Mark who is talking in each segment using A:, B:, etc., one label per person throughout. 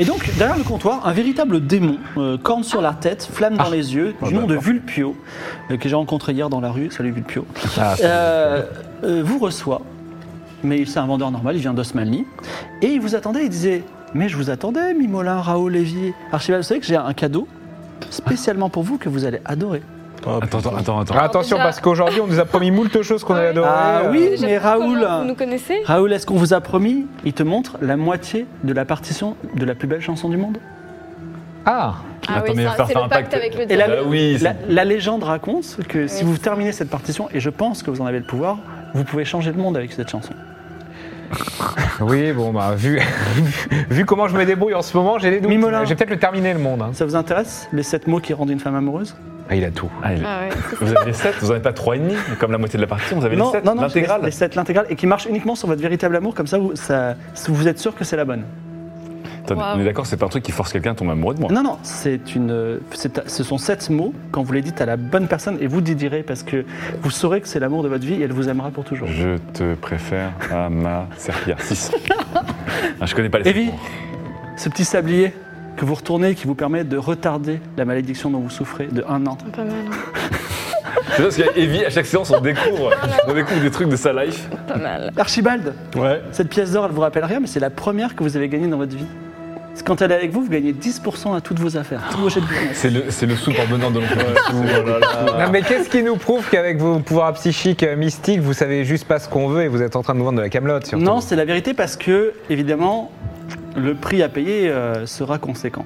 A: Et donc, derrière le comptoir, un véritable démon, euh, cornes sur la tête, flamme dans les yeux, du nom de Vulpio, euh, que j'ai rencontré hier dans la rue. Salut Vulpio. Euh, euh, vous reçoit, mais c'est un vendeur normal, il vient d'Osmanli. Et il vous attendait, il disait Mais je vous attendais, Mimolin, Raoul, Lévy, Archibald, vous savez que j'ai un cadeau spécialement pour vous que vous allez adorer.
B: Attends, attends, attends, attends.
C: Ah, Attention,
D: déjà-
C: parce qu'aujourd'hui, on nous a promis moult choses qu'on allait adorer.
A: Ah
C: Euh,
A: oui,
D: Déjà,
A: mais Raoul.
D: comment Vous nous connaissez
A: Raoul, est-ce qu'on vous a promis Il te montre la moitié de la partition de la plus belle chanson du monde.
C: Ah
D: Ah
B: Attends,
D: oui,
B: mais
D: ça,
B: il va falloir
D: c'est
B: faire
D: le
B: un
D: pacte
B: pacte.
D: avec le
A: Et la,
D: diable.
B: Ah oui, c'est-
A: la- la légende raconte que si
D: Oui.
A: vous terminez cette partition, et je pense que vous en avez le pouvoir, vous pouvez changer le monde avec cette chanson.
C: Oui, bon, bah, vu, vu comment je me débrouille en ce moment, j'ai des doutes.
A: Mimolin.
C: J'ai peut-être le terminé, le monde. hein.
A: Ça vous intéresse Les sept mots qui rendent une femme amoureuse
C: Ah, il a tout.
B: Ah, il-
D: Ah ouais, c'est
B: Vous avez 7, vous n'en avez pas 3,5, comme la moitié de la partie, vous avez les 7,
A: non, non,
B: l'intégrale.
A: Les sept, l'intégrale, et qui marche uniquement sur votre véritable amour, comme ça vous, ça, vous êtes sûr que c'est la bonne.
B: Attendez,
D: Waouh.
B: on est d'accord, c'est pas un truc qui force quelqu'un à tomber amoureux de moi.
A: Non, non, c'est une, euh, c'est- ce sont sept mots, quand vous les dites à la bonne personne, et vous y direz, parce que vous saurez que c'est l'amour de votre vie, et elle vous aimera pour toujours.
B: Je te préfère à ma serpillère 6. je connais pas les
A: Evie,
B: sept mots.
A: ce petit sablier que vous retournez, qui vous permet de retarder la malédiction dont vous souffrez de un an.
D: pas mal. hein.
B: C'est parce qu'à Evie, à chaque séance, on découvre, on découvre des trucs de sa life.
D: Pas mal.
A: Archibald,
B: Ouais.
A: Cette pièce d'or, elle vous rappelle rien, mais c'est la première que vous avez gagnée dans votre vie. Parce que Quand elle est avec vous, vous gagnez 10% à toutes vos affaires, tous vos jets de business.
B: C'est le, c'est le sou pour Benoît de Oh l'oncle.
C: Non, mais qu'est-ce qui nous prouve qu'avec vos pouvoirs psychiques euh, mystiques, vous savez juste pas ce qu'on veut et vous êtes en train de nous vendre de la camelote surtout
A: Non, c'est la vérité parce que, évidemment, le prix à payer euh, sera conséquent.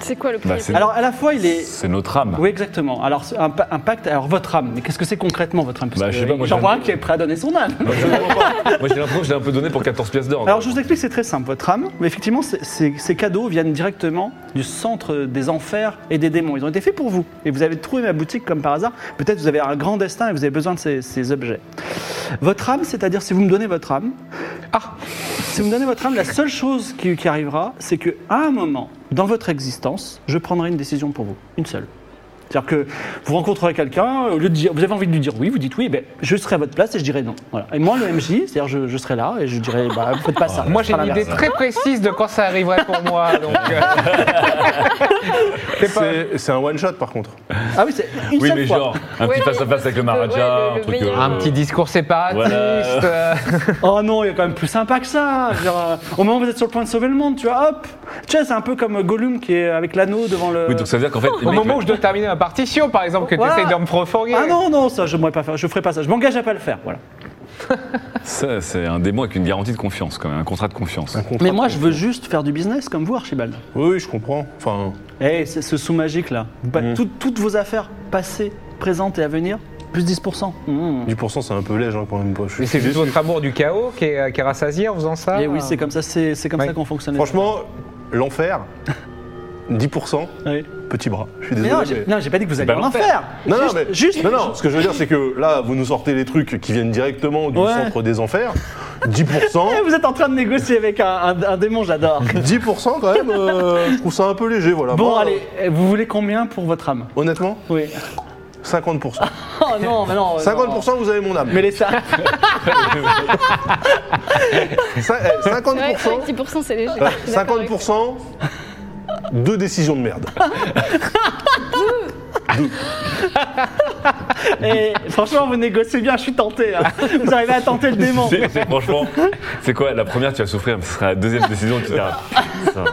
D: C'est quoi le Ah, prix
B: Bah, c'est-
A: Alors, à la fois, il est.
B: C'est notre âme.
A: Oui, exactement. Alors, c'est un, pa- un pacte. Alors, votre âme, mais qu'est-ce que c'est concrètement votre âme Parce
B: Bah,
A: que
B: je sais pas, moi,
A: J'en
B: j'ai-
A: vois un qui est prêt à donner son âme.
B: Moi, je comprends pas. Moi, j'ai l'impression que je l'ai un peu donné pour 14 pièces d'or.
A: Alors, je vous explique, c'est très simple. Votre âme, mais effectivement, c'est- c'est- ces cadeaux viennent directement du centre des enfers et des démons. Ils ont été faits pour vous. Et vous avez trouvé ma boutique comme par hasard. Peut-être vous avez un grand destin et vous avez besoin de ces, ces objets. Votre âme, c'est-à-dire si vous me donnez votre âme, ah, si vous me donnez votre âme, la seule chose qui, qui arrivera, c'est que à un moment dans votre existence, je prendrai une décision pour vous, une seule. C'est-à-dire que vous rencontrerez quelqu'un, au lieu de dire, vous avez envie de lui dire oui, vous dites oui, ben, je serai à votre place et je dirai non. Voilà. Et moi, le MJ, c'est-à-dire je, je serai là et je dirai, bah, faites pas ça.
C: Ah, Moi
A: je
C: j'ai
A: ferai
C: une idée
A: l'inverse.
C: très précise de quand ça arriverait pour moi, donc euh, c'est pas-
E: C'est c'est un one shot par contre.
A: Ah oui, c'est une
B: Oui,
A: seule
B: mais
A: fois.
B: genre, un
D: Ouais,
B: petit face-à-face avec le Maharaja,
D: ouais, le-
B: un truc. euh,
D: le meilleur.
C: un petit discours séparatiste.
B: Voilà.
C: euh,
A: Oh non, il y a quand même plus sympa que ça. Genre, euh, au moment où vous êtes sur le point de sauver le monde, tu vois, hop. Tu sais, c'est un peu comme Gollum qui est avec l'anneau devant le.
B: Oui, donc ça veut dire qu'en fait. les
C: Au
B: mecs,
C: moment où je dois terminer ma partition, par exemple, que tu
A: Voilà.
C: essayes de me profoguer.
A: Ah non, non, ça, je ne pas faire, je ferai pas ça. Je m'engage à pas le faire. Voilà.
B: Ça, c'est un démon avec une garantie de confiance, quand même, un contrat de confiance.
A: Mais moi, je veux juste faire du business comme vous, Archibald.
E: Oui, oui, je comprends. Enfin,
A: Eh, c'est ce sous magique là. Bah, tout- toutes vos affaires passées, présentes et à venir, plus 10%. Mmh.
E: 10% c'est un peu léger hein, quand même. Pas. Je suis
C: Mais c'est juste
E: déçu.
C: votre amour du chaos qui est, euh, qui est rassasié en faisant ça. euh
A: Eh oui, c'est comme ça, c'est c'est comme
C: Ouais.
A: ça qu'on fonctionne.
E: Franchement, l'enfer, 10%,
A: Oui.
E: petit bras. Je suis
A: Mais
E: désolé.
A: non, j'ai
E: mais-
A: non, j'ai pas dit que vous alliez
B: pas
A: en enfer.
E: Non, non,
A: Juste-
E: mais,
A: juste,
E: non, non, ce que je veux dire, c'est que là, vous nous sortez les trucs qui viennent directement du
A: Ouais.
E: centre des enfers. 10%,
A: Eh, Vous êtes en train de négocier avec un, un- un démon, j'adore.
E: 10% quand même, euh, je trouve ça un peu léger, voilà.
A: Bon,
E: Moi, hein.
A: allez, eh, vous voulez combien pour votre âme
E: euh, Honnêtement,
A: Oui.
E: 50%.
A: Oh non, mais non.
E: 50%, vous avez mon âme.
A: Mais les ça.
E: Ça, eh,
D: C'est vrai que
E: 50%,
D: avec 10%, c'est léger. Je suis d'accord avec toi.
E: 50%, deux décisions de merde.
A: Et eh, franchement, vous négociez bien, je suis tenté. hein. Vous arrivez à tenter le démon.
B: C'est- c'est- Franchement, c'est quoi La première, tu vas souffrir, mais ce sera la deuxième décision, tu diras. putain.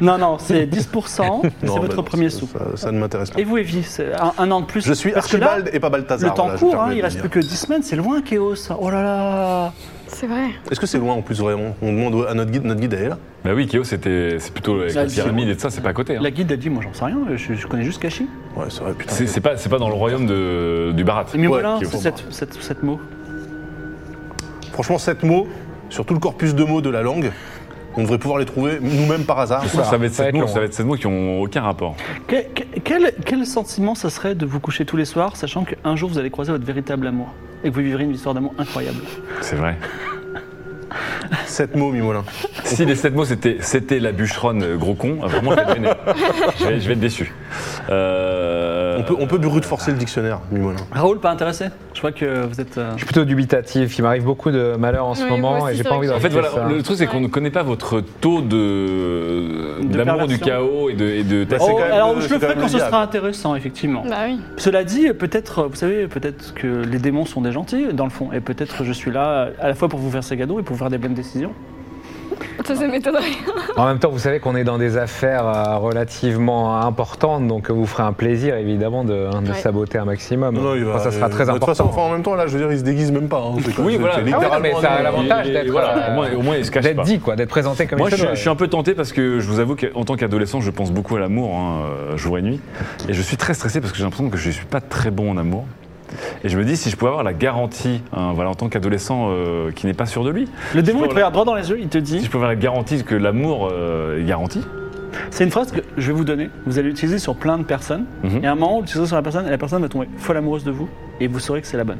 A: Non, non, c'est 10%, c'est
E: Non, bah
A: votre
E: non,
A: premier
E: ça-
A: sou.
E: Ça, ça ne m'intéresse pas.
A: Et vous, Evie, c'est un, un an de plus.
E: Je suis
A: Parce que là,
E: Archibald et pas Balthazar.
A: Le temps
E: voilà, je
A: court,
E: me
A: hein,
E: permets
A: il
E: de
A: reste
E: le
A: plus
E: dire.
A: que 10 semaines, c'est loin, Chaos. Oh là là
D: C'est vrai.
E: Est-ce que c'est loin en plus vraiment On demande à notre guide, notre guide elle est là.
B: Bah oui, Kyo, c'était, c'est plutôt avec
A: Ça,
B: la
A: c'est-
B: pyramide et tout ça, c'est pas à côté. hein.
A: La guide a dit, moi j'en sais rien, je, je connais juste Kashi.
E: Ouais, c'est vrai, putain.
B: C'est, c'est pas, c'est pas dans le royaume de, du Barat.
A: Mais voilà,
B: Kyo.
A: c'est 7 mots.
E: Franchement, 7 mots, sur tout le corpus de mots de la langue. On devrait pouvoir les trouver nous-mêmes par hasard.
C: Oula.
B: Ça va être
C: Ça
B: sept
C: va être
B: mots,
C: long, hein.
B: ça va être sept mots qui n'ont aucun rapport.
A: Que- que- quel, quel sentiment ça serait de vous coucher tous les soirs, sachant qu'un jour vous allez croiser votre véritable amour et que vous vivrez une histoire d'amour incroyable
B: C'est vrai.
E: Sept mots, Mimolin.
B: Si les sept mots c'était c'était la bûcheronne euh, gros con, euh, vraiment je vais être gêné. je, vais, je vais être déçu. Euh,
E: On peut, on peut brute forcer le dictionnaire, Mimolin.
A: Raoul, pas intéressé Je vois que vous êtes. euh,
C: Je suis plutôt dubitatif. Il m'arrive beaucoup de malheurs en ce
D: Oui, moi
C: moment
D: aussi,
C: et j'ai
D: c'est
C: pas envie
D: vrai que
C: d'en
B: En fait,
D: C'est
B: voilà,
C: ça.
B: le truc, c'est qu'on ne connaît pas votre taux de,
A: De
B: d'amour du
A: perversion.
B: chaos et de, et de
E: Bah, c'est
A: oh,
E: quand même
A: alors
E: le-
A: je
E: c'est
A: le
E: quand
A: ferai
E: même
A: quand
E: le
A: ce
E: diable.
A: sera intéressant, effectivement.
D: Bah oui.
A: Cela dit, peut-être, euh, vous savez, peut-être que les démons sont des gentils, dans le fond, et peut-être je suis là à la fois pour vous faire ces cadeaux et pour vous faire des bonnes décisions.
D: Ça, ça m'étonnerait.
C: En même temps, vous savez qu'on est dans des affaires euh, relativement importantes, donc euh, vous ferez un plaisir évidemment de, hein, de
D: Ouais.
C: saboter un maximum.
E: Non, non, il va- euh,
C: Enfin, ça sera très
E: de toute
C: important.
E: façon, enfin, en même temps, là, je veux dire, il se déguise même pas. hein. C'est quoi,
B: Oui,
E: c'est-
B: voilà.
E: c'est
B: Ah oui,
C: Ah ouais, non,
E: littéralement
C: mais ça a
E: un-
C: l'avantage
B: Et- et
C: d'être
B: voilà,
C: euh,
B: au moins- au moins, il se cache
C: d'être
B: pas.
C: dit, quoi, d'être présenté comme
B: Moi, je,
C: il se doit.
B: je suis un peu tenté parce que je vous avoue qu'en tant qu'adolescent, je pense beaucoup à l'amour, hein, euh, jour et nuit. Et je suis très stressé parce que j'ai l'impression que je ne suis pas très bon en amour. Et je me dis si je pouvais avoir la garantie, hein, voilà, en tant qu'adolescent euh, qui n'est pas sûr de lui,
A: Le démon, il
B: vois
A: te
B: là.
A: regarde droit dans les yeux, il te
B: si
A: dit
B: je pouvais avoir la garantie que l'amour euh, est garanti,
A: c'est une phrase que je vais vous donner, vous allez l'utiliser sur plein de personnes,
B: Mhm.
A: et à un moment, vous l'utilisez sur la personne, et la personne va tomber folle amoureuse de vous, et vous saurez que c'est la bonne.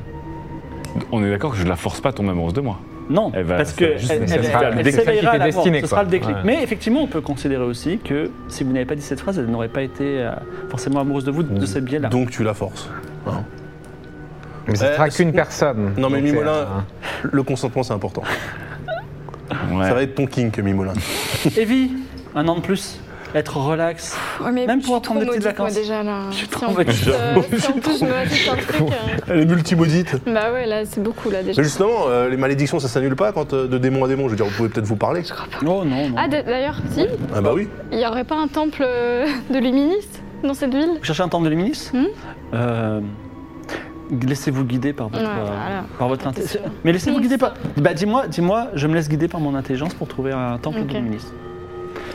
B: on est d'accord que je ne la force pas à tomber amoureuse de moi.
A: Non,
B: Elle va-
A: parce
B: ça
A: que
B: va juste-
A: elle,
C: Eh ben, ça
A: elle-
C: sera
A: elle
C: le déclic.
A: s'éveillera
C: qui
A: à
C: était
A: la mort,
C: destiné,
A: ce sera
C: quoi.
A: le déclic.
C: Ouais.
A: Mais effectivement, on peut considérer aussi que si vous n'avez pas dit cette phrase, elle n'aurait pas été euh, forcément amoureuse de vous de
C: Mm.
A: cette biais-là.
E: Donc tu la forces. hein.
C: Mais ce
E: Euh,
C: sera
E: c'est-
C: qu'une personne.
E: Non, mais
C: Donc, c'est,
E: Mimolin,
C: euh,
E: le consentement, c'est important.
B: Ouais.
E: Ça va être ton kink, Mimolin.
A: Evie, un an de plus, être relax.
D: Ouais, mais
A: Même
D: je
A: pour
D: suis
A: prendre des
D: trop
A: petites
D: maudite, moi,
A: vacances.
D: déjà là.
A: Je suis
D: Si
A: trop
D: en plus,
A: maudite.
D: euh, si en plus je me rajoute un truc. euh,
E: Elle est multimaudite.
D: Bah ouais, là, c'est beaucoup là déjà.
E: Mais justement, euh, les malédictions, ça s'annule pas quand euh, de démon à démon. Je veux dire, vous pouvez peut-être vous parler.
A: Oh non, non.
D: Ah, d- d'ailleurs, si,
E: Ah bah oui.
D: il y aurait pas un temple euh, de luministes dans cette ville
A: Vous cherchez un temple de Luminis
D: Hmm
A: Euh, Laissez-vous guider par votre,
D: Ouais,
A: euh,
D: voilà.
A: par votre
D: C'est
A: intelligence.
D: sûr.
A: Mais laissez-vous
D: Hmm.
A: guider par. Bah dis-moi, dis-moi, je me laisse guider par mon intelligence pour trouver un temple
D: Ok.
A: de Luminis.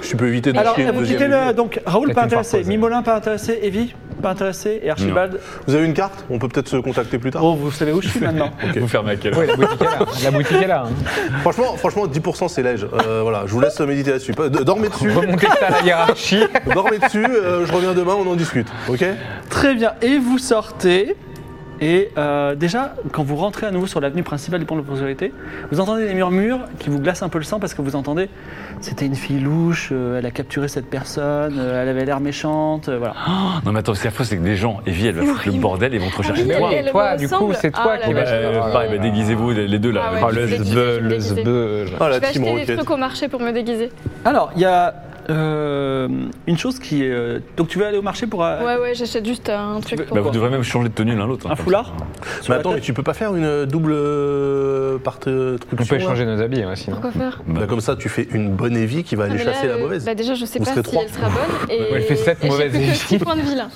E: Tu peux éviter de
A: Alors, euh,
D: euh,
E: chier une
A: vous
E: deuxième
A: quittez le.
E: minute.
A: Donc Raoul
C: Peut-être
A: pas
C: une
A: intéressé,
C: farfose.
A: Mimolin pas intéressé, Evie pas intéressé, et Archibald.
E: Vous avez une carte On peut peut-être se contacter plus tard.
A: Oh, vous savez où je suis maintenant.
B: Vous fermez à quelle heure
C: oui, la boutique est là. La boutique est là. hein.
E: Franchement, franchement, 10% c'est léger. Euh, voilà, je vous laisse méditer là-dessus. Pas- d- Dormez dessus.
C: Remontez ça à la hiérarchie.
A: Oh,
E: Dormez dessus. euh, je reviens demain, on en discute. Ok
A: Très bien, et vous sortez. Et euh, déjà, quand vous rentrez à nouveau sur l'avenue principale du pont de la prospérité, vous entendez des murmures qui vous glacent un peu le sang parce que vous entendez c'était une fille louche, euh, elle a capturé cette personne, euh, elle avait l'air méchante, euh, voilà.
B: Non, mais attends, ce qui est affreux, c'est que des gens, Evie, elle va foutre le bordel et vont te rechercher
D: Ah oui,
B: toi.
D: elle-
C: Et toi, du coup,
D: ressemble.
C: c'est toi
D: Ah,
C: qui
D: là,
C: vas
D: là.
C: chercher.
B: Euh, pareil, bah, déguisez-vous les les deux là.
D: Ah ouais,
C: Oh,
B: Enfin,
C: le
D: je vais
C: zbeu,
D: déguiser,
C: le
D: je vais
C: zbeu.
E: Ah la
D: Je vais
E: team
D: acheter des
E: roquette.
D: trucs au marché pour me déguiser.
A: Alors, il y a euh, une chose qui est. euh, donc, tu veux aller au marché pour euh,
D: Ouais, ouais, j'achète juste euh, un truc pour.
B: Bah, vous devrez même changer de tenue l'un l'autre. hein,
A: un
B: comme
A: foulard
B: ça.
A: sur
E: Mais
C: Bah,
A: la
E: attends, mais
A: tête
E: tu peux pas faire une double euh, part euh, truc
C: On
E: sur,
C: peut
E: là
C: échanger nos habits, hein, sinon.
D: Pourquoi faire
E: Bah, comme ça, tu fais une bonne Evie qui va
D: Ah,
E: aller
D: mais là,
E: chasser la
D: euh,
E: mauvaise.
D: Bah déjà, je sais
E: Vous
D: pas
E: serez
D: si
E: trois.
D: elle sera bonne. Et...
C: Ouais, elle fait sept
D: et j'ai
C: mauvaises
D: plus que
C: vies.
D: six points de vie là.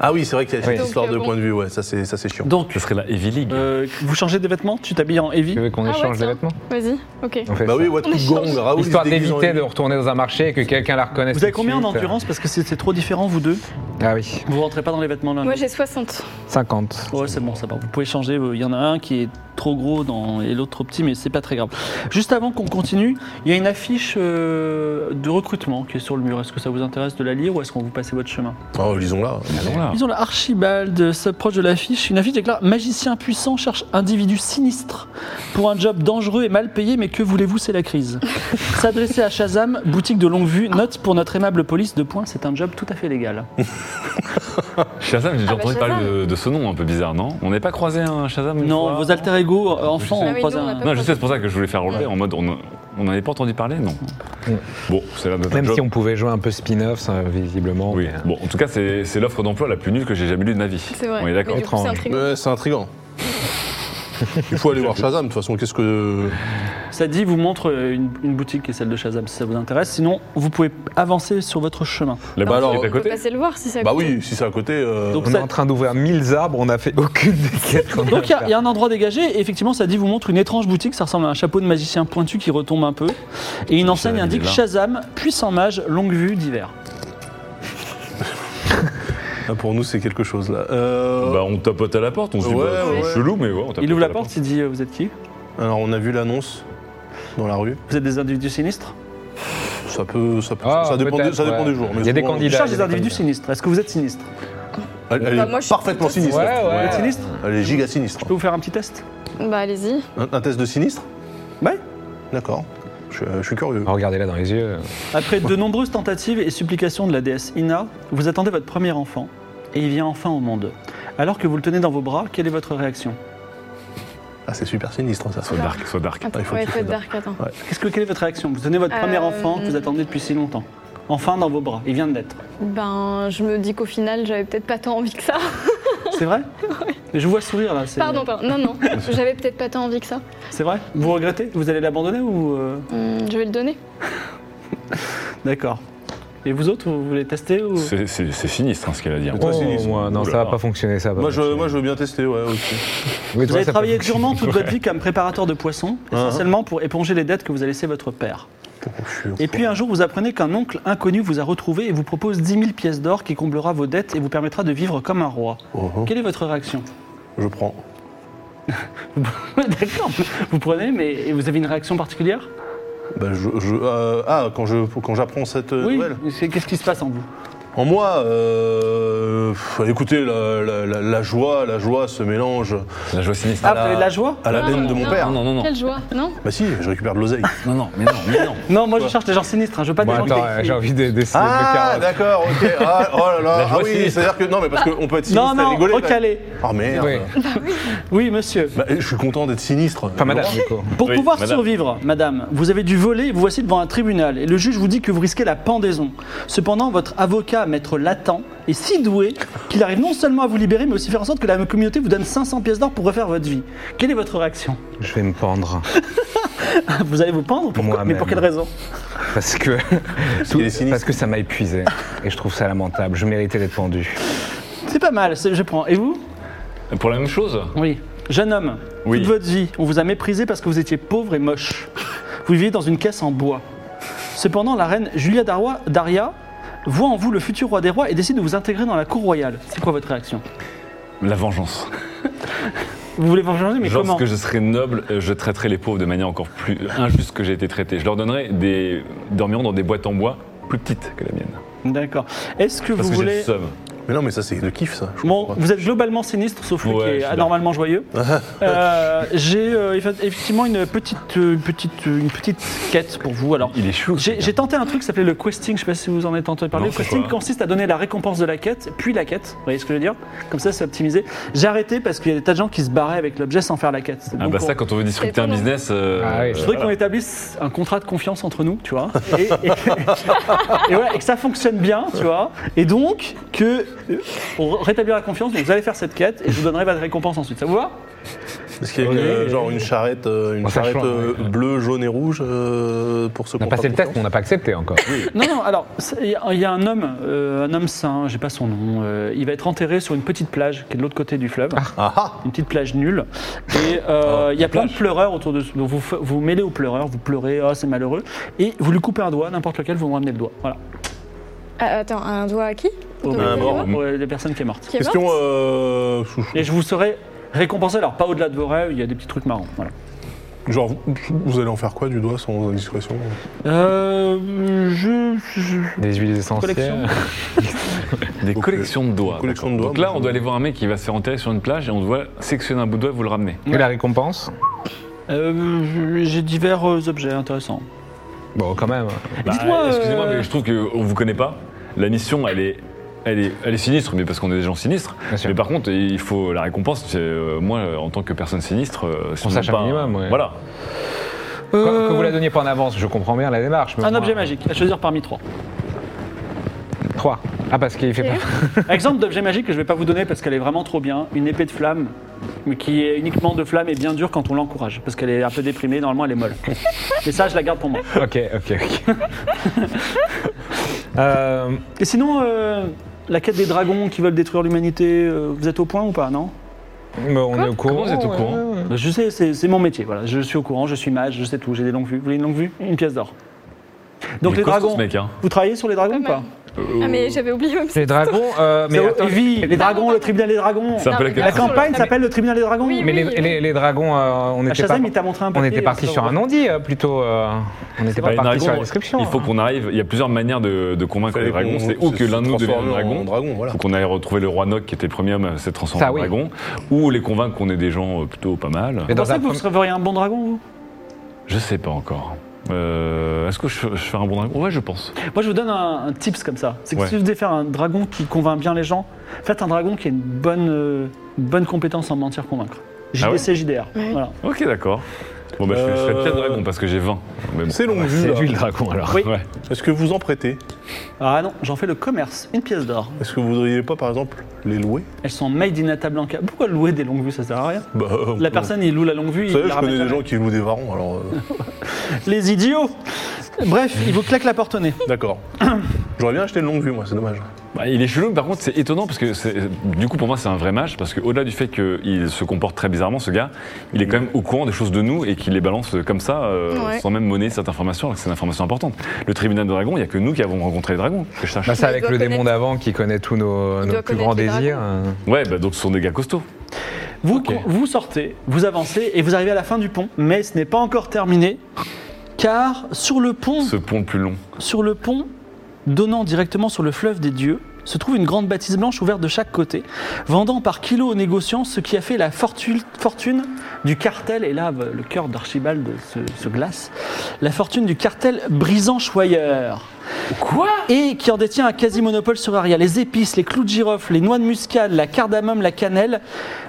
E: Ah oui, c'est vrai qu'il y a cette
C: Oui.
E: histoire
D: bah, Donc,
E: de
D: euh,
E: point de vue. Ouais, ça c'est ça c'est chiant.
A: Donc,
B: Ce serait la Evie League.
A: euh, vous changez des vêtements, tu t'habilles en heavy.
C: Tu veux qu'on
D: Ah ouais,
C: échange des
D: tiens.
C: vêtements
D: Vas-y, ok.
C: On fait
E: Bah
C: ça.
E: oui, what
D: On
E: the
D: échange.
E: gong, Raoul. il se
C: Histoire
E: déguise en
C: d'éviter de
E: Evie.
C: retourner dans un marché et que quelqu'un la reconnaisse.
A: Vous avez
C: tout de
A: combien
C: suite. euh.
A: d'endurance Parce que c'est c'est trop différent, vous deux.
C: Ah oui,
A: Vous rentrez pas dans les vêtements
B: Ah,
A: l'un de
D: Moi j'ai 60.
C: 50.
A: Ouais, c'est bon, ça va. Vous pouvez changer. euh, Il y en a un qui est trop gros dans- et l'autre trop petit, mais c'est pas très grave. Juste avant qu'on continue, il y a une affiche euh, de recrutement qui est sur le mur. Est-ce que ça vous intéresse de la lire ou est-ce qu'on vous passe votre chemin
E: Oh, lisons là.
B: Allons là.
A: Ils ont la Archibald s'approche de l'affiche. Une affiche déclare Magicien puissant cherche individu sinistre pour un job dangereux et mal payé, mais que voulez-vous, c'est la crise. S'adresser à Shazam, boutique de longue vue, note pour notre aimable police de points, c'est un job tout à fait légal.
B: Shazam, j'ai déjà
D: Ah bah,
B: entendu parler
D: Shazam.
B: de, de ce nom un peu bizarre, non On n'est pas croisé un Shazam une
A: Non,
B: fois
A: vos alter ego euh, enfants,
B: Ah
A: on
D: oui, nous,
A: croise
D: on n'a
A: un.
D: pas-
B: Non, je sais, c'est pour ça que je voulais faire relever en mode on on n'en avait pas entendu parler, non Bon, c'est l'un de
C: Même si on pouvait jouer un peu spin-off, ça, visiblement.
B: Oui.
C: mais, euh,
B: Bon, en tout cas, c'est c'est l'offre d'emploi la plus nulle que j'ai jamais lue de ma vie.
D: C'est vrai.
B: On est d'accord.
D: Mais du coup, c'est
C: Étrange.
D: intriguant.
E: Ouais, c'est intrigant. Il faut aller voir Shazam, de toute façon, qu'est-ce que.
A: Ça dit, vous montre euh, une, une boutique qui est celle de Shazam si ça vous intéresse. Sinon, vous pouvez avancer sur votre chemin.
B: La
E: Bah
B: boutique est
E: alors,
B: à
D: On peut
B: côté.
D: passer le voir si ça
E: Bah
D: coûte.
E: oui, si c'est à côté. euh,
A: Donc,
C: On est en train d'ouvrir 1000 arbres, on n'a fait aucune des quêtes. qu'on
A: Donc il y a-
C: a
A: il y, a un endroit dégagé et effectivement ça dit vous montre une étrange boutique, ça ressemble à un chapeau de magicien pointu qui retombe un peu et une enseigne
B: il est
A: indique
B: là.
A: Shazam, puissant mage, longue vue, d'hiver.
E: là, pour nous, c'est quelque chose là. Euh,
B: Bah, on tapote à la porte, on se dit
E: Ouais,
B: bah,
E: ouais,
B: c'est
E: ouais.
B: chelou, mais ouais, on tapote
A: Il ouvre
B: à
A: la porte, il dit euh, vous êtes qui
E: Alors, on a vu l'annonce. dans la rue.
A: Vous êtes des individus sinistres
E: Ça peut, ça, peut-
C: Ah,
E: ça dépend,
C: peut-être,
E: du- ça dépend
C: ouais.
E: du jour. mais
C: Il y a des
E: souvent,
A: Je
C: candidats. Il a-
A: cherche
C: il a
A: des
C: hein. pas
A: individus
C: dit.
A: sinistres. Est-ce que vous êtes sinistre
E: Elle, elle
F: Bah,
E: est
F: moi, je suis
E: parfaitement
F: toute
E: sinistre.
C: Ouais, ouais.
A: Vous êtes sinistre
E: Elle est giga sinistre.
A: Je peux vous faire un petit test
D: Bah allez-y.
E: Un, un test de sinistre
A: Ouais.
E: D'accord. Je, je suis curieux.
C: Regardez-la dans les yeux.
A: Après de nombreuses tentatives et supplications de la déesse Ina, vous attendez votre premier enfant et il vient enfin au monde. Alors que vous le tenez dans vos bras, quelle est votre réaction
E: Ah, c'est super sinistre ça.
B: Soit dark, soit dark.
D: Attends,
E: Ah, il faut
D: ouais,
E: que tu
D: faut être
E: fasses
D: dark, attends.
A: Qu'est-ce que quelle est votre réaction Vous tenez votre
D: Euh,
A: premier enfant que vous attendez depuis si longtemps. Enfin dans vos bras, il vient de l'être.
D: Ben, je me dis qu'au final, j'avais peut-être pas tant envie que ça.
A: C'est vrai Mais Je vous vois sourire là. c'est-
D: Pardon, pardon. Non, non. J'avais peut-être pas tant envie que ça.
A: C'est vrai Vous regrettez Vous allez l'abandonner ou euh,
D: Hum, je vais le donner.
A: D'accord. Et vous autres, vous voulez tester ou
B: C'est c'est- c'est sinistre hein, ce qu'elle a dit.
E: Toi, c'est lisse.
C: Oh, moi, non,
B: Oula.
C: ça va pas fonctionner, ça. va
E: Moi
C: pas
E: je,
C: fonctionner.
E: moi je veux bien tester, ouais, aussi.
C: Oui,
A: Vous
C: toi,
A: avez
C: ça
A: travaillé
C: peut fonctionner.
A: durement toute
C: Ouais.
A: votre vie comme préparateur de poissons,
E: Hein, hein.
A: essentiellement pour éponger les dettes que vous a laissées votre père.
E: Je suis-
A: Et puis un jour, vous apprenez qu'un oncle inconnu vous a retrouvé et vous propose 10 000 pièces d'or qui comblera vos dettes et vous permettra de vivre comme un roi.
E: Oh, oh,
A: Quelle est votre réaction
E: je prends.
A: D'accord, vous prenez, mais et vous avez une réaction particulière
E: Bah, je, je- euh, ah, quand je quand j'apprends cette euh,
A: Oui,
E: nouvelle.
A: c'est- qu'est-ce qui se passe en vous
E: En moi, euh, pff, écoutez, la, la- la- la joie, la joie se mélange
B: La joie sinistre.
A: Ah,
E: la-
A: vous avez de la joie
E: à la
D: Non,
E: haine de mon
D: non.
E: père.
B: Non, non, non, non,
D: Quelle joie, non
E: Bah si, je récupère de l'oseille.
B: non, non, mais non, mais non.
A: Non, moi je cherche des gens sinistres, hein, je veux pas
C: Bon,
A: des gens
C: attends, euh,
A: qui-
C: j'ai envie de- d'essayer de
E: Ah,
C: carottes.
E: d'accord, ok. Ah, oh là là,
B: La joie
E: ah oui,
B: sinistre.
E: c'est-à-dire que non, mais parce qu'on peut être sinistre
A: Non,
E: et
A: non,
E: rigoler.
A: recalé.
E: Oh merde.
C: Oui.
A: Oui, monsieur.
E: Bah, je suis content d'être sinistre.
C: Enfin, madame, du coup.
A: Pour
B: Oui,
A: pouvoir
B: madame.
A: survivre, madame, vous avez dû voler, vous voici devant un tribunal, et le juge vous dit que vous risquez la pendaison. Cependant, votre avocat, maître Latent, est si doué qu'il arrive non seulement à vous libérer, mais aussi faire en sorte que la communauté vous donne 500 pièces d'or pour refaire votre vie. Quelle est votre réaction
C: Je vais me pendre.
A: Vous allez vous pendre pour
C: Moi-même.
A: Mais pour quelle raison
C: Parce que,
E: qu'il est sinistre.
C: parce que ça m'a épuisé. Et je trouve ça lamentable. Je méritais d'être pendu.
A: C'est pas mal, c'est- je prends. Et vous
B: Pour la même chose
A: Oui. Jeune homme,
B: Oui.
A: toute votre vie, on vous a méprisé parce que vous étiez pauvre et moche. Vous viviez dans une caisse en bois. Cependant, la reine Julia Darwa- Daria voit en vous le futur roi des rois et décide de vous intégrer dans la cour royale. C'est quoi votre réaction
B: La vengeance.
A: Vous voulez vous changer, mais
B: Genre,
A: comment
B: que je serais noble, euh, je traiterais les pauvres de manière encore plus injuste que j'ai été traité. Je leur donnerais des. dormiront dans des boîtes en bois plus petites que la mienne.
A: D'accord. Est-ce que
B: Parce
A: vous
B: que j'ai
A: voulez.
B: le seum.
E: Mais non, mais ça, c'est de kiff, ça. Je
A: Bon,
E: comprends pas.
A: vous êtes globalement sinistre, sauf lui
B: Ouais,
A: qui
B: je
A: est
B: suis
A: anormalement joyeux. Euh, J'ai euh, effe- effectivement une petite, euh, petite, euh, une petite quête pour vous. Alors,
B: Il est chou.
A: J'ai j'ai tenté un truc qui s'appelait le questing, je sais pas si vous en êtes entendu parler.
B: Non,
A: le
B: c'est
A: questing
B: quoi
A: consiste à donner la récompense de la quête, puis la quête. Vous voyez ce que je veux dire Comme ça, c'est optimisé. J'ai arrêté parce qu'il y a des tas de gens qui se barraient avec l'objet sans faire la quête.
B: Ah
A: Donc,
B: bah
A: on-
B: ça, quand on veut disrupter un
D: étonnant.
B: business. euh,
C: Ah oui.
A: je
B: euh,
A: voudrais qu'on établisse un contrat de confiance entre nous, tu vois, et, et- et voilà, et que ça fonctionne bien, tu vois, et donc que euh, pour rétablir la confiance, donc vous allez faire cette quête et je vous donnerai votre récompense ensuite. Ça vous va
E: Est-ce qu'il y a une,
A: Ouais.
E: euh, genre une charrette, euh, une
C: Bon, ça
E: charrette
C: change,
E: euh, bleue, jaune et rouge euh, pour ce
C: On a passé le test, mais on n'a pas accepté encore.
A: Non, non, alors, c'est- il y a- il y a un homme, euh, un homme saint, j'ai pas son nom, euh, il va être enterré sur une petite plage qui est de l'autre côté du fleuve.
E: Ah ah
A: Une petite plage nulle. Et euh, il y a plein de pleureurs autour de donc vous. f- Vous mêlez aux pleureurs, vous pleurez, oh, c'est malheureux. Et vous lui coupez un doigt, n'importe lequel, vous me ramenez le doigt. Voilà.
D: Ah, attends, un doigt à qui
A: Au-
D: Donc,
E: un
D: qui est
E: mort.
D: mort
A: Ouais, la personne qui est morte.
D: Qui est
E: Question.
D: morte
E: euh, chou- chou-
A: Et je vous serai récompensé, alors pas au-delà de vos rêves, il y a des petits trucs marrants. Voilà.
E: Genre, vous, vous allez en faire quoi du doigt sans indiscrétion
A: Euh, je, je-
C: Des huiles essentielles.
A: Collection.
B: Des
E: Donc,
B: collections de doigts.
E: des
B: d'accord.
E: collections de doigts,
B: Donc là,
E: moi,
B: on
E: je-
B: doit aller voir un mec qui va se faire enterrer sur une plage et on doit sectionner un bout de doigt et vous le ramener.
C: Et la récompense
A: euh, j'ai divers euh, objets intéressants.
C: Bon, quand même. hein.
B: Bah,
A: Dites-moi, euh,
B: Excusez-moi, mais je trouve qu'on vous connaît pas. La mission, elle est. Elle est, elle est sinistre, mais parce qu'on est des gens sinistres.
C: Bien sûr.
B: Mais par contre, il faut la récompense. c'est, euh, moi, euh, en tant que personne sinistre, euh, si
C: On
B: n'a
C: sache un
B: pas-
C: minimum, ouais.
B: Voilà.
C: Quoi- Que vous la donniez pas en avance, je comprends bien la démarche. mais
A: Un
C: au
A: objet
C: moins,
A: magique, à choisir parmi trois.
C: Trois. Ah, parce qu'il fait pas.
A: Exemple d'objet magique que je vais pas vous donner parce qu'elle est vraiment trop bien, une épée de flamme, mais qui est uniquement de flamme et bien dure quand on l'encourage, parce qu'elle est un peu déprimée, normalement elle est molle. Mais ça, je la garde pour moi.
C: Ok, ok, ok. Euh,
A: Et sinon, euh, la quête des dragons qui veulent détruire l'humanité, euh, vous êtes au point ou pas, non
C: mais on est au
B: Comment
C: courant.
B: vous êtes au
C: ouais,
B: courant
C: ouais, ouais.
A: Je sais, c'est c'est mon métier, voilà. Je suis au courant, je suis mage, je sais tout, j'ai des longues vues. Vous voulez une longue vue Une pièce d'or. Donc
B: Il est
A: les
B: costaud,
A: dragons,
B: ce mec, hein.
A: vous travaillez sur les dragons
D: Pas
A: ou pas
D: mal. Ah, mais j'avais oublié même ça.
C: Les dragons, euh, mais
A: C'est-
C: attends,
A: Evie, les dragons, le tribunal des dragons.
B: C'est un peu la
D: Non, mais
A: La
D: bien sûr,
A: campagne
D: le-
A: s'appelle le tribunal des dragons.
D: Oui,
C: mais les, les- les dragons, euh, on
A: À
C: était pas.
A: Shazam, il t'a montré un
C: On
A: papier,
C: était parti
A: ça,
C: sur un non-dit euh, plutôt. euh, on était
B: Bah,
C: pas
B: les
C: parti sur la
B: dragons,
C: description. hein.
B: Il faut qu'on arrive. Il y a plusieurs manières de, de convaincre les dragons. C'est ou que l'un de nous devienne un dragon.
E: dragon, voilà.
B: Faut qu'on aille retrouver le roi Noc qui était le premier homme à s'être transformé
C: Ça,
B: en
C: oui.
B: dragon, ou les convaincre qu'on est des gens euh, plutôt pas mal.
A: Vous
C: Mais dans
A: pensez
C: un
A: que vous
C: premier-
A: seriez un bon dragon, vous
B: Je sais pas encore. Euh, Est-ce que je, je fais un bon dragon Ouais, je pense.
A: Moi, je vous donne un, un tips comme ça. C'est que
B: Ouais.
A: si vous devez faire un dragon qui convainc bien les gens, faites un dragon qui a une bonne, euh, une bonne compétence en mentir convaincre.
B: Ah ouais
A: JDC, JDR.
D: Ouais.
A: Voilà.
B: Ok, d'accord. Bon, bah, je fais- je fais
E: Euh,
B: peut-être dragon parce que j'ai 20. Mais bon.
E: C'est long, vu,
B: C'est
E: là.
B: lui le dragon alors.
A: Oui.
B: Ouais.
E: Est-ce que vous en prêtez
A: Ah non, j'en fais le commerce. Une pièce d'or.
E: Est-ce que vous voudriez pas, par exemple, les louer
A: Elles sont made in Atablanca. Pourquoi louer des longues vues Ça sert à rien.
E: Bah, euh,
A: La
E: on-
A: personne, il loue la longue vue.
E: Vous
A: il
E: savez,
A: la
E: je
A: ramène
E: connais des
A: jamais.
E: gens qui louent des varons, alors. euh,
A: Les idiots Bref, il vous claque la porte au nez.
E: D'accord. J'aurais bien acheté une longue vue, moi, c'est dommage.
B: Bah, il est chelou, mais par contre, c'est étonnant parce que c'est- du coup, pour moi, c'est un vrai match parce qu'au-delà du fait qu'il se comporte très bizarrement, ce gars, il est quand même au courant des choses de nous et qu'il les balance comme ça euh,
D: Ouais.
B: sans même monnaie cette information, alors que c'est une information importante. Le tribunal de dragon, il n'y a que nous qui avons rencontré les dragons, que je sache.
C: Bah, c'est
D: Mais il
C: avec
D: doit
C: le démon
D: connaître-
C: d'avant qui connaît tous nos,
D: Il
C: nos
D: doit
C: plus
D: connaître
C: grands
D: les
C: désirs.
D: dragons.
C: euh.
B: Ouais, bah, donc ce sont des gars costauds.
A: Vous,
C: Ok.
A: vous sortez, vous avancez et vous arrivez à la fin du pont, mais ce n'est pas encore terminé, car sur le pont,
B: Ce pont le plus long.
A: sur le pont donnant directement sur le fleuve des dieux, se trouve une grande bâtisse blanche ouverte de chaque côté, vendant par kilo aux négociants ce qui a fait la fortune, fortune du cartel, et là bah, le cœur d'Archibald se, se glace, la fortune du cartel brisant-choyeur. Quoi Et qui en détient un quasi-monopole sur Aria. Les épices, les clous de girofle, les noix de muscade, la cardamome, la cannelle,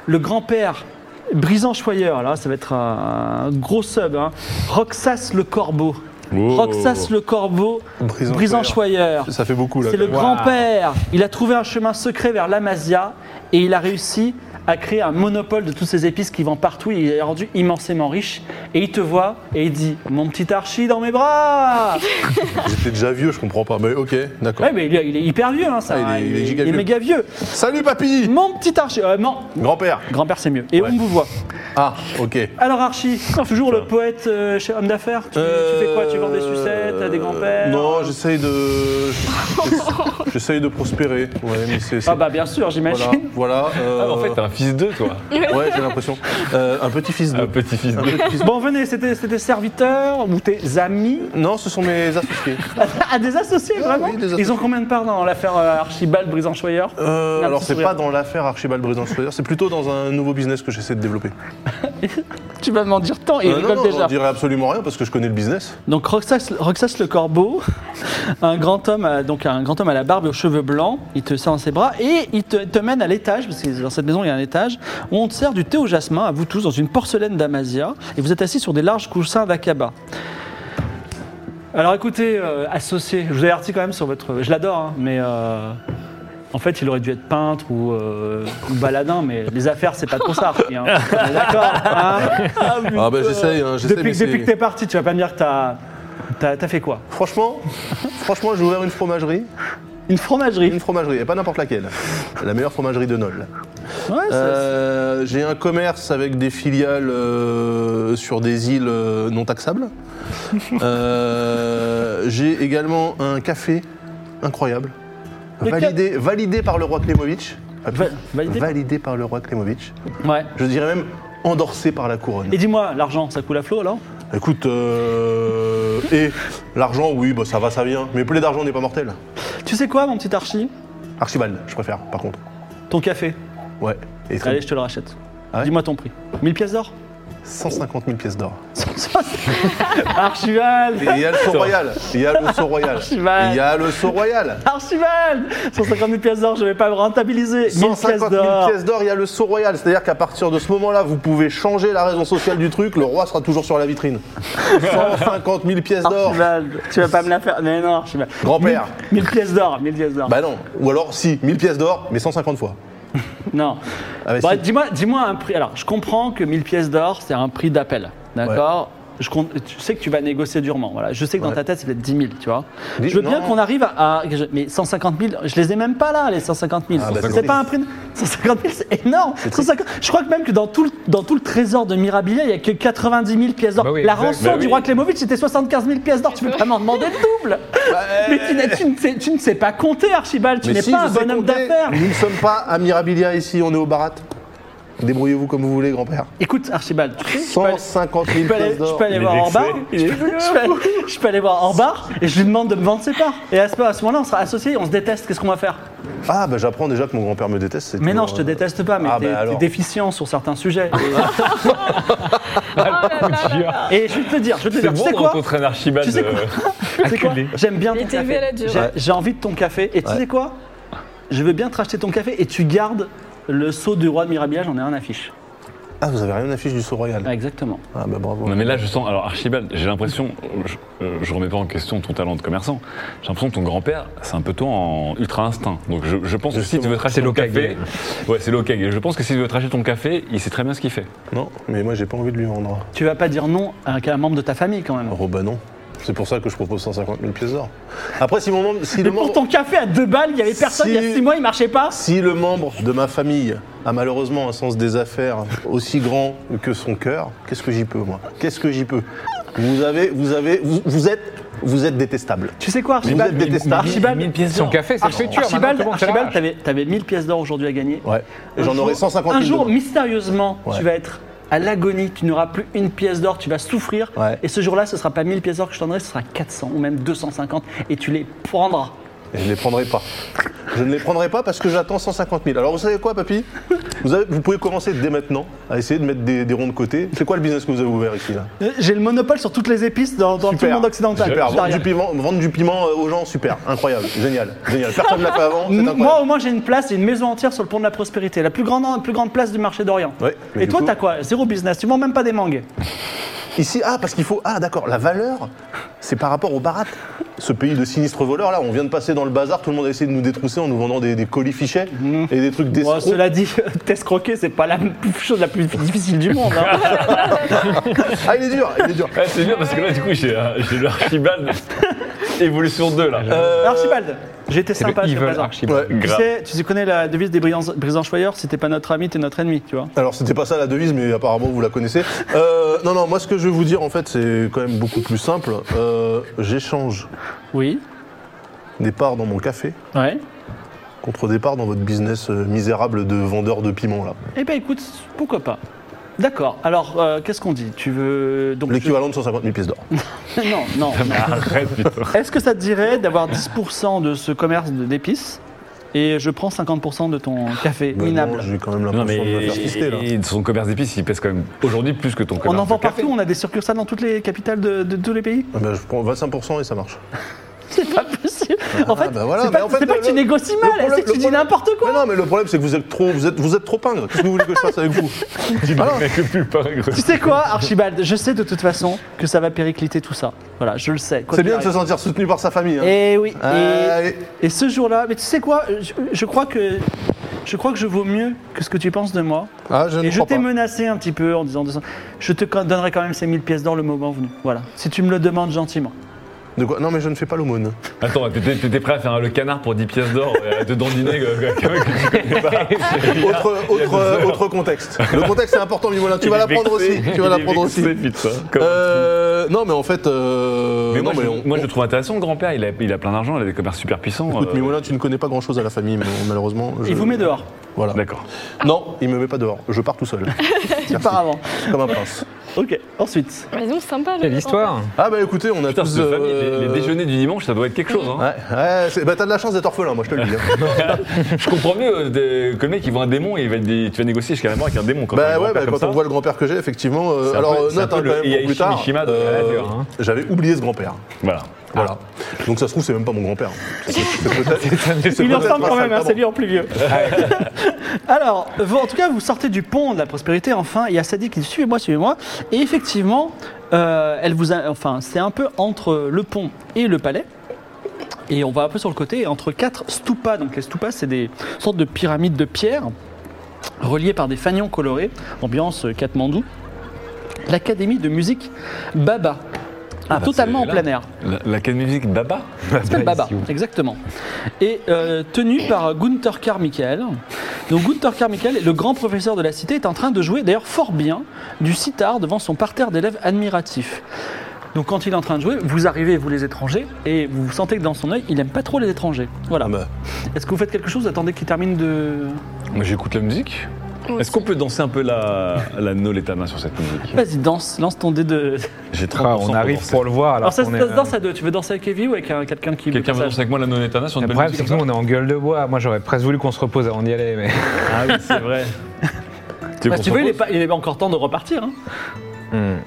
A: le grand-père brisant-choyeur, là ça va être un, un gros sub, hein. Roxas le corbeau.
B: Oh.
A: Roxas le corbeau,
E: Brisant
A: brisant choyeur.
E: Ça fait beaucoup, là.
A: C'est le
E: quand même.
A: grand-père. Il a trouvé un chemin secret vers l'Amazia et il a réussi à créer un monopole de toutes ces épices qui vend partout. Il est rendu immensément riche. Et il te voit et il dit Mon petit Archie dans mes bras
E: J'étais déjà vieux, je comprends pas. Mais ok, d'accord.
A: Ouais, mais il est, il est hyper vieux, hein, ça.
E: Ah, il est- il est giga vieux.
A: méga vieux.
E: Salut, papy
A: Mon petit Archie. euh, non,
E: Grand-père
A: grand-père, c'est mieux. Et
E: Ouais.
A: on vous voit.
E: Ah, ok.
A: Alors, Archie, toujours le poète euh, chez homme d'affaires tu, tu fais quoi Tu vends des sucettes à des grands-pères
E: Euh, Non, j'essaye de. J'essaye de prospérer. Ouais, mais c'est. c'est-
A: Ah, bah, bien sûr, j'imagine.
E: Voilà. voilà euh,
B: Ah, en fait, t'es un fils d'eux, toi.
E: Ouais, j'ai l'impression. Euh, un petit fils de.
B: un petit fils
E: Un
B: d'eux.
E: petit fils de-
A: Bon, venez, c'était c'était serviteurs ou tes amis
E: Non, ce sont mes associés.
A: Ah, des associés,
E: Ah
A: vraiment
E: oui, des associés.
A: Ils ont combien de parts dans l'affaire euh, Archibald Brisanchoyeur
E: Euh,
A: Un
E: alors,
A: petit
E: c'est
A: sourire.
E: pas dans l'affaire Archibald brisant c'est plutôt dans un nouveau business que j'essaie de développer.
A: Tu vas m'en dire tant, et
E: Euh, non,
A: Ah, rigole
E: non,
A: déjà.
E: on dirait absolument rien parce que je connais le business.
A: Donc Roxas, Roxas le corbeau, un grand homme, à- donc un grand homme à la barbe et aux cheveux blancs, il te serre dans ses bras et il te, te mène à l'étage, parce que dans cette maison il y a un étage, où on te sert du thé au jasmin, à vous tous, dans une porcelaine d'Amazia, et vous êtes assis sur des larges coussins d'acaba. Alors écoutez, euh, associé, je vous avertis quand même sur votre... Je l'adore, hein, mais... euh, En fait, il aurait dû être peintre ou, euh, ou baladin, mais les affaires, c'est pas trop ça. Archie, hein. On est D'accord. hein
E: Ah, bah, j'essaye, hein, j'essaye. mais
A: depuis,
E: c'est-
A: depuis que t'es parti, tu vas pas me dire que t'as t'as- t'as fait quoi
E: Franchement, franchement, j'ai ouvert une fromagerie.
A: Une fromagerie.
E: Une fromagerie, et pas n'importe laquelle. La meilleure fromagerie de Nol.
A: Ouais, ça-
E: Euh, j'ai un commerce avec des filiales euh, sur des îles euh, non taxables. Euh, j'ai également un café incroyable,
A: Le ca-
E: validé, validé par le roi Klemovic. Papy,
A: Va- validé
E: validé, par le roi Klemovic.
A: ouais.
E: Je dirais même endorsé par la couronne.
A: Et dis-moi, l'argent, ça coule à flot alors
E: Écoute, euh, et l'argent, oui, bah, ça va, ça vient. Mais plaie d'argent n'est pas mortel.
A: Tu sais quoi, mon petit Archie
E: Archibald, je préfère, par contre.
A: Ton café.
E: Ouais. Et très
A: Allez,
E: bon.
A: je te le rachète.
E: Ah ouais
A: dis-moi ton prix. 1000 pièces d'or
E: 150 000 pièces d'or. Et
A: Archibald
E: il y a le saut royal. Il y a le saut royal. Il
A: Archibald.
E: y a le saut royal.
A: Archibald 150 000 pièces d'or, je vais pas me rentabiliser. 1000 pièces
E: 150 000
A: d'or.
E: pièces d'or, il y a le saut royal. C'est-à-dire qu'à partir de ce moment-là, vous pouvez changer la raison sociale du truc. Le roi sera toujours sur la vitrine. 150 000 pièces d'or.
A: Archibald, tu vas pas me la faire. Mais non, Archibald.
E: Grand-père.
A: 1000 pièces d'or, 1000 pièces d'or.
E: Bah non. Ou alors, si, 1000 pièces d'or, mais 150 fois.
A: Non.
E: Ah bah
A: Bon,
E: si.
A: dis-moi, dis-moi un prix. Alors, je comprends que 1000 pièces d'or, c'est un prix d'appel. D'accord je compte- tu sais que tu vas négocier durement. Voilà. Je sais que dans
E: Ouais.
A: ta tête, c'est peut-être 10 000, tu vois.
E: Dis-
A: je veux bien
E: non.
A: qu'on arrive à, à- Mais 150 000, je les ai même pas là, les 150 000.
E: Ah, bah,
A: c'est
E: c'est-
A: pas un prix. de- 150 000, c'est énorme. 150 Je crois que même que dans tout le, dans tout le trésor de Mirabilia, il n'y a que 90 000 pièces d'or.
C: Bah oui,
A: La
C: exact.
A: rançon
B: Bah
A: du
B: oui.
A: roi Klemovic, c'était 75 000 pièces d'or. Tu peux pas m'en demander le double. mais tu, n'as- tu ne sais, tu ne sais pas compter, Archibald. Tu n'es
E: si,
A: pas un
E: je sais
A: bonhomme
E: compter.
A: d'affaires.
E: Nous ne sommes pas à Mirabilia ici, on est au Barat. Débrouillez-vous comme vous voulez, grand-père.
A: Écoute, Archibald, tu sais, je peux aller-
E: 150
A: je
E: 000
A: peux aller,
E: pièces
A: je
E: d'or.
A: peux aller
B: Il est
A: voir
B: vexé.
A: Orbar. Je, peux aller- je peux aller voir Orbar et je lui demande de me vendre ses parts. Et à ce, à ce moment-là, on sera associés, on se déteste. Qu'est-ce qu'on va faire
E: Ah, bah j'apprends déjà que mon grand-père me déteste. c'est
A: Mais non, je
E: toujours,
A: te
E: euh,
A: déteste pas, mais
E: Ah,
A: t'es
E: bah
A: t'es
E: alors.
A: déficient sur certains sujets.
D: Oh là là là là.
A: Et, et je vais te dire, je vais te
B: C'est
A: dire, tu
B: bon
A: sais
B: quand
A: quoi
B: on traîne Archibald.
A: Tu sais quoi
B: euh,
A: Tu sais quoi
B: acculé.
A: J'aime bien
D: Il
A: ton
D: était élevé à
A: café.
D: la dure.
A: J'ai-
D: Ouais.
A: J'ai envie de ton café. Et tu sais quoi Je veux bien te racheter ton café et tu gardes le sceau du roi de Mirabilia, j'en ai un affiche.
E: Ah, vous avez rien d'affiche du saut royal.
A: Ah, exactement.
E: Ah, bah bravo.
B: Non mais là je sens, alors Archibald, j'ai l'impression, je, euh, je remets pas en question ton talent de commerçant, j'ai l'impression que ton grand-père, c'est un peu toi en ultra instinct. Donc je, je pense que si tu veux te racheter
C: C'est
B: ton
C: l'Okage.
B: café, ouais c'est l'Okage. je pense que si tu veux te racheter ton café, il sait très bien ce qu'il fait.
E: Non, mais moi j'ai pas envie de lui vendre.
A: Tu vas pas dire non à un, à un membre de ta famille quand même.
E: Oh, bah non. C'est pour ça que je propose 150 000 pièces d'or. Après, si, mon membre, si,
A: Mais
E: le
A: pour
E: membre,
A: ton café à deux balles, il y avait personne il y a
E: Si-
A: six mois, il marchait pas.
E: si le membre de ma famille a malheureusement un sens des affaires aussi grand que son cœur, qu'est-ce que j'y peux, moi Qu'est-ce que j'y peux Vous avez. Vous avez. Vous, vous êtes. Vous êtes détestable.
A: Tu sais quoi,
E: Mais vous êtes
A: Archibald
E: détestable.
A: Archibald,
B: pièces
C: Son café, c'est le
A: Archibald,
C: futur. maintenant, tout
A: Archibald,
C: le monde sait
A: Archibald,
C: l'arrache.
A: t'avais, t'avais 1000 pièces d'or aujourd'hui à gagner.
E: Ouais. Et
A: Un
E: j'en
A: jour-
E: aurai 150 000.
A: Un jour,
E: demain.
A: mystérieusement,
E: Ouais.
A: tu vas être à l'agonie, tu n'auras plus une pièce d'or, tu vas souffrir.
E: Ouais.
A: Et ce jour-là, ce sera pas 1000 pièces d'or que je t'en donnerai, ce sera 400 ou même 250 et tu les prendras.
E: Et je ne les prendrai pas. Je ne les prendrai pas parce que j'attends 150 000. Alors vous savez quoi, papy vous, avez- vous pouvez commencer dès maintenant à essayer de mettre des, des ronds de côté. C'est quoi le business que vous avez ouvert ici là
A: Euh, J'ai le monopole sur toutes les épices dans, dans tout le
E: Super.
A: monde occidental.
E: Super.
A: Je
E: Vendre du
A: t'arrive.
E: piment, vendre du piment euh, aux gens, super. Incroyable. Génial. Génial. Personne ne l'a fait avant. C'est
A: M- Moi,
E: incroyable.
A: au moins, j'ai une place, j'ai une maison entière sur le pont de la prospérité, la plus grande, la plus grande place du marché d'Orient.
E: Ouais, mais
A: et
E: du
A: toi,
E: coup-
A: t'as quoi Zéro business, tu vends même pas des mangues.
E: Ici, ah, parce qu'il faut. Ah, d'accord. La valeur, c'est par rapport au barat. Ce pays de sinistres voleurs là, on vient de passer dans le bazar. Tout le monde a essayé de nous détrousser en nous vendant des, des colis fichets
B: Mhm.
E: et des trucs
A: Bon,
E: d'escrocs.
A: cela dit, t'escroquer, c'est pas la m- chose la plus difficile du monde. hein.
E: Ah, il est dur. Il est dur.
B: Ouais, c'est bien parce que là du coup j'ai euh, j'ai le Archibald évolution 2 là.
A: Archibald, j'ai été sympa
C: Eh ben, Ils
A: sur
C: veulent
A: Bazar.
C: Archibald.
E: Ouais.
A: Tu
B: Grave.
A: sais, tu connais la devise des brisants brisants choyeurs, si t'es pas notre ami, t'es notre ennemi, tu vois.
E: Alors c'était pas ça la devise, mais apparemment vous la connaissez. Euh, non, non, moi ce que je vais vous dire en fait, c'est quand même beaucoup plus simple. Euh, J'échange
A: Oui.
E: des parts dans mon café
A: Ouais.
E: contre des parts dans votre business euh, misérable de vendeur de piment là.
A: Eh ben écoute, pourquoi pas. D'accord. Alors, euh, qu'est-ce qu'on dit Tu veux donc
E: L'équivalent de 150 000 pièces d'or.
A: je- Non, non. non.
B: Arrête putain.
A: Est-ce que ça te dirait d'avoir 10% de ce commerce de- d'épices et je prends 50% de ton café
E: Bah, non,
A: minable
E: J'ai quand même
B: Non
E: l'impression
B: mais
E: de me faire fister là.
B: et- son commerce d'épices il pèse quand même aujourd'hui plus que ton commerce
A: On en
B: de
A: vend
B: café.
A: partout, on a des succursales dans toutes les capitales de, de tous les pays.
E: Ah, bah, je prends 25% et ça marche.
A: C'est pas possible. En fait,
E: bah voilà,
A: c'est
E: mais
A: pas,
E: en fait,
A: c'est pas
E: le-
A: que tu
E: le-
A: négocies
E: le
A: mal,
E: problème-
A: c'est que
E: le
A: tu dis
E: problème-
A: n'importe quoi.
E: Mais non, mais le problème c'est que vous êtes trop, vous êtes, vous êtes trop ingres. Qu'est-ce que vous voulez que je fasse avec vous
B: Dis-moi, mec, le plus pareil, gros.
A: Tu sais quoi, Archibald Je sais de toute façon que ça va péricliter tout ça. Voilà, je le sais. quoi
E: C'est
A: qu'il
E: bien de se
A: arrive.
E: sentir soutenu par sa famille. hein.
A: Eh oui. et-
E: Allez.
A: Et, ce jour-là, mais tu sais quoi je, je crois que je crois que je vaux mieux que ce que tu penses de moi.
E: Ah, je ne
A: et je
E: crois
A: t'ai
E: pas.
A: menacé un petit peu en disant de ça. Je te con- donnerai quand même ces 1000 pièces d'or le moment venu. Voilà. Si tu me le demandes gentiment.
E: De quoi Non, mais je ne fais pas l'aumône.
B: Attends, t'étais t'étais prêt à faire le canard pour 10 pièces d'or et à te dandiner euh, quelqu'un que tu connais pas.
E: Autre, autre, autre contexte. Le contexte est important, Mimola. Tu
B: Il
E: vas
B: est
E: l'apprendre
B: vexé,
E: aussi. Tu
B: il
E: vas
B: est
E: l'apprendre aussi.
B: vexé, putain.
E: Euh, non, mais en fait. euh,
B: Mais moi,
E: non,
B: je,
E: on-
B: moi, je
E: on-
B: le trouve intéressant le grand-père, il a, il a plein d'argent, il a des commerces super puissants.
E: Écoute,
B: euh,
E: Mimolin, tu ne connais pas grand chose à la famille, mais malheureusement. je-
A: Il vous met dehors,
E: Voilà.
B: D'accord.
E: Non, il me met pas dehors. Je pars tout seul. Merci.
A: apparemment.
E: Comme un prince.
A: Ok. Ensuite.
D: Mais non, sympa. le-
C: Quelle histoire
E: Ah, bah écoutez, on a
B: Putain,
E: tous.
B: cette
E: euh,
B: famille, les, les déjeuners du dimanche, ça doit être quelque chose. Hein.
E: Ouais, ouais c'est- bah t'as de la chance d'être orphelin, moi je te le dis. hein.
B: Je comprends mieux euh, des- que le mec, il voit un démon et il va être des- tu vas négocier jusqu'à la mort avec un démon. Quand t'as un
E: bah ouais,
B: grand-père
E: bah,
B: comme
E: quand
B: ça.
E: on voit le grand-père que j'ai, effectivement. euh,
B: C'est un
E: alors,
B: peu-
E: euh,
B: c'est un
E: note
B: peu
E: hein,
B: le
E: quand même pour
B: Yaichi
E: plus tard. euh,
B: Mishima de la nature, hein.
E: J'avais oublié ce grand-père.
B: Voilà.
E: Voilà. Donc ça se trouve, c'est même pas mon grand-père. Ah. C'est peut-être- c'est
A: Il
E: peut-être
A: en ressemble
E: un
A: quand même, hein,
E: saltimbanque.
A: c'est lui en plus vieux. Alors, vous- en tout cas, vous sortez du pont de la prospérité, enfin, il y a Sadie qui dit suivez-moi, suivez-moi. Et effectivement, euh, elle vous a- enfin, c'est un peu entre le pont et le palais. Et on va un peu sur le côté, entre quatre stupas. Donc les stupas, c'est des sortes de pyramides de pierre reliées par des fanions colorés, ambiance euh, Katmandou. l'académie de musique Baba,
B: Ah bah,
A: totalement en
B: c'est
A: plein air.
B: La- L'Académie de musique Baba
A: Ça s'appelle Baba, exactement. Et euh, tenu par Gunther Carr Michael. Donc Gunther Carr Michael, le grand professeur de la cité, est en train de jouer d'ailleurs fort bien du sitar devant son parterre d'élèves admiratifs. Donc quand il est en train de jouer, vous arrivez, vous les étrangers, et vous sentez que dans son œil, il n'aime pas trop les étrangers. Voilà.
E: Ah bah,
A: Est-ce que vous faites quelque chose Vous attendez qu'il termine de...
B: Moi, J'écoute la musique.
D: Moi
B: Est-ce qu'on peut danser un peu la, la noletana sur cette musique
A: Vas-y, danse, lance ton dé de...
B: J'ai
C: Ah,
B: 30%
C: Bah, on arrive
B: danser.
C: pour le voir. Alors,
A: Alors ça
C: qu'on
A: se
C: est,
A: passe
C: euh,
A: danse à deux. Tu veux danser avec Evie ou avec un- quelqu'un qui...
B: Quelqu'un veut danser avec moi la noletana sur une
C: Le
B: belle
C: problème, c'est
B: musique
C: que nous, on est en gueule de bois. Moi, j'aurais presque voulu qu'on se repose avant d'y aller, mais.
B: Ah oui, c'est vrai.
A: Bah, si tu veux, il est, pas, il est encore temps de repartir. hein.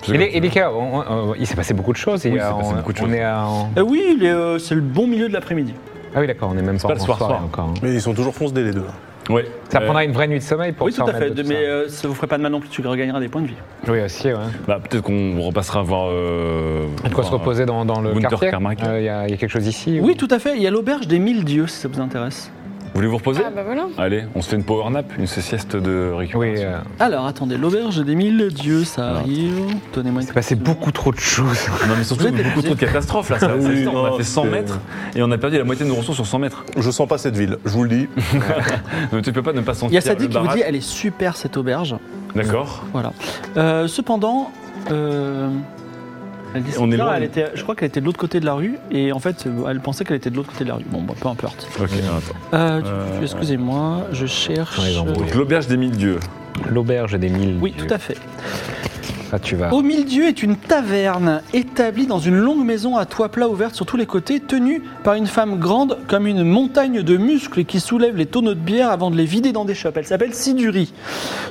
B: C'est
C: Il
B: comme
C: est, il est quel- on- on- on- il s'est passé beaucoup de choses. il
B: Oui,
C: y a-
B: il s'est passé
C: on,
B: beaucoup de
C: on
B: choses.
C: est à- en-
A: Euh, oui, il est, euh, c'est le bon milieu de l'après-midi.
C: Ah oui, d'accord, on est même pas,
B: pas le
C: en
B: soir,
C: soirée
B: soir.
C: encore. hein.
E: mais ils sont toujours foncedés les deux. hein.
B: Ouais.
C: Ça
B: Euh,
C: prendra une vraie nuit de sommeil pour
A: Oui,
C: se
A: tout à fait.
C: remettre de tout
A: mais
C: ça.
A: euh, ça vous ferait pas de mal non plus, tu regagneras des points de vie.
C: Oui, aussi, ouais.
B: bah, peut-être qu'on repassera voir. Euh,
C: De quoi
B: voir,
C: se reposer dans, dans le
B: Winter
C: quartier.
B: Carmack.
C: Euh, Il y, a il y a quelque chose ici
A: Oui,
C: ou-
A: tout à fait. Il y a l'auberge des mille dieux, si ça vous intéresse.
B: euh, Vous voulez vous reposer
D: Ah bah voilà.
B: Allez, on se fait une power nap, une sieste de récupération.
C: Oui, euh,
A: Alors, attendez, l'auberge des mille dieux, ça
B: Alors,
A: arrive. Donnez-moi une.
C: c'est passé beaucoup trop de choses.
B: Non, mais surtout,
A: euh, Vous êtes
B: beaucoup trop de catastrophes là. Ça,
E: Oui,
B: ça se tend. on
E: non,
B: a fait 100
E: c'est-
B: mètres et on a perdu la moitié de nos ressources sur 100 mètres.
E: Je sens pas cette ville, je vous le dis.
B: Donc, tu peux pas ne pas sentir.
A: Il y a
B: le
A: Sadi qui vous
B: barat.
A: dit elle est super cette auberge.
B: D'accord.
A: Voilà. Euh, cependant. euh, elle dit,
B: On est
A: Sarah,
B: loin,
A: elle
B: mais-
A: était, je crois qu'elle était de l'autre côté de la rue et en fait elle pensait qu'elle était de l'autre côté de la rue. Bon, bah, peu importe.
B: Ok, attends.
A: Euh, tu-
B: Euh,
A: tu- Excusez-moi, je cherche.
C: Dans les embrouilles.
B: Donc, l'auberge des mille dieux.
C: L'auberge des mille.
A: Oui, tout à fait.
C: Là, tu vas.
A: Au milieu est une taverne établie dans une longue maison à toit plat ouverte sur tous les côtés, tenue par une femme grande comme une montagne de muscles qui soulève les tonneaux de bière avant de les vider dans des chopes. Elle s'appelle Siduri.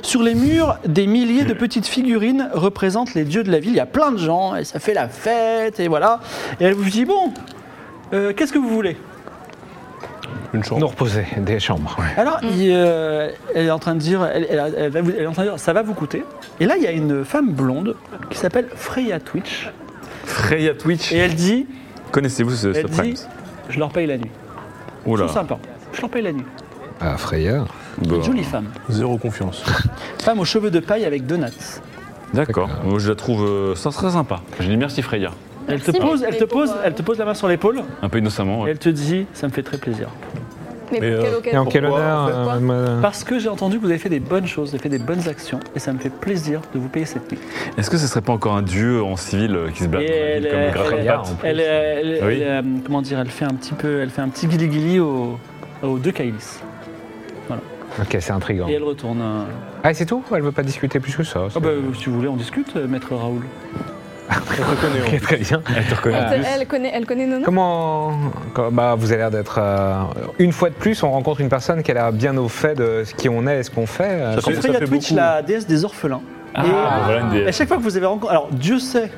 A: Sur les murs, des milliers de petites figurines représentent les dieux de la ville. Il y a plein de gens et ça fait la fête et voilà. Et elle vous dit bon, euh, qu'est-ce que vous voulez
E: Une chambre.
C: Nous reposer, des chambres.
A: Alors, il, euh, elle est en train de dire, elle, elle- elle va vous- elle est en train de dire, ça va vous coûter. Et là, il y a une femme blonde qui s'appelle Freya Twitch
B: Freya Twitch.
A: et elle dit.
B: Connaissez-vous ce, ce
A: Elle
B: prime
A: dit, je leur paye la nuit.
B: Oula.
A: Tout sympa. Je leur paye la nuit.
C: Ah, frayeur.
B: Bon.
A: Jolie femme.
E: Zéro confiance.
A: Femme aux cheveux de paille avec deux nattes.
B: D'accord. Moi, je la trouve euh, ça serait sympa. Je dis merci Freya.
A: Elle te
D: Merci,
A: pose,
D: mais-
A: elle te
D: mais pour,
A: pose,
D: euh,
A: elle te pose la main sur l'épaule
B: Un peu innocemment.
A: et
B: ouais.
A: elle te dit, ça me fait très plaisir.
D: Mais
E: Mais,
D: pour
E: euh,
D: quelle
C: Et en
D: occasion
C: quel
E: Pourquoi,
C: honneur
E: en fait,
C: euh,
D: quoi
C: me-
A: Parce que j'ai entendu que vous avez fait des bonnes choses, vous avez fait des bonnes actions et ça me fait plaisir de vous payer cette nuit.
B: Est-ce que ce serait pas encore un dieu en civil euh, qui se
A: Et
B: blâme
A: elle,
B: comme le
A: euh,
B: gratin de
A: elle,
B: pâte
C: en plus.
A: Elle, elle, elle,
B: Oui.
A: euh, comment dire, elle fait un petit peu, elle fait un petit guili guili au, aux deux Kailis.
C: Ok, c'est intriguant.
A: Et elle retourne. euh,
C: Ah, c'est tout Elle veut pas discuter plus que ça.
A: Ah
C: c'est-
A: bah, si vous voulez, on discute, euh, maître Raoul.
C: Ok, très bien.
B: Elle te reconnaît.
D: Elle, elle connaît, elle connaît Nono.
C: Comment quand- bah, vous avez l'air d'être euh, une fois de plus, on rencontre une personne qui a l'air bien au fait de ce qui on est et ce qu'on fait. euh,
E: Ça
A: Donc
E: fait-
A: Freya
E: fait
A: Twitch,
E: beaucoup.
A: la déesse des orphelins.
B: Ah,
A: Et- euh,
B: bah voilà une
A: À
B: déesse.
A: chaque fois que vous avez rencontré. Alors, Dieu sait.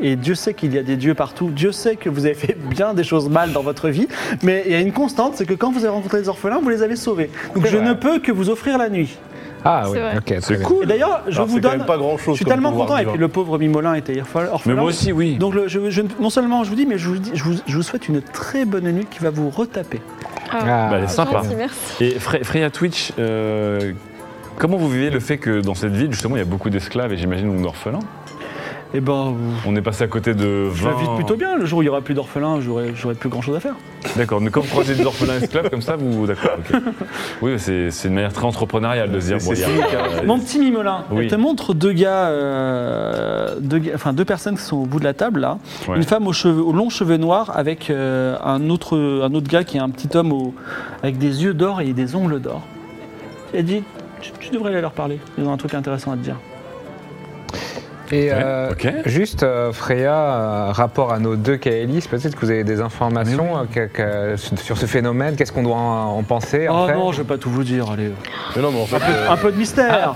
A: Et Dieu sait qu'il y a des dieux partout. Dieu sait que vous avez fait bien des choses mal dans votre vie. Mais il y a une constante, c'est que quand vous avez rencontré les orphelins, vous les avez sauvés. Donc
C: C'est
A: je
C: vrai.
A: ne peux que vous offrir la nuit.
C: Ah oui,
D: C'est vrai.
C: ok, très
B: C'est
C: bien.
B: cool.
A: Et d'ailleurs, je
E: Alors,
A: vous
E: c'est quand
A: donne.
E: même pas grand-chose
A: Je suis
E: comme
A: tellement
E: pouvoir
A: content. Et
E: divin.
A: puis le pauvre Mimolin était hier fois orphelin.
B: Mais moi aussi, oui.
A: Donc le- je- je- non seulement je vous dis, mais je vous, dis- je, vous, je vous souhaite une très bonne nuit qui va vous retaper.
D: Ah,
B: Bah, elle est sympa.
D: gentil, merci.
B: Et Fre- Freya Twitch, euh, comment vous vivez le fait que dans cette ville, justement, il y a beaucoup d'esclaves et j'imagine ou d'orphelins
A: Et ben,
B: On est passé à côté de 20...
A: je l'invite plutôt bien. Le jour où il y aura plus d'orphelins, j'aurai j'aurai plus grand chose à faire.
B: D'accord, mais quand vous croisez des orphelins esclaves comme ça, vous... D'accord, ok. Oui, c'est c'est une manière très entrepreneuriale de se dire...
E: Mais
B: bon, il
E: c'est
B: y a-
E: cynique,
D: hein.
B: euh,
A: Mon petit Mimolin,
B: Oui.
A: elle te montre deux gars, euh, deux, gars- enfin deux personnes qui sont au bout de la table là.
B: Ouais.
A: Une femme aux, cheveux, aux longs cheveux noirs avec euh, un, autre, un autre gars qui est un petit homme au- avec des yeux d'or et des ongles d'or. Elle dit tu, tu devrais aller leur parler, ils ont un truc intéressant à te dire.
C: Et
B: Ouais,
C: euh,
B: ok.
C: juste, euh, Freya, euh, rapport à nos deux Kaelis, peut-être que vous avez des informations euh, que- que- sur ce phénomène, qu'est-ce qu'on doit en, en penser
A: Oh
C: en fait
A: non, je vais pas tout vous dire, allez.
E: Mais non, mais en
D: Ah,
E: fait, euh,
A: Un peu de mystère Ah,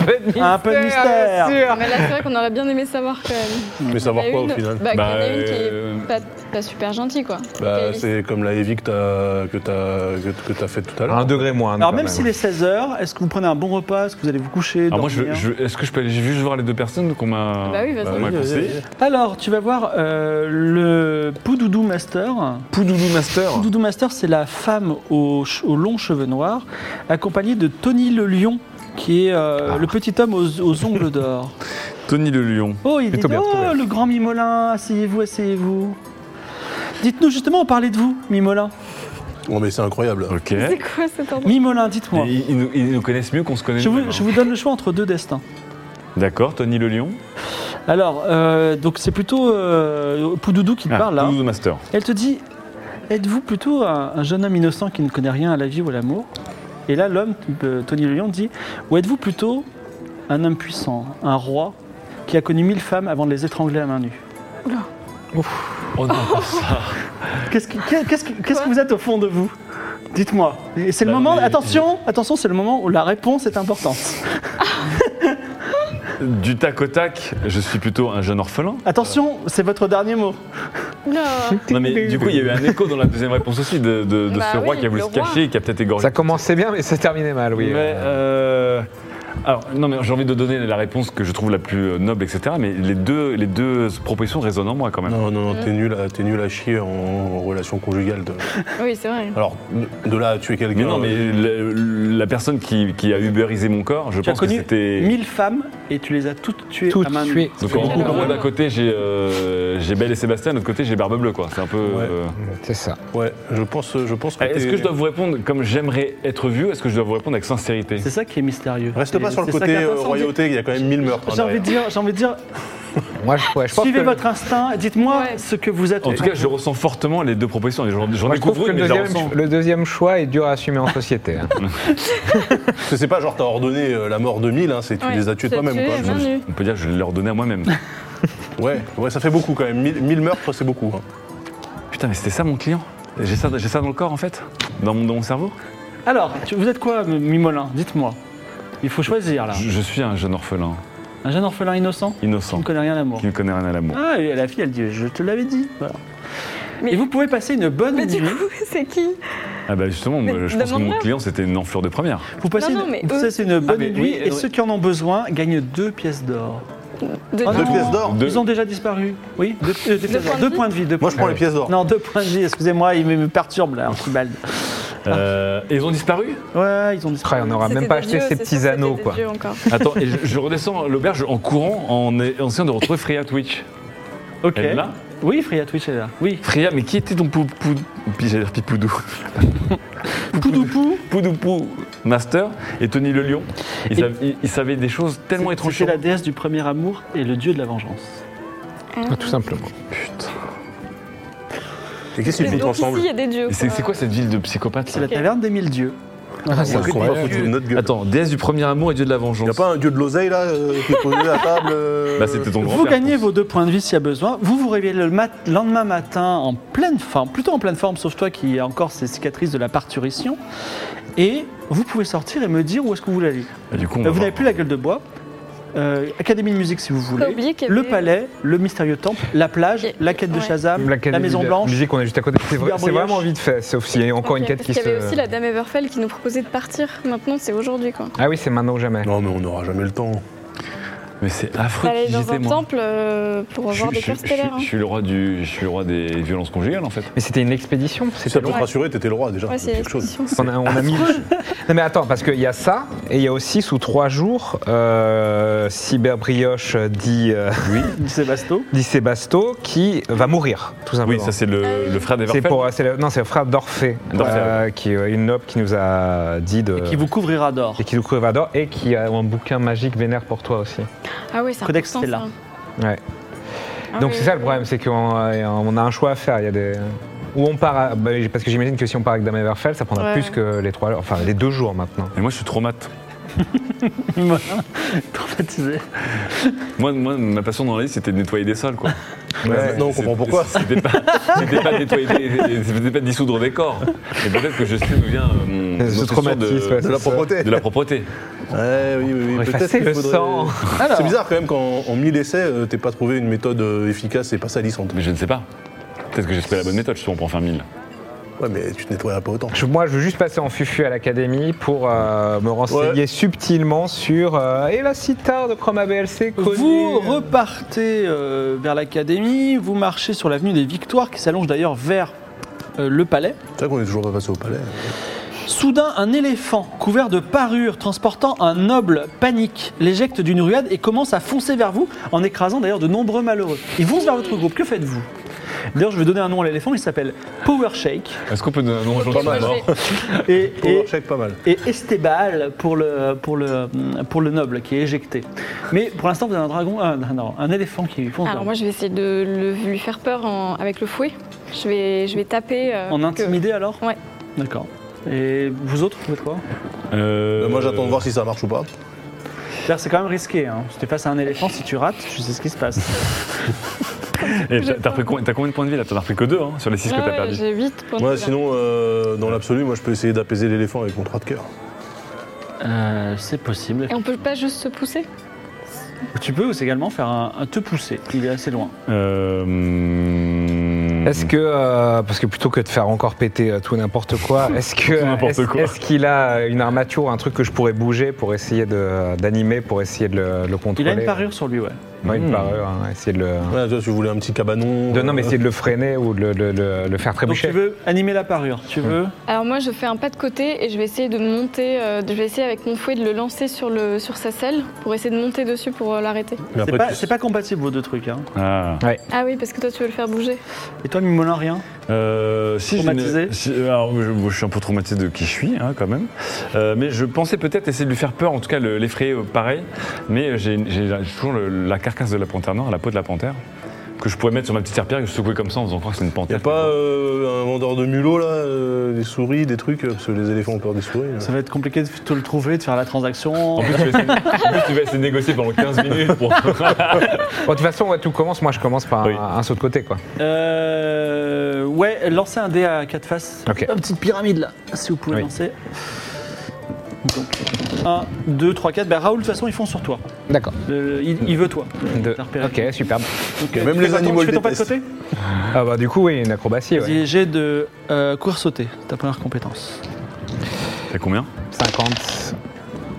A: Un peu de mystère
C: bien sûr.
D: Mais là, c'est vrai qu'on aurait bien aimé savoir quand même.
E: mais savoir
D: Il y en a
E: quoi au
D: une-
E: final
D: Bah, qu'il y en a
B: Bah,
D: une qui est
B: euh,
D: pas, pas super gentille, quoi.
E: Bah,
D: Quelle-
E: c'est comme la Evie que t'as que t'as que, que t'as fait tout à l'heure.
C: Un degré moins.
A: Alors
C: quand
A: même s'il est 16h, est-ce que vous prenez un bon repas Est-ce que vous allez vous coucher
B: Alors moi, je,
A: dormir
B: je- est-ce que je peux aller juste voir les deux personnes qu'on m'a
D: Bah oui, vas-y.
A: Ah,
B: qu'on
E: Bah
B: m'a
E: oui, vas-y,
B: conseillé
E: vas-y.
A: Alors, tu vas voir euh, le Poudoudou Master.
B: Poudoudou Master
A: Doudou Master, c'est la femme aux, che- aux longs cheveux noirs, accompagnée de Tony le Lion, qui est euh, le petit homme aux, aux ongles d'or.
B: Tony le lion.
A: Oh, il dit
C: Plutôt bien
A: Oh,
C: trouvé.
A: le grand Mimolin, asseyez-vous, asseyez-vous. Dites-nous justement, on parlait de vous, Mimolin.
E: Oh, mais c'est incroyable.
B: Ok.
D: C'est quoi cet ordre
A: Mimolin, dites-moi.
B: Et Ils, ils nous, ils nous connaissent mieux qu'on se connaît.
A: Je vous,
B: nous-mêmes,
A: je
B: hein.
A: vous donne le choix entre deux destins.
B: D'accord, Tony le lion.
A: Alors, euh, donc c'est plutôt euh, Poudoudou qui te
B: Ah,
A: parle là.
B: Toulouse Master.
A: Elle te dit Êtes-vous plutôt un, un jeune homme innocent qui ne connaît rien à la vie ou à l'amour Et là, l'homme, euh, Tony Lyon, dit Ou êtes-vous plutôt un homme puissant, un roi qui a connu mille femmes avant de les étrangler à main nue
B: Oh non,
A: Qu'est-ce que, qu'est-ce que- qu'est-ce que
D: Quoi
A: vous êtes au fond de vous Dites-moi. Et c'est le
E: Bah
B: La
A: moment.
B: vérité.
A: Attention, attention, c'est le moment où la réponse est importante.
B: Du tac au tac, je suis plutôt un jeune orphelin.
A: Attention, c'est votre dernier mot.
D: Non.
B: Non mais du coup, il y a eu un écho dans la deuxième réponse aussi de, de- de
D: Bah
B: ce roi
D: oui,
B: qui a voulu
D: le
B: se
D: roi.
B: cacher et qui a peut-être égorgé.
C: Ça commençait bien, mais ça terminait mal, oui.
B: Mais, euh, alors, non, mais j'ai envie de donner la réponse que je trouve la plus euh, noble, etc. Mais les deux, les deux propositions résonnent en moi quand même.
E: Non, non,
A: Mm.
E: non, t'es nul, à- t'es nul à chier en, en relation conjugale. de-
D: Oui, c'est vrai.
E: Alors, de, de là à tuer quelqu'un.
B: Mais non, mais la, la personne qui, qui a ubérisé mon corps, je
A: Tu as
B: pense que
A: connu
B: c'était.
A: mille femmes et tu les as toutes tuées
C: Tout
A: à main nue.
C: tué.
B: Donc en
D: Alors,
B: gros,
D: euh,
B: d'un côté j'ai euh, j'ai Belle et Sébastien, de l'autre côté j'ai Barbe Bleue quoi. C'est un peu.
E: Ouais.
B: euh,
C: C'est ça.
E: Ouais, je pense, je pense Eh, que.
B: Est-ce
E: t'es-
B: que je dois vous répondre comme j'aimerais être vu ou Est-ce que je dois vous répondre avec sincérité
A: C'est ça qui est mystérieux.
E: Reste pas
A: C'est-
E: sur le
A: c'est ça qui
E: côté
A: est
E: euh,
A: intéressant.
E: royauté, il y a quand même mille meurtres. hein,
A: J'ai envie
E: derrière.
A: de dire, j'ai envie de dire,
C: Moi, je, ouais, je pense
A: suivez
C: que-
A: votre instinct. et Dites-moi
D: Ouais.
A: ce que vous êtes.
B: En tout cas, je ressens fortement les deux propositions. J'en j'en
C: moi, je
B: découvre
C: trouve que
B: une,
C: le
B: mais je la
C: deuxième,
B: ressens.
C: le deuxième choix est dur à assumer en société. hein.
E: Parce que c'est pas genre t'as ordonné euh, la mort de mille, hein, c'est tu
D: Ouais,
E: les as tués
D: tu as
E: toi-même.
D: tué,
E: quoi.
D: bien
E: Je-
D: sûr.
B: On peut dire que je l'ai ordonné à moi-même.
E: Ouais, ouais, ça fait beaucoup quand même. Mille, mille meurtres, c'est beaucoup. hein.
B: Putain, mais c'était ça mon client J'ai ça, j'ai ça dans le corps en fait Dans mon, dans mon cerveau
A: Alors, tu- vous êtes quoi, M- Mimolin Dites-moi. Il faut choisir là.
B: je, je suis un jeune orphelin,
A: Un jeune orphelin innocent qui
B: innocent,
A: ne connaît rien à l'amour.
B: qui ne connaît rien à l'amour.
A: Ah, et la fille, elle dit, je te l'avais dit. Voilà.
D: Mais-
A: Et vous pouvez passer une bonne
D: Mais du
A: nuit.
D: coup, c'est qui
B: Ah bah justement,
D: Mais
B: moi, je pense que mon
D: demande-leur.
B: client c'était une enflure de première.
A: Vous passez
D: Non, non,
A: une,
D: mais
A: vous
D: eux-
A: passez une bonne
B: mais
A: nuit
B: oui,
A: et
B: euh,
A: ceux qui en ont besoin gagnent deux pièces d'or.
D: De
A: Oh
E: Deux
A: non.
E: pièces d'or.
B: Deux-
A: Ils ont déjà disparu. Oui, deux, euh, des pièces d'or.
D: points de
A: Deux
D: vie
A: points de vie. deux
E: Moi, je
A: points
E: prends
A: de
E: les pièces d'or.
A: vie. Non, deux points de vie, excusez-moi, il me me perturbe là, Archibald.
B: Euh, et ils ont disparu
A: Ouais, ils ont
C: Après,
A: disparu.
C: on n'aura
D: C'était
C: même pas
D: des
C: acheté
D: dieux,
C: ces
D: c'est
C: petits
D: sûr,
C: anneaux,
D: c'était des
C: quoi.
D: dieux encore.
B: Attends, et je, je redescends l'auberge en courant en, en essayant de retrouver Freya Twitch.
A: Ok.
B: Elle est là
A: Oui, Freya Twitch est là. Oui.
B: Freya, mais qui était ton pou, pou, pi- j'allais dire Pipoudou
A: Poudoupou,
B: Poudoupou Master et Tony le Lion ils,
A: Et-
B: savaient- ils- ils savaient des choses tellement étranges.
A: c'est la déesse du premier amour et le dieu de la vengeance.
D: Ah.
C: Tout simplement.
B: Putain.
E: Et qu'est-ce qu'ils
D: Donc
E: foutent
D: ici,
E: ensemble
D: il y a des dieux.
B: Et C'est c'est quoi cette ville de psychopathes
A: C'est
B: là
A: la taverne des mille dieux.
E: Ils sont pas foutus de notre gueule.
B: Attends, déesse du premier amour et dieu de la vengeance.
E: Y a pas un dieu de l'oseille là euh, qui est posé à table euh,
B: Bah, c'était ton grand
A: Vous gagnez vos deux points de vie s'il y a besoin. Vous vous réveillez le mat- lendemain matin en pleine forme, plutôt en pleine forme, sauf toi qui a encore ces cicatrices de la parturition. Et vous pouvez sortir et me dire où est-ce que vous voulez aller.
B: Ah, du coup, on
A: Euh,
B: va
A: Vous
B: voir.
A: n'avez plus la gueule de bois. Euh, Académie de musique si vous voulez.
D: T'as oublié qu'il y
A: Le
D: avait-
A: palais, le mystérieux temple, la plage,
D: Et-
A: la quête de
D: ouais.
A: Shazam, la,
C: L'Académie
A: maison
C: de
A: blanche.
C: musique, on est juste à côté. C'est vrai-
A: Super
C: c'est vraiment
A: voyage.
C: vite fait, sauf s'il y a encore une
D: Ok,
C: quête
D: parce
C: qui se.
D: qu'il y avait aussi la dame Everfell qui nous proposait de partir. Maintenant, c'est aujourd'hui, quoi.
C: Ah oui, c'est maintenant ou jamais.
E: Non mais on n'aura jamais le temps.
B: Mais c'est affreux
D: Aller
B: qui
D: dans
B: j'étais
D: un
B: moi.
D: temple euh, pour
B: Je,
D: avoir
B: je-
D: des cœurs
B: je-
D: stellaires.
B: je
D: hein.
B: suis le roi du, je suis le roi des violences conjugales en fait.
C: Mais c'était une expédition.
E: Si
C: C'était
E: ça peut
C: long.
E: te rassurer, t'étais le roi déjà.
D: Ouais,
E: c'est
D: c'est
E: quelque chose.
D: l'expédition.
C: On a, on a mis. Non mais attends, parce qu'il y a ça, et il y a aussi sous trois jours, euh, Cyberbrioche dit, euh,
A: Oui, Sébasto.
C: dit Sébasto qui va mourir,
A: Ah, bah,
C: tout simplement.
B: Oui, ça c'est
D: Ah
B: le, le frère des
C: c'est
B: Verfel.
C: pour, euh, c'est le- non, c'est le frère d'Orphée,
B: D'Orphée,
C: qui euh, une noble qui nous a dit de.
A: Qui vous couvrira d'or.
C: et qui nous couvre d'or et qui a un bouquin magique vénère pour toi aussi.
D: Ah oui, c'est
A: Codex
D: important,
A: Stella.
D: ça.
C: Ouais.
D: Ah
C: Donc
D: oui,
C: c'est ça
D: oui.
C: le problème, c'est qu'on euh, on a un choix à faire. Il y a des où on part, à- bah, parce que j'imagine que si on part avec Dame Everfell, ça prendra
D: Ouais.
C: plus que les trois, enfin les deux jours maintenant.
B: Et moi je suis traumatisé.
A: Voilà. Traumatisé.
B: Moi, moi, ma passion dans la vie c'était de nettoyer des sols quoi.
E: Maintenant on
B: C'était-
E: comprend pourquoi.
B: C'était pas, c'était pas de nettoyer, des- c'était pas de dissoudre des corps. Et peut-être que je sais d'où vient euh, mon
C: Ce
B: notre
C: traumatisme, ouais,
B: de,
E: De la
C: C'est ça.
E: propreté.
B: de la propreté.
E: Ouais, oui, oui,
C: Pour
E: oui. Peut-être
C: effacer
E: qu'il
C: le
E: faudrait-
C: sang.
A: Alors,
E: C'est bizarre quand même qu'en en 1000 essais, euh, t'aies pas trouvé une méthode euh, efficace et pas salissante.
B: Mais je ne sais pas. Peut-être que j'ai trouvé la bonne méthode. Je sais on prend faire mille.
E: Ouais, mais tu te nettoieras pas autant.
C: Je- moi, je veux juste passer en fufu à l'académie pour euh, me renseigner subtilement sur euh, et la sitar de Chroma BLC connue.
E: euh,
A: Vous repartez euh, vers l'académie, vous marchez sur l'avenue des Victoires qui s'allonge d'ailleurs vers euh, le palais.
E: C'est vrai qu'on est toujours pas passé au palais.
A: Soudain, un éléphant couvert de parures transportant un noble panique l'éjecte d'une ruade et commence à foncer vers vous en écrasant d'ailleurs de nombreux malheureux. Ils vont vers votre groupe, que faites-vous D'ailleurs, je vais donner un nom à l'éléphant, il s'appelle Power Shake.
B: Est-ce qu'on peut nous nous rejoindre
D: moi,
E: hein.
B: d'abord
D: je vais-
A: Et, et-
E: Power check pas mal.
A: et Estébal pour le, pour, le, pour le noble qui est éjecté. Mais pour l'instant, vous avez un dragon, un, non, un éléphant qui fonce vers
D: Alors
A: vous.
D: moi, je vais essayer de le- lui faire peur en- avec le fouet. Je vais, je vais taper. euh,
A: En
D: que-
A: intimidé alors
D: Ouais.
A: D'accord. Et vous autres, vous faites quoi
B: Euh,
E: Euh, Moi j'attends de voir si ça marche ou pas.
A: Là, c'est quand même risqué. Hein. Si tu passes à un éléphant, si tu rates, tu sais ce qui se passe.
B: Et t'as- T'as pris combien t'as combien de points de vie là T'en as pris que deux hein, sur les six que
D: Ah Ouais,
B: t'as
D: ouais,
B: perdu.
D: J'ai 8 points de
E: Ouais,
D: vie, là.
E: sinon, euh, dans l'absolu, moi je peux essayer d'apaiser l'éléphant avec mon 3 de cœur.
A: Euh, c'est possible.
D: Et on peut pas juste se pousser
A: Tu peux aussi également faire un, un te pousser. Il est assez loin.
B: Euh,
C: Est-ce que, euh, parce que plutôt que de faire encore péter euh, tout n'importe quoi, est-ce que
B: Tout n'importe
C: est-ce
B: quoi.
C: est-ce qu'il a une armature, un truc que je pourrais bouger pour essayer de- d'animer, pour essayer de le, le
A: Il
C: contrôler
A: a une parure sur lui, ouais.
C: Ouais, une
B: Hmm.
C: parure, hein, essayer de le.
E: Ouais, toi, tu voulais un petit cabanon.
C: de- non, mais
E: euh,
C: essayer de le freiner ou de le, le- le- le faire
A: Donc tu
C: trébucher.
A: veux animer la parure. Tu veux
D: Alors moi, je fais un pas de côté et je vais essayer de monter. euh, de- je vais essayer avec mon fouet de le lancer sur, le, sur sa selle pour essayer de monter dessus pour euh, l'arrêter.
E: mais
A: C'est pas,
E: tu-
A: c'est pas compatible vos deux trucs. Hein.
B: ah.
D: Ah oui, parce que toi, tu veux le faire bouger.
A: Et toi, Mimolin, rien
B: Euh, si j'ai une-
A: Traumatisé
B: si- alors, je, bon, je suis un peu traumatisé de qui je suis, hein, quand même. Euh, mais je pensais peut-être essayer de lui faire peur, en tout cas le- l'effrayer euh, pareil. Mais j'ai j'ai toujours le- la carcasse de la panthère noire, la peau de la panthère, que je pourrais mettre sur ma petite serpillère et secouer comme ça en faisant croire que c'est une
E: Y'a
B: panthère.
E: pas euh, un vendeur de mulots là, euh, des souris, des trucs, euh, parce que les éléphants ont peur des souris. là.
A: Ça va être compliqué de te le trouver, de faire la transaction.
B: En plus, tu vas essayer, en plus, tu vas essayer de négocier pendant 15 minutes. Pour...
C: Bon, de toute façon, ouais, tout commence. Moi, je commence par
B: Oui.
C: un, un saut de côté, quoi.
A: Euh, ouais, lancez un dé à quatre faces.
C: Ok.
A: Une petite pyramide là, si vous pouvez
C: Oui.
A: lancer. Donc, 1, 2, 3, 4. Ben, Raoul, de toute façon, ils font sur toi.
C: D'accord.
A: Euh, il, il veut toi.
C: De-
A: T'as repéré.
C: Ok, superbe.
A: Donc,
E: Même
A: tu fais quoi,
E: les
A: ton-
E: animaux
A: Tu fais ton pas de
E: le
A: côté
C: Ah bah du coup, oui, une acrobatie. ouais.
A: Vas-y, jet de euh, courir sauter, ta première compétence.
B: T'as combien
C: 50.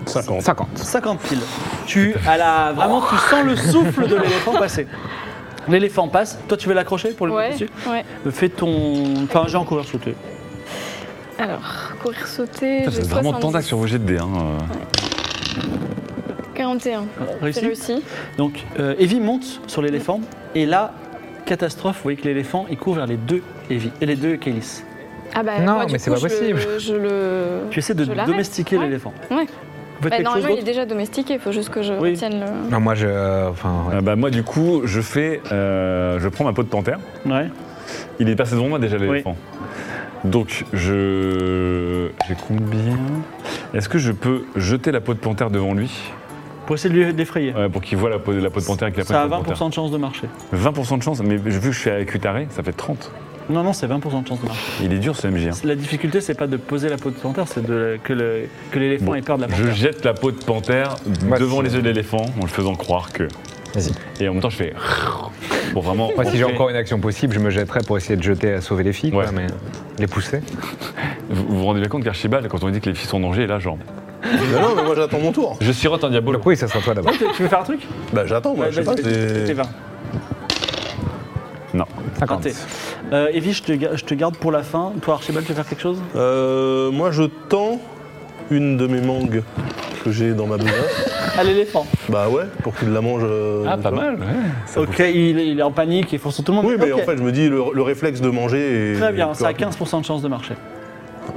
E: 50.
C: 50.
A: 50 piles. Tu à la vraiment tu sens le souffle de l'éléphant passer. L'éléphant passe. Toi, tu veux l'accrocher pour le mettre
D: Ouais,
A: dessus
D: ouais.
A: Euh, Fais ton. Enfin, j'ai en courir sauter.
D: Alors, courir, sauter.
B: Putain,
D: j'ai
B: C'est vraiment
D: 70.
B: tentacle sur vos jets de dés. Hein.
D: 41. C'est
A: Réussi
D: réussi.
A: Donc, euh, Evie monte sur l'éléphant et là, catastrophe, vous voyez que l'éléphant il court vers les deux Evie et les deux Kélis.
D: Ah bah
C: Non,
D: moi, du
C: mais c'est
D: coup,
C: pas possible.
D: Je, je le.
A: Tu essaies de
D: je l'arrête.
A: domestiquer
D: Ouais.
A: l'éléphant.
D: Ouais.
A: Vous faites quelque
D: Bah,
A: chose
D: normalement, il est
A: d'autre
D: déjà domestiqué. Il faut juste que je
A: Oui.
D: retienne le.
C: Non, moi, je. Enfin, ouais.
B: Euh, bah, moi, du coup, je fais. euh, je prends ma peau de panthère.
A: Ouais.
B: Il est passé devant moi déjà l'éléphant. Donc je. J'ai combien Est-ce que je peux jeter la peau de panthère devant lui
A: Pour essayer de lui- de l'effrayer.
B: euh, pour qu'il voit la peau, la peau de panthère et qu'il a
A: Ça
B: pas
A: a
B: une peau de
A: 20% de chance de marcher.
B: panthère 20% de chance, mais vu que je suis à cutaré, ça fait 30.
A: Non, non, c'est 20% de chance de marcher.
B: Il est dur ce MJ. hein.
A: La difficulté, c'est pas de poser la peau de panthère, c'est de- que le- que l'éléphant
B: Bon,
A: ait peur de la panthère.
B: Je jette la peau de panthère
C: Moi,
B: devant
C: c'est-
B: les yeux de l'éléphant en le faisant croire que.
C: Vas-y.
B: Et en même temps, je fais. Pour vraiment.
C: Moi, si j'ai
B: entrer.
C: encore une action possible, je me jetterais pour essayer de jeter, à sauver les filles,
B: Ouais.
C: quoi, mais les pousser.
B: Vous vous vous rendez bien compte qu'Archibald, quand on dit que les filles sont en danger, est là, genre.
E: Non, non, mais moi j'attends mon tour.
B: Je sirote un diabolo.
C: Donc oui, ça sera toi d'abord.
A: Tu tu veux faire un truc
E: Bah j'attends, moi,
A: Ouais,
E: je sais
A: vas-y,
E: pas.
A: vas-y,
E: c'est-
A: t'es 20.
B: Non.
C: 50.
A: Raté. Euh, Evie, je te, ga- je te garde pour la fin. Toi, Archibald, tu veux faire quelque chose
E: Euh, moi je tends une de mes mangues que j'ai dans ma besace.
A: À l'éléphant.
E: bah ouais, pour qu'il la mange. euh,
B: Ah,
E: tu
B: pas
E: vois.
B: mal, ouais. Ça
A: Ok, il, est- il est en panique, il fonce tout le monde.
E: Oui, mais
A: Ok.
E: en fait, je me dis le, le réflexe de manger. Est
A: Très bien,
E: plus
A: ça a
E: rapide.
A: 15% de chance de marcher.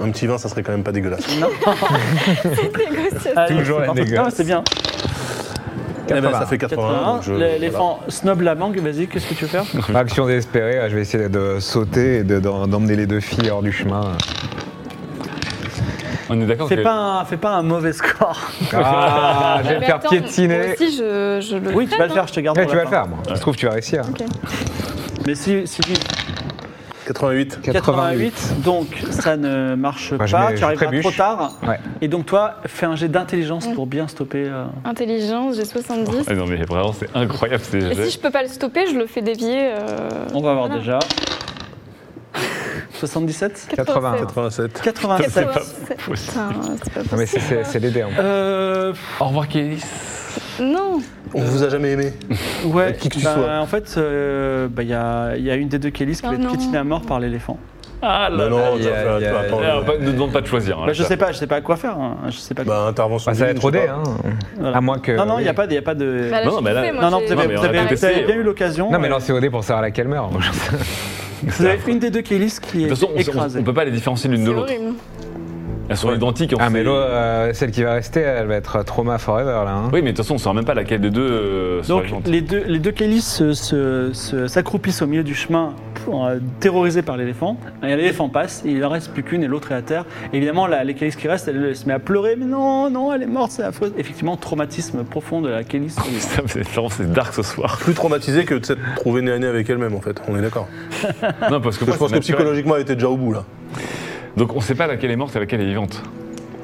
E: Un petit vin, ça serait quand même pas dégueulasse.
A: Non. Allez, c'est
C: Toujours la
A: parti.
C: négoce.
A: Non, C'est bien.
E: Eh ben, ça
C: 80.
E: fait 81.
A: 81.
E: donc je-
A: L'éléphant snob la mangue. Vas-y, qu'est-ce que tu veux faire
C: Action désespérée, je vais essayer de sauter et de- d'en- d'emmener les deux filles hors du
D: Ah,
C: chemin.
B: On est d'accord
A: fais
B: que-
A: pas, un, fais pas un mauvais score.
C: Ah, je vais
D: Mais
C: me faire
D: attends, Moi
C: piétiner.
D: aussi, je, je le.
A: Oui, tu vas le faire, je te garde
C: Ouais,
A: pour
C: tu
A: la
C: vas le
A: fin.
C: faire, moi. Je trouve que tu vas réussir.
A: Mais si, si
E: 88.
A: 88, donc ça ne marche
C: Moi, je
A: pas,
C: mets-
A: tu
C: je
A: arriveras
C: trébuche.
A: trop tard.
C: Ouais.
A: Et donc toi, fais un jet d'intelligence pour bien stopper. euh.
D: Intelligence, j'ai 70.
B: Ah non, mais vraiment, c'est incroyable ces
D: Et
B: jets.
D: si je peux pas le stopper, je le fais dévier. euh,
A: On va voir
D: voilà.
A: déjà. 77
C: 80.
E: 87.
A: 87.
D: C'est pas possible. C'est pas
C: Non, mais c'est-
D: possible.
C: c'est hein. c'est les dés. en fait.
A: Euh,
B: Au revoir, Kélis.
D: Non,
E: On vous a jamais aimé.
A: ouais,
E: Qui que tu
A: bah,
E: sois.
A: En fait, il bah, il y, a, il y a une des deux Kélis qui
D: Oh
A: va être
D: non.
A: piétinée à mort par l'éléphant.
B: Ah là
E: Bah
B: là.
E: non, Euh,
C: il
E: tu
C: y a-
E: vas
C: il y a-
E: faire- tu vas
C: il y
B: Ah,
C: a-
E: attendre.
B: pas- ne demande pas de choisir. hein,
A: Bah, je
B: là.
A: sais pas, je sais pas quoi faire. hein. Je sais pas. quoi-
E: Bah, intervention.
C: Bah, ça va être
E: divine,
C: au dé,
E: je sais
C: hein.
A: voilà.
C: À moins que.
A: Non, non, il
C: oui.
A: n'y a pas, de- il y a pas de.
D: Bah,
B: Non,
D: je
B: mais là-
D: fais, moi,
A: non, non,
D: j'ai-
A: vous avez,
B: Non, mais
A: vous
B: on a
A: avez-
B: pas
A: vous
B: testé.
A: avez bien eu l'occasion.
C: Non, mais
A: euh,
C: lancer au dé pour savoir laquelle meurt.
A: Vous avez une des deux Kélis qui
B: De toute
A: est
B: façon, on- on,
A: écrasée.
B: on peut pas les différencier l'une
D: C'est
B: de l'autre.
D: horrible.
B: Elles sont identiques. hein, on
C: Ah, mais
B: sait-
C: l'autre, euh, celle qui va rester, elle va être trauma forever là. hein.
B: Oui, mais de toute façon, on saura même pas laquelle des deux. euh, sera
A: Donc
B: vivante.
A: les deux, les deux Kélis se- se- se- s'accroupissent au milieu du chemin, pour, euh, terrorisés par l'éléphant. Et l'éléphant passe, et il en reste plus qu'une et l'autre est à terre. Et évidemment, la, les Kélis qui restent, elle, elle se met à pleurer. Mais non, non, elle est morte, c'est affreux. Effectivement, traumatisme profond de la Kélis.
B: Putain, c'est vraiment, c'est dark ce soir.
E: Plus traumatisée que de s'être trouvée nez à nez avec elle-même, en fait. On est d'accord.
B: Non, parce que moi,
E: Parce que je pense
B: c'est
E: que
B: naturel.
E: psychologiquement, elle était déjà au bout, là.
B: Donc, on sait pas laquelle est morte et laquelle est vivante.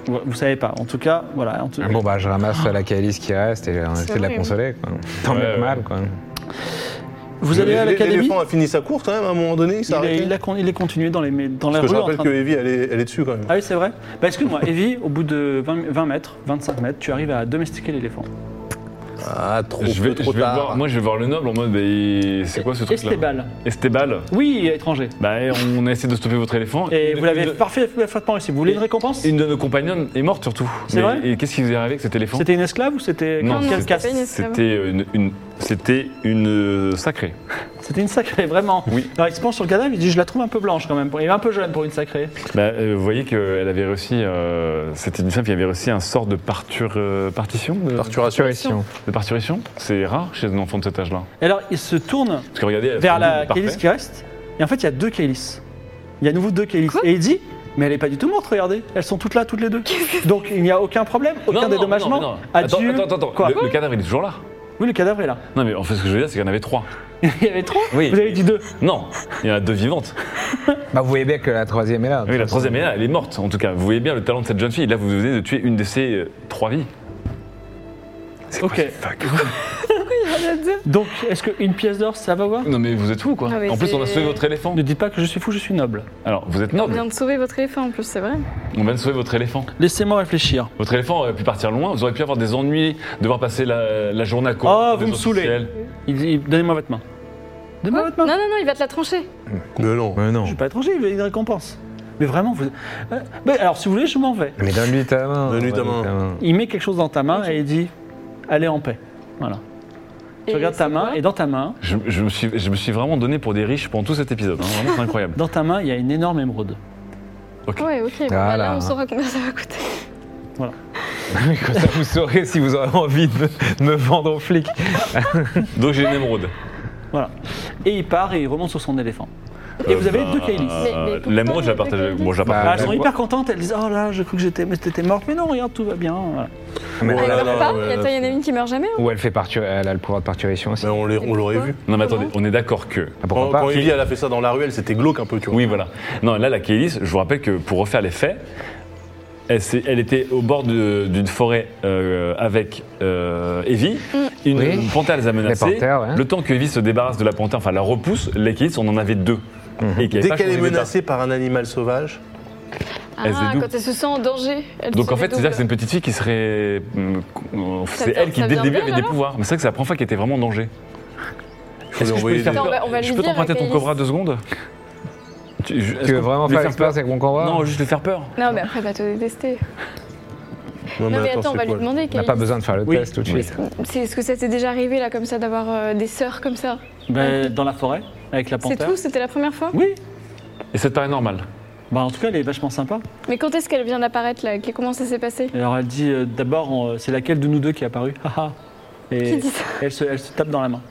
A: Ouais, Vous savez pas. En tout cas, voilà. en tout-
C: Bon, bah, je ramasse la Kaelis qui reste et on essaie de la
D: horrible.
C: consoler, quoi. Tant
B: Ouais,
C: mieux que
B: ouais.
C: mal, quoi.
A: Vous allez à
E: L'é-
A: l'académie.
E: L'éléphant a fini sa course, quand même, à un moment donné, il s'est
A: Il est,
E: arrêté.
A: il a con- il est continué dans, les, mé- dans la
E: Parce que
A: rue.
E: je
A: en hein.
E: rappelle
A: train
E: que
A: de-
E: Evie, elle est, elle est dessus, quand même.
A: Ah oui, c'est vrai. Bah, excuse-moi, Evie, au bout de 20, 20 mètres, 25 mètres, tu arrives à domestiquer l'éléphant.
E: Ah, trop
B: Je vais,
E: peu, trop
B: je vais
E: tard.
B: voir, moi, je vais voir le noble en mode, bah, il- c'est quoi ce truc-là
A: Esteban.
B: Estébal.
A: Oui, étranger.
B: Bah, on a essayé de stopper votre éléphant.
A: Et
B: Une-
A: vous l'avez
B: une-
A: parfait- parfaitement réussi. Vous voulez une récompense
B: Une de nos compagnons est morte surtout.
A: C'est vrai
B: Et qu'est-ce qui vous est arrivé avec cet éléphant
A: C'était une esclave ou c'était
B: Non,
A: quel-
D: non,
A: quel
D: c'était
A: casse
D: pas une esclave.
B: C'était une, une- c'était une euh, sacrée.
A: C'était une sacrée, vraiment.
B: Oui.
A: Alors il se penche sur le cadavre, il dit je la trouve un peu blanche quand même. Il est un peu jeune pour une sacrée.
B: Bah, euh, vous voyez qu'elle avait réussi. euh, c'était une femme qui avait réussi un sort de parture, euh, partition de,
E: Parturation.
B: de parturition. C'est rare chez un enfant de cet âge-là.
A: Et alors il se tourne
B: Parce que regardez, elle a
A: vers
B: son
A: la
B: double,
A: Kélis
B: parfait.
A: qui reste. Et en fait il y a deux Kélis. Il y a à nouveau deux Kélis.
D: Quoi
A: Et il dit mais elle est pas du tout morte, regardez. Elles sont toutes là, toutes les deux. Donc il n'y a aucun problème,
B: Non,
A: aucun
B: non,
A: dédommagement.
B: non, mais non. Attends,
A: Adieu.
B: attends, attends, attends.
A: Quoi
B: Le, le cadavre il est toujours là.
A: Oui, le cadavre est là.
B: Non mais en fait ce que je veux dire c'est qu'il y en avait trois.
A: il y avait trois
B: Oui.
A: Vous avez dit deux.
B: Non, il y en a deux vivantes.
C: Bah, vous voyez bien que la troisième est là.
B: Oui, la troisième est là, elle est morte. En tout cas, vous voyez bien le talent de cette jeune fille. Là vous venez de tuer une de ces euh, trois vies. C'est quoi
A: Ok.
B: ce fuck
A: Donc est-ce qu'une pièce d'or ça va voir
B: Non mais vous êtes fou quoi
D: Ah, mais
B: En plus on a
D: c'est-
B: sauvé votre éléphant.
A: Ne dites pas que je suis fou, je suis noble.
B: Alors vous êtes
D: On
B: noble.
D: vient de sauver votre éléphant en plus, c'est vrai.
B: On vient de sauver votre éléphant.
A: Laissez-moi réfléchir.
B: Votre éléphant aurait pu partir loin. Vous auriez pu avoir des ennuis, devoir passer la, la journée à court.
A: Oh, vous me saoulez. Il dit donnez-moi votre main. Donnez-moi votre main.
D: Non, non, non, il va te la trancher.
E: Mais non.
C: Mais non.
A: Je suis pas étranger, il veut une récompense. Mais vraiment, vous. Euh, mais alors, si vous voulez, je m'en vais.
C: Mais donne-lui ta main.
E: Donne-lui ta main.
A: Il met quelque chose dans ta main et il dit Allez en paix. Voilà. Tu
D: Et
A: regardes ta
D: c'est
A: main
D: quoi
A: et dans ta main,
B: Je, je me suis, je me suis vraiment donné pour des riches pendant tout cet épisode. hein. Vraiment, c'est incroyable.
A: dans ta main, il y a une énorme émeraude.
D: Ouais, ok. bon,
C: Voilà.
D: bah Là, on saura combien ça va coûter.
C: Mais comme ça, vous saurez si vous aurez envie de me- me vendre aux flics.
B: Donc j'ai une émeraude.
A: Voilà. Et il part et il remonte sur son éléphant. Et vous avez deux Kailis.
B: Euh,
D: Mais- mais pourquoi
B: L'émeraude, je la
D: les deux
B: partage avec
D: Kailis
B: moi. je la
C: Bah,
B: partage
A: Ah,
B: avec
A: elles sont
C: ouais.
A: hyper contentes, elles disent Oh là, je crois que j'étais mais t'étais morte. Mais non, regarde, tout va bien. Voilà.
C: Mais
E: Oh
D: Elle
E: là
D: meurt
E: là,
D: pas.
E: ouais,
D: Il y a-
E: là,
D: toi, il y en a une qui meurt jamais. hein.
C: Ou elle fait partir, elle a le pouvoir de parturition aussi.
E: Mais on l'est- on l'aurait vu.
B: vous. Non mais attendez, on est d'accord que.
C: Ah, pourquoi
E: Quand,
C: pas
E: quand Evie, elle a fait ça dans la ruelle, c'était glauque un peu, tu vois.
B: Oui, voilà. Non, là, la Kélis, je vous rappelle que pour refaire les faits, elle, s'est- elle était au bord de- d'une forêt euh, avec euh, Evie. Une
C: Oui.
B: une panthère les a menacées.
C: Les panthères, ouais.
B: Le temps que Evie se débarrasse de la panthère, enfin la repousse, la Kélis, on en avait deux. Et qu'elle avait
E: Dès
B: pas
E: qu'elle est
B: changé d'état.
E: menacée par un animal sauvage,
B: Elle se
D: Ah,
B: dédouble.
D: quand elle se sent en danger. elle
B: Donc
D: se
B: en fait, c'est-à-dire
D: dédouble.
B: que c'est une petite fille qui serait. hum, euh, C'est
D: vient-
B: elle qui,
D: ça
B: dès le
D: vient
B: début,
D: d'elle,
B: avait des
D: alors
B: pouvoirs. Mais c'est vrai que c'est la première fois qu'elle était vraiment en danger.
E: faut
B: Est-ce que
E: lui
B: je peux lui
E: envoyer
B: faire
E: des-
D: Non, on va- on va
B: peur
D: lui
B: Je peux
D: dire
B: t'emprunter ton
D: laquelle-
B: cobra deux secondes tu, je- est-ce
C: Tu veux
B: qu'on-
C: vraiment
B: lui faire
C: faire
B: peur
C: l'expérience avec mon combat
B: Non, juste lui faire peur.
D: Non, mais après, elle va te détester.
E: Non,
D: Non, mais attends, on
E: c'est
D: va lui
E: quoi, le-
D: demander.
C: On n'a
D: Kailis.
C: pas besoin de faire le
A: Oui.
C: test tout de
B: Oui.
C: suite.
D: C'est Est-ce que ça t'est déjà arrivé, là, comme ça, d'avoir euh, des sœurs comme ça
A: Ben, dans la forêt, avec la
D: C'est
A: panthère.
D: tout C'était la première fois
A: Oui.
B: Et ça te paraît normal.
A: Bah, en tout cas, elle est vachement sympa.
D: Mais quand est-ce qu'elle vient d'apparaître, là Qu- Comment ça s'est passé
A: Et alors, elle dit euh, D'abord, on- c'est laquelle de nous deux qui est apparue Haha.
D: Qui
A: Et
D: dit ça
A: elle se, elle se tape dans la main.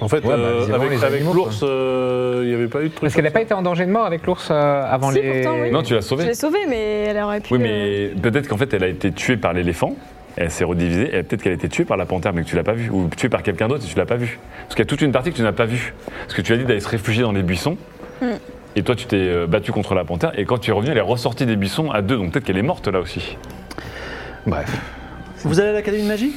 E: En fait,
C: Ouais, bah,
E: euh,
C: c'est vraiment
E: avec,
C: les
E: avec
C: animaux,
B: hein.
E: l'ours, euh, il n'y avait pas eu de truc.
C: Parce qu'elle n'a pas été en danger de mort avec l'ours euh, avant
D: Si,
C: les.
D: pourtant, oui.
B: Non, tu l'as
D: Je
B: sauvée.
D: l'ai sauvée, mais elle aurait pu.
B: Oui,
D: euh,
B: mais peut-être qu'en fait, elle a été tuée par l'éléphant. Elle s'est redivisée. Et peut-être qu'elle a été tuée par la panthère, mais que tu l'as pas vue. Ou tuée par quelqu'un d'autre et tu l'as pas vue. Parce qu'il y a toute une partie que tu n'as pas vue. Parce que tu as dit d'aller se réfugier dans les buissons.
D: Hmm.
B: Et toi, tu t'es euh, battu contre la panthère. Et quand tu es revenu, elle est ressortie des buissons à deux. Donc peut-être qu'elle est morte là aussi.
C: Bref.
A: Vous allez à l'académie de magie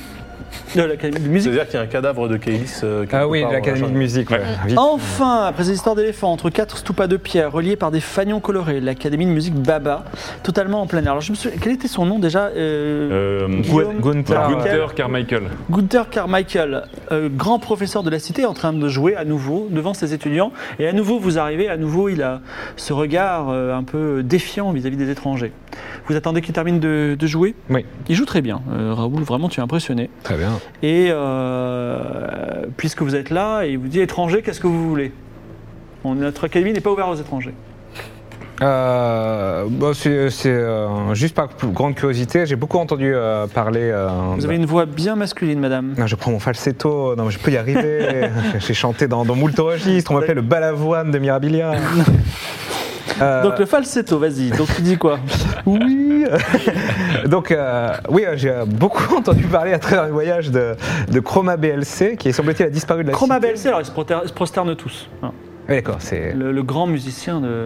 A: de l'académie de musique.
E: C'est-à-dire qu'il y a un cadavre de Kaelis. euh, quelque
C: Ah oui,
E: part dans la
C: l'académie de
E: chambre.
C: musique. ouais. Vite.
A: Enfin, après cette histoire d'éléphant, entre quatre stupas de pierre reliés par des fanions colorés, l'académie de musique Baba, totalement en plein air. Alors, je me souviens, quel était son nom déjà euh,
B: Euh,
A: Guillaume
C: Gunther.
B: Gunther Carmichael.
A: Gunther Carmichael, euh, grand professeur de la cité, est en train de jouer à nouveau devant ses étudiants. Et à nouveau, vous arrivez, à nouveau, il a ce regard euh, un peu défiant vis-à-vis des étrangers. Vous attendez qu'il termine de, de jouer
C: Oui.
A: Il joue très bien. Euh, Raoul, vraiment, tu es impressionné.
C: Très bien.
A: Et euh, puisque vous êtes là, il vous dit étranger, qu'est-ce que vous voulez On- Notre académie n'est pas ouverte aux étrangers.
C: Euh, bon, c'est c'est, euh, juste par plus grande curiosité, j'ai beaucoup entendu euh, parler. euh,
A: Vous
C: de-
A: avez une voix bien masculine, madame.
C: Non, je prends mon falsetto, non, mais je peux y arriver. j'ai chanté dans, dans moult registres, on m'appelait le balavoine de Mirabilia. Euh, Bah,
A: Donc le falsetto, vas-y. Donc tu dis quoi
C: Oui. Donc euh, oui, euh, j'ai euh, beaucoup entendu parler à travers les voyages de, de Chroma BLC, qui semble-t-il a disparu de la
A: Chroma
C: cité.
A: BLC, alors ils se proter- ils se prosternent tous. hein.
C: Oui, d'accord. C'est.
A: Le, le grand musicien de,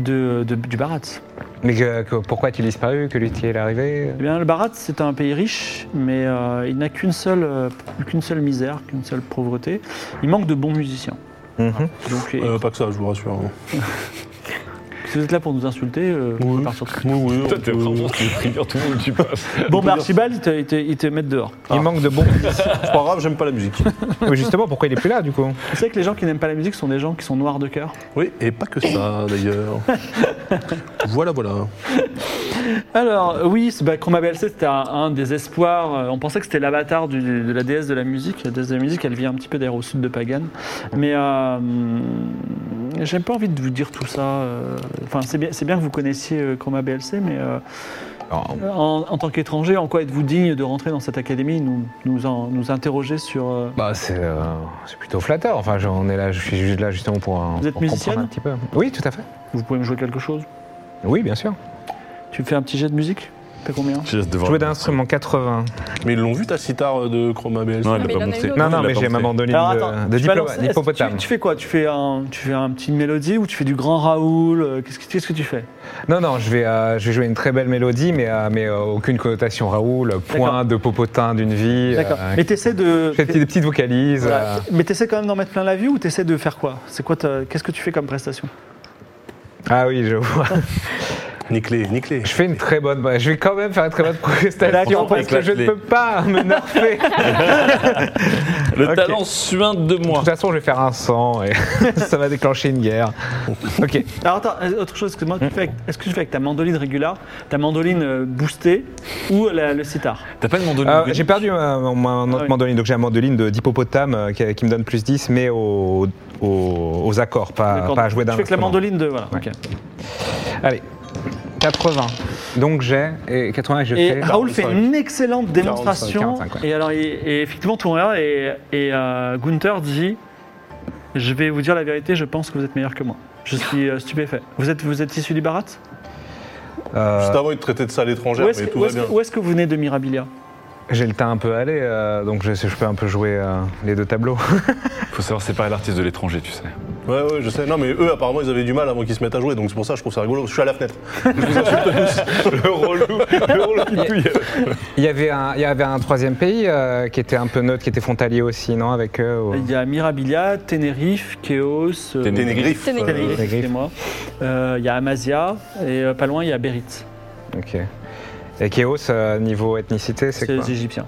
A: de- de- du Barat.
C: Mais que- que- pourquoi a-t-il disparu Que lui est-il arrivé
A: Eh bien, le Barat, c'est un pays riche, mais euh, il n'a qu'une seule, euh, qu'une seule misère, qu'une seule pauvreté. Il manque de bons musiciens.
E: Ah.
C: Mhm.
A: Donc, et-
E: Euh, pas que ça, je vous rassure.
A: si vous êtes là pour nous insulter, euh, on peut partir.
E: Oui, oui, on
B: Toi, t'es
E: peut-
B: vraiment tu trigger tout le monde, tu passes.
A: Bon, bah, Archibald, ils te, ils te- ils te mettent dehors.
C: Il manque de bons.
E: C'est pas grave, j'aime pas la musique.
C: Mais justement, pourquoi il est plus là du coup
A: Vous savez que les gens qui n'aiment pas la musique sont des gens qui sont noirs de cœur.
E: Oui, et pas que ça d'ailleurs. voilà, voilà.
A: Alors, oui, c'est- bah, Chroma BLC, c'était un, un des espoirs. Euh, On pensait que c'était l'avatar du- de la déesse de la musique. La déesse de la musique, elle vient un petit peu d'ailleurs au sud de Pagan. Mais euh, j'ai pas envie de vous dire tout ça. euh, Enfin, c'est bien, c'est bien que vous connaissiez euh, Chroma BLC, mais euh,
E: Ah,
A: en, en tant qu'étranger, en quoi êtes-vous digne de rentrer dans cette académie nous, nous, en- nous interroger sur. euh,
C: Bah c'est euh, c'est plutôt flatteur. Enfin, j'en ai là, je suis juste là justement pour, euh,
A: Vous êtes
C: pour comprendre
A: musicienne
C: un petit peu. Oui, tout à fait.
A: vous pouvez me jouer quelque chose
C: Oui, bien sûr.
A: Tu me fais un petit jet de musique T'as combien
B: Je laisse devant.
C: Jouer
E: bah,
C: d'un instrument 80.
E: Mais ils l'ont vu ta sitar euh, de Chroma BLC
B: Non, elle
D: Ah,
B: l'a
D: mais
B: pas
D: il en a
B: monté.
D: eu
C: Non,
D: Non,
C: non, mais j'ai ma
B: m'abandonné.
C: mandoline
A: Alors,
C: de,
A: attends,
C: de
A: tu
C: diplo-
A: balances- est-ce que tu-
C: d'hippopotame.
A: Tu, fais quoi tu fais, un, tu fais un petit mélodie ou tu fais du grand Raoul euh, qu'est-ce, que- qu'est-ce que tu fais
C: Non, non, je vais, euh, je vais jouer une très belle mélodie, mais, euh, mais euh, aucune connotation Raoul, point de popotin d'une vie.
A: D'accord.
C: euh,
A: mais t'essaies de.
C: je fais des petites, des petites vocalises.
A: voilà.
C: euh,
A: Mais t'essaies quand même d'en mettre plein la vue ou t'essaies de faire quoi C'est quoi ta- Qu'est-ce que tu fais comme prestation
C: Ah oui, je vois.
E: Nique-les, nique-les.
C: Je fais une très bonne. bah, je vais quand même faire une très bonne prestation
A: D'accord,
C: parce que je ne
B: éclate-les.
C: peux pas me nerfer. de
B: Le
C: Ok.
B: talent suinte de moi.
C: toute façon, je vais faire un sang et ça va déclencher une guerre. Ok.
A: Alors attends, euh, autre chose, excuse-moi,
C: Mm.
A: tu fais avec- est-ce que tu fais avec ta mandoline régulière, ta mandoline euh, boostée ou la- le sitar
B: T'as pas de mandoline
C: Euh,
B: Denis
C: j'ai perdu ma, mon- mon autre
A: Ah oui.
C: mandoline, donc j'ai un mandoline de- d'hippopotame euh, qui, qui me donne plus 10, mais aux, aux, aux accords, pas,
A: D'accord.
C: Ah, pas à jouer d'un.
A: Tu fais avec la
C: instrument.
A: mandoline de. Voilà.
C: Ouais.
A: ok.
C: Allez, 80. Donc j'ai. Et 80, je
A: Et
C: fais.
A: Raoul fait une excellente démonstration.
C: 45, ouais.
A: Et alors, il- et effectivement, tout le monde regarde et, et euh, Gunther dit Je vais vous dire la vérité, je pense que vous êtes meilleur que moi. Je suis euh, stupéfait. Vous êtes, vous êtes issu du Barat
C: Euh,
E: Juste avant, ils te traitaient de ça à l'étranger,
A: Où
E: mais
A: est-ce que,
E: tout
A: où
E: va
A: est-ce que-
E: bien.
A: où est-ce que vous venez de Mirabilia
C: J'ai le teint un peu allé, euh, donc je, je peux un peu jouer euh, les deux tableaux.
B: Faut savoir séparer l'artiste de l'étranger, tu sais.
E: Ouais, ouais, je sais. Non, mais eux, apparemment, ils avaient du mal avant qu'ils se mettent à jouer, donc c'est pour ça que je trouve ça rigolo. Je suis à la fenêtre. Je vous insulte tous. Le relou, le relou qui couille.
C: il, y avait un, il y avait un troisième pays euh, qui était un peu neutre, qui était frontalier aussi, non Avec eux ou-
A: Il y a Mirabilia, Tenerife, Chaos, euh,
B: Téné-
E: Ténégriffe.
D: Ténégriffe.
E: euh,
A: Tenerife, excusez-moi. Euh, il y a Amazia et euh, pas loin, il y a Berit.
C: Ok. Et Chaos, euh, niveau ethnicité, c'est
A: C'est
C: quoi
A: les Égyptiens.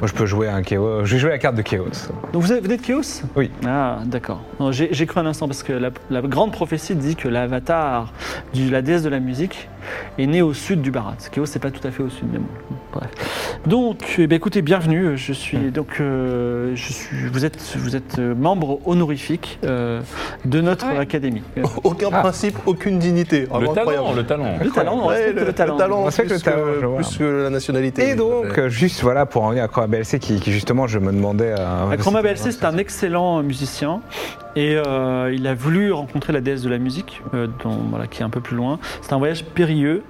C: Moi, Je peux jouer un Chaos. Je vais jouer la carte de Chaos.
A: Donc vous êtes, vous êtes Chaos
C: Oui.
A: Ah, d'accord. Non, J'ai j'ai cru un instant parce que la, la grande prophétie dit que l'avatar de la déesse de la musique est né au sud du Barat. Chaos, c'est pas tout à fait au sud, mais bon. Bref. Donc, eh bien, écoutez, bienvenue. Je suis donc, euh, je suis, vous êtes, vous êtes euh, membre honorifique euh, de notre
D: Ouais.
A: académie.
E: Aucun
C: Ah.
E: principe, aucune dignité. Vraiment
B: Le talent,
E: Ah, incroyable.
B: le talent.
A: Le talent, on
E: Ouais,
A: respecte le, talent.
C: On
E: plus,
C: respecte le
E: que,
C: talent, je vois.
E: plus que la nationalité.
C: Et donc, euh, juste voilà, pour en venir à Chroma BLC, qui, qui, justement, je me demandais. euh,
A: Chroma BLC, c'est un excellent musicien et euh, il a voulu rencontrer la déesse de la musique, euh, dont- voilà, qui est un peu plus loin. C'est un voyage périlleux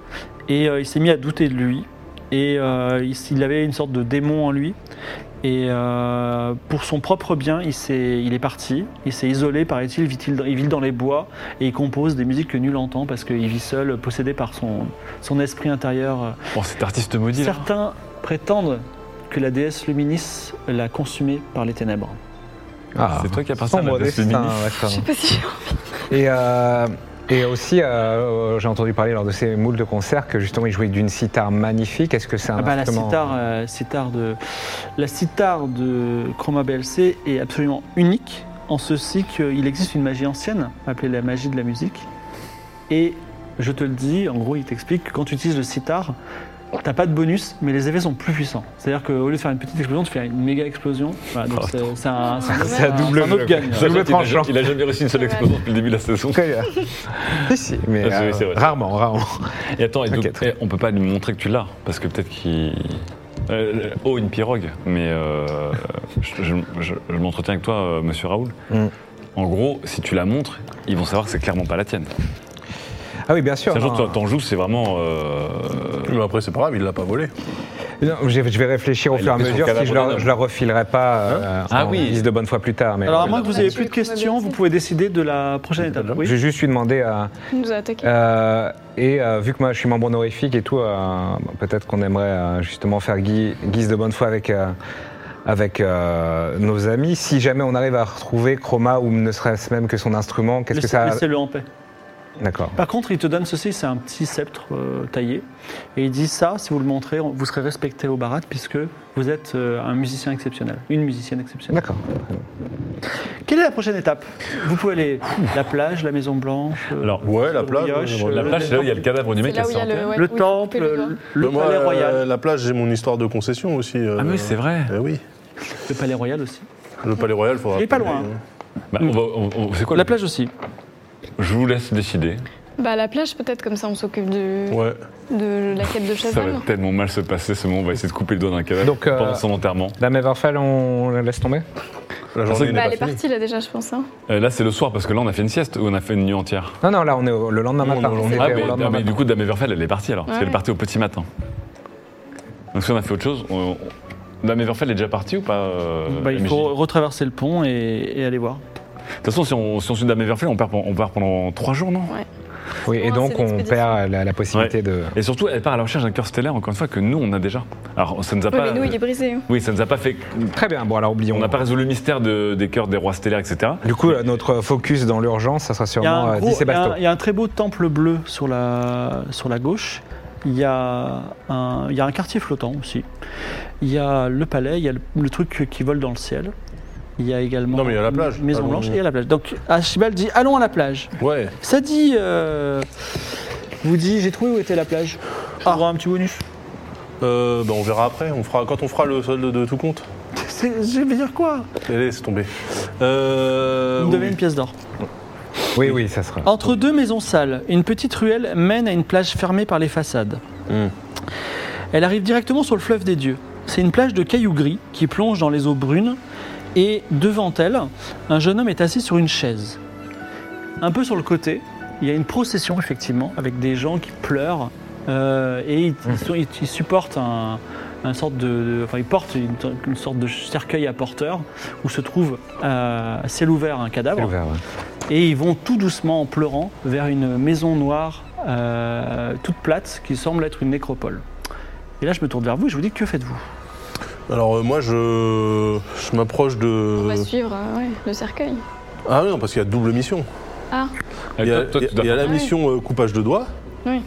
A: et euh, il s'est mis à douter de lui et euh, il, s- il avait une sorte de démon en lui. Et euh, pour son propre bien, il, s'est- il est parti, il s'est isolé, paraît-il, vit-il dans- il vit dans les bois et il compose des musiques que nul entend parce qu'il vit seul, possédé par son, son esprit intérieur.
B: Bon, cet Oh, artiste maudit. là.
A: Certains prétendent que la déesse Luminis l'a consumé par les ténèbres.
C: Ah.
B: C'est toi qui appartiens
C: Sans
B: à la
C: moi,
B: déesse
C: destin,
B: Luminis.
C: d'accord.
D: Je sais pas si.
C: Et, euh, et aussi, euh, j'ai entendu parler lors de ces moules de concert que justement, il jouait d'une sitar magnifique. Est-ce que c'est un
A: Ah bah, la
C: instrument-
A: sitar, euh, sitar de la sitar de Chroma BLC est absolument unique en ceci qu'il existe une magie ancienne appelée la magie de la musique. Et je te le dis, en gros, il t'explique que quand tu utilises le sitar, t'as pas de bonus, mais les effets sont plus puissants. C'est-à-dire qu'au lieu de faire une petite explosion, tu fais une méga explosion. Voilà, donc
B: Oh,
A: c'est- c'est un, c'est un-
D: C'est un
A: c'est
C: double
A: un autre
C: bloc.
A: gagne.
C: Double
B: Il a-
C: tranchant.
B: Il a jamais réussi une seule explosion depuis le début de la saison.
C: Ok, euh, si, si, mais
B: Ah, c'est-
C: euh,
B: c'est vrai.
C: rarement, rarement.
B: Et attends, et donc,
C: T'inquiète.
B: eh, on peut pas lui montrer que tu l'as, parce que peut-être qu'il. Euh, oh, une pirogue, mais euh, je, je- je- je m'entretiens avec toi, euh, monsieur Raoul.
C: Mm.
B: En gros, si tu la montres, ils vont savoir que c'est clairement pas la tienne.
C: Ah oui, bien sûr.
B: Si un jour
C: non.
B: t'en- t'en joues, c'est vraiment. euh,
E: Mais après, c'est pas grave, il l'a pas volé.
C: Non, je je vais réfléchir au
B: Il a
C: fur et à
B: pris son
C: mesure si
B: cadavre
C: je la,
B: d'un homme.
C: je la refilerai pas euh,
B: Ah
C: en
B: oui.
C: guise de bonne foi plus tard. Mais
A: Alors à moins que vous ayez
D: Ah,
A: plus de
D: tu veux
A: questions,
D: Chroma
A: vous
D: BLC?
A: pouvez décider de la prochaine étape. Oui.
C: j'ai juste lui demandé. euh,
D: Il nous a attaqué.
C: euh, et euh, vu que moi je suis membre honorifique et tout, euh, peut-être qu'on aimerait euh, justement faire gui- guise de bonne foi avec. euh, avec euh, nos amis, si jamais on arrive à retrouver Chroma ou ne serait-ce même que son instrument, qu'est-ce que
A: Laissez-
C: ça
A: Laissez-le en paix.
C: D'accord.
A: Par contre, il te donne ceci, c'est un petit sceptre euh, taillé. Et il dit ça, si vous le montrez, on- vous serez respecté au barat puisque vous êtes euh, un musicien exceptionnel, une musicienne exceptionnelle.
C: D'accord.
A: Quelle est la prochaine étape Vous pouvez aller la plage, la Maison Blanche, euh,
B: Alors,
E: Ouais, la
A: Le
E: plage.
A: brioche,
E: euh,
B: la
A: le-
B: plage, c'est là où il y a le cadavre du mec
D: C'est là
B: qui
D: où il y a
B: sorti.
D: le. ouais,
A: le
D: où il faut
A: temple,
D: couper le doigt.
A: le, le
E: moi,
A: palais
E: euh,
A: royal.
E: La plage, j'ai mon histoire de concession aussi. euh,
B: Ah, mais c'est vrai.
E: Eh oui.
A: Le palais royal aussi.
E: Le palais royal, faudra.
A: Il est pas loin. hein.
B: Bah, on va- on- on- c'est quoi
A: La
B: le-
A: plage aussi.
B: Je vous laisse décider.
D: Bah, la plage, peut-être, comme ça, on s'occupe de,
E: Ouais.
D: de la quête de
B: Ça va
D: Shazam.
B: tellement mal se passer ce moment. On va essayer de couper le doigt d'un cadavre
C: Donc, euh,
B: pendant son enterrement.
C: Dame Everfell, on la laisse tomber
E: La
B: Personne n'est
E: journée n'est
D: Bah,
E: pas
D: elle est
E: finie.
D: partie, là, déjà, je pense. hein.
B: Euh, là, c'est le soir parce que là, on a fait une sieste ou on a fait une nuit entière.
C: Non, non, là on est au- le lendemain
E: Non,
C: matin.
E: non,
C: On
E: non.
C: était
B: Ah,
C: au
B: mais,
C: lendemain
B: ah, mais
C: matin.
B: du coup, Dame Everfell, elle est partie alors, parce
D: Ouais.
B: qu'elle est partie au petit matin. Donc si on a fait autre chose, on... Dame Everfell est déjà partie ou pas euh,
A: Bah, il
B: MJ?
A: faut retraverser le pont et, et aller voir.
B: De toute façon, si on, si on suit Dame Everfell, on part, pen- on part pendant trois jours, non
C: Oui, et
D: Non,
C: donc
D: Ah, c'est
C: on
D: l'expédition.
C: perd la, la possibilité de.
B: Et surtout, elle part à la recherche d'un cœur stellaire, encore une fois, que nous, on a déjà. Alors, ça nous a
D: Ouais,
B: pas...
D: mais nous, il est brisé. hein.
B: Oui, ça nous a pas fait...
C: Très bien, bon alors oublions.
B: On n'a pas résolu le mystère de- des cœurs des rois stellaires, etc.
C: Du coup, euh, notre focus dans l'urgence, ça sera
A: Il y, a
C: sûrement
A: un
C: euh,
A: gros-
C: Dis et
A: il, y a
C: Basto.
A: un, il y a un très beau temple bleu sur la, sur la gauche. Il y, a un, il y a un quartier flottant aussi. Il y a le palais, il y a le, le truc qui vole dans le ciel. Il y a également
E: Non, mais il y a la plage.
A: Maison
E: Allons.
A: Blanche et à la plage. Donc Archibald dit allons à la plage.
E: Ouais.
A: Ça dit, euh, vous dit j'ai trouvé où était la plage. Ah. un petit bonus.
E: Euh, bah, on verra après. On fera quand on fera le solde de tout compte.
A: C'est- Je vais dire quoi
E: Allez, c'est tombé. Euh,
A: Vous me devez
E: oui.
A: une pièce d'or.
C: Oui, oui, ça sera.
A: Entre deux maisons sales, une petite ruelle mène à une plage fermée par les façades.
E: Hmm.
A: Elle arrive directement sur le fleuve des dieux. C'est une plage de cailloux gris qui plonge dans les eaux brunes et devant elle, un jeune homme est assis sur une chaise. Un peu sur le côté, il y a une procession effectivement avec des gens qui pleurent euh, et ils, ils sont- ils- ils supportent un, un sorte de, de- enfin ils portent une, une sorte de cercueil à porteur où se trouve euh, à ciel ouvert un cadavre
C: C'est ouvert, ouais.
A: et ils vont tout doucement en pleurant vers une maison noire euh, toute plate qui semble être une nécropole. Et là, je me tourne vers vous et je vous dis que faites-vous
E: Alors euh, moi, je, je m'approche
D: On va
E: de.
D: suivre euh, ouais, le cercueil.
E: Ah non, parce qu'il y a double mission.
D: Ah,
B: Et
E: Il y a,
B: Euh, toi- toi, tu
E: il y a-
B: dois
E: il y a
B: faire-
E: la mission euh, coupage de doigts.
D: Oui.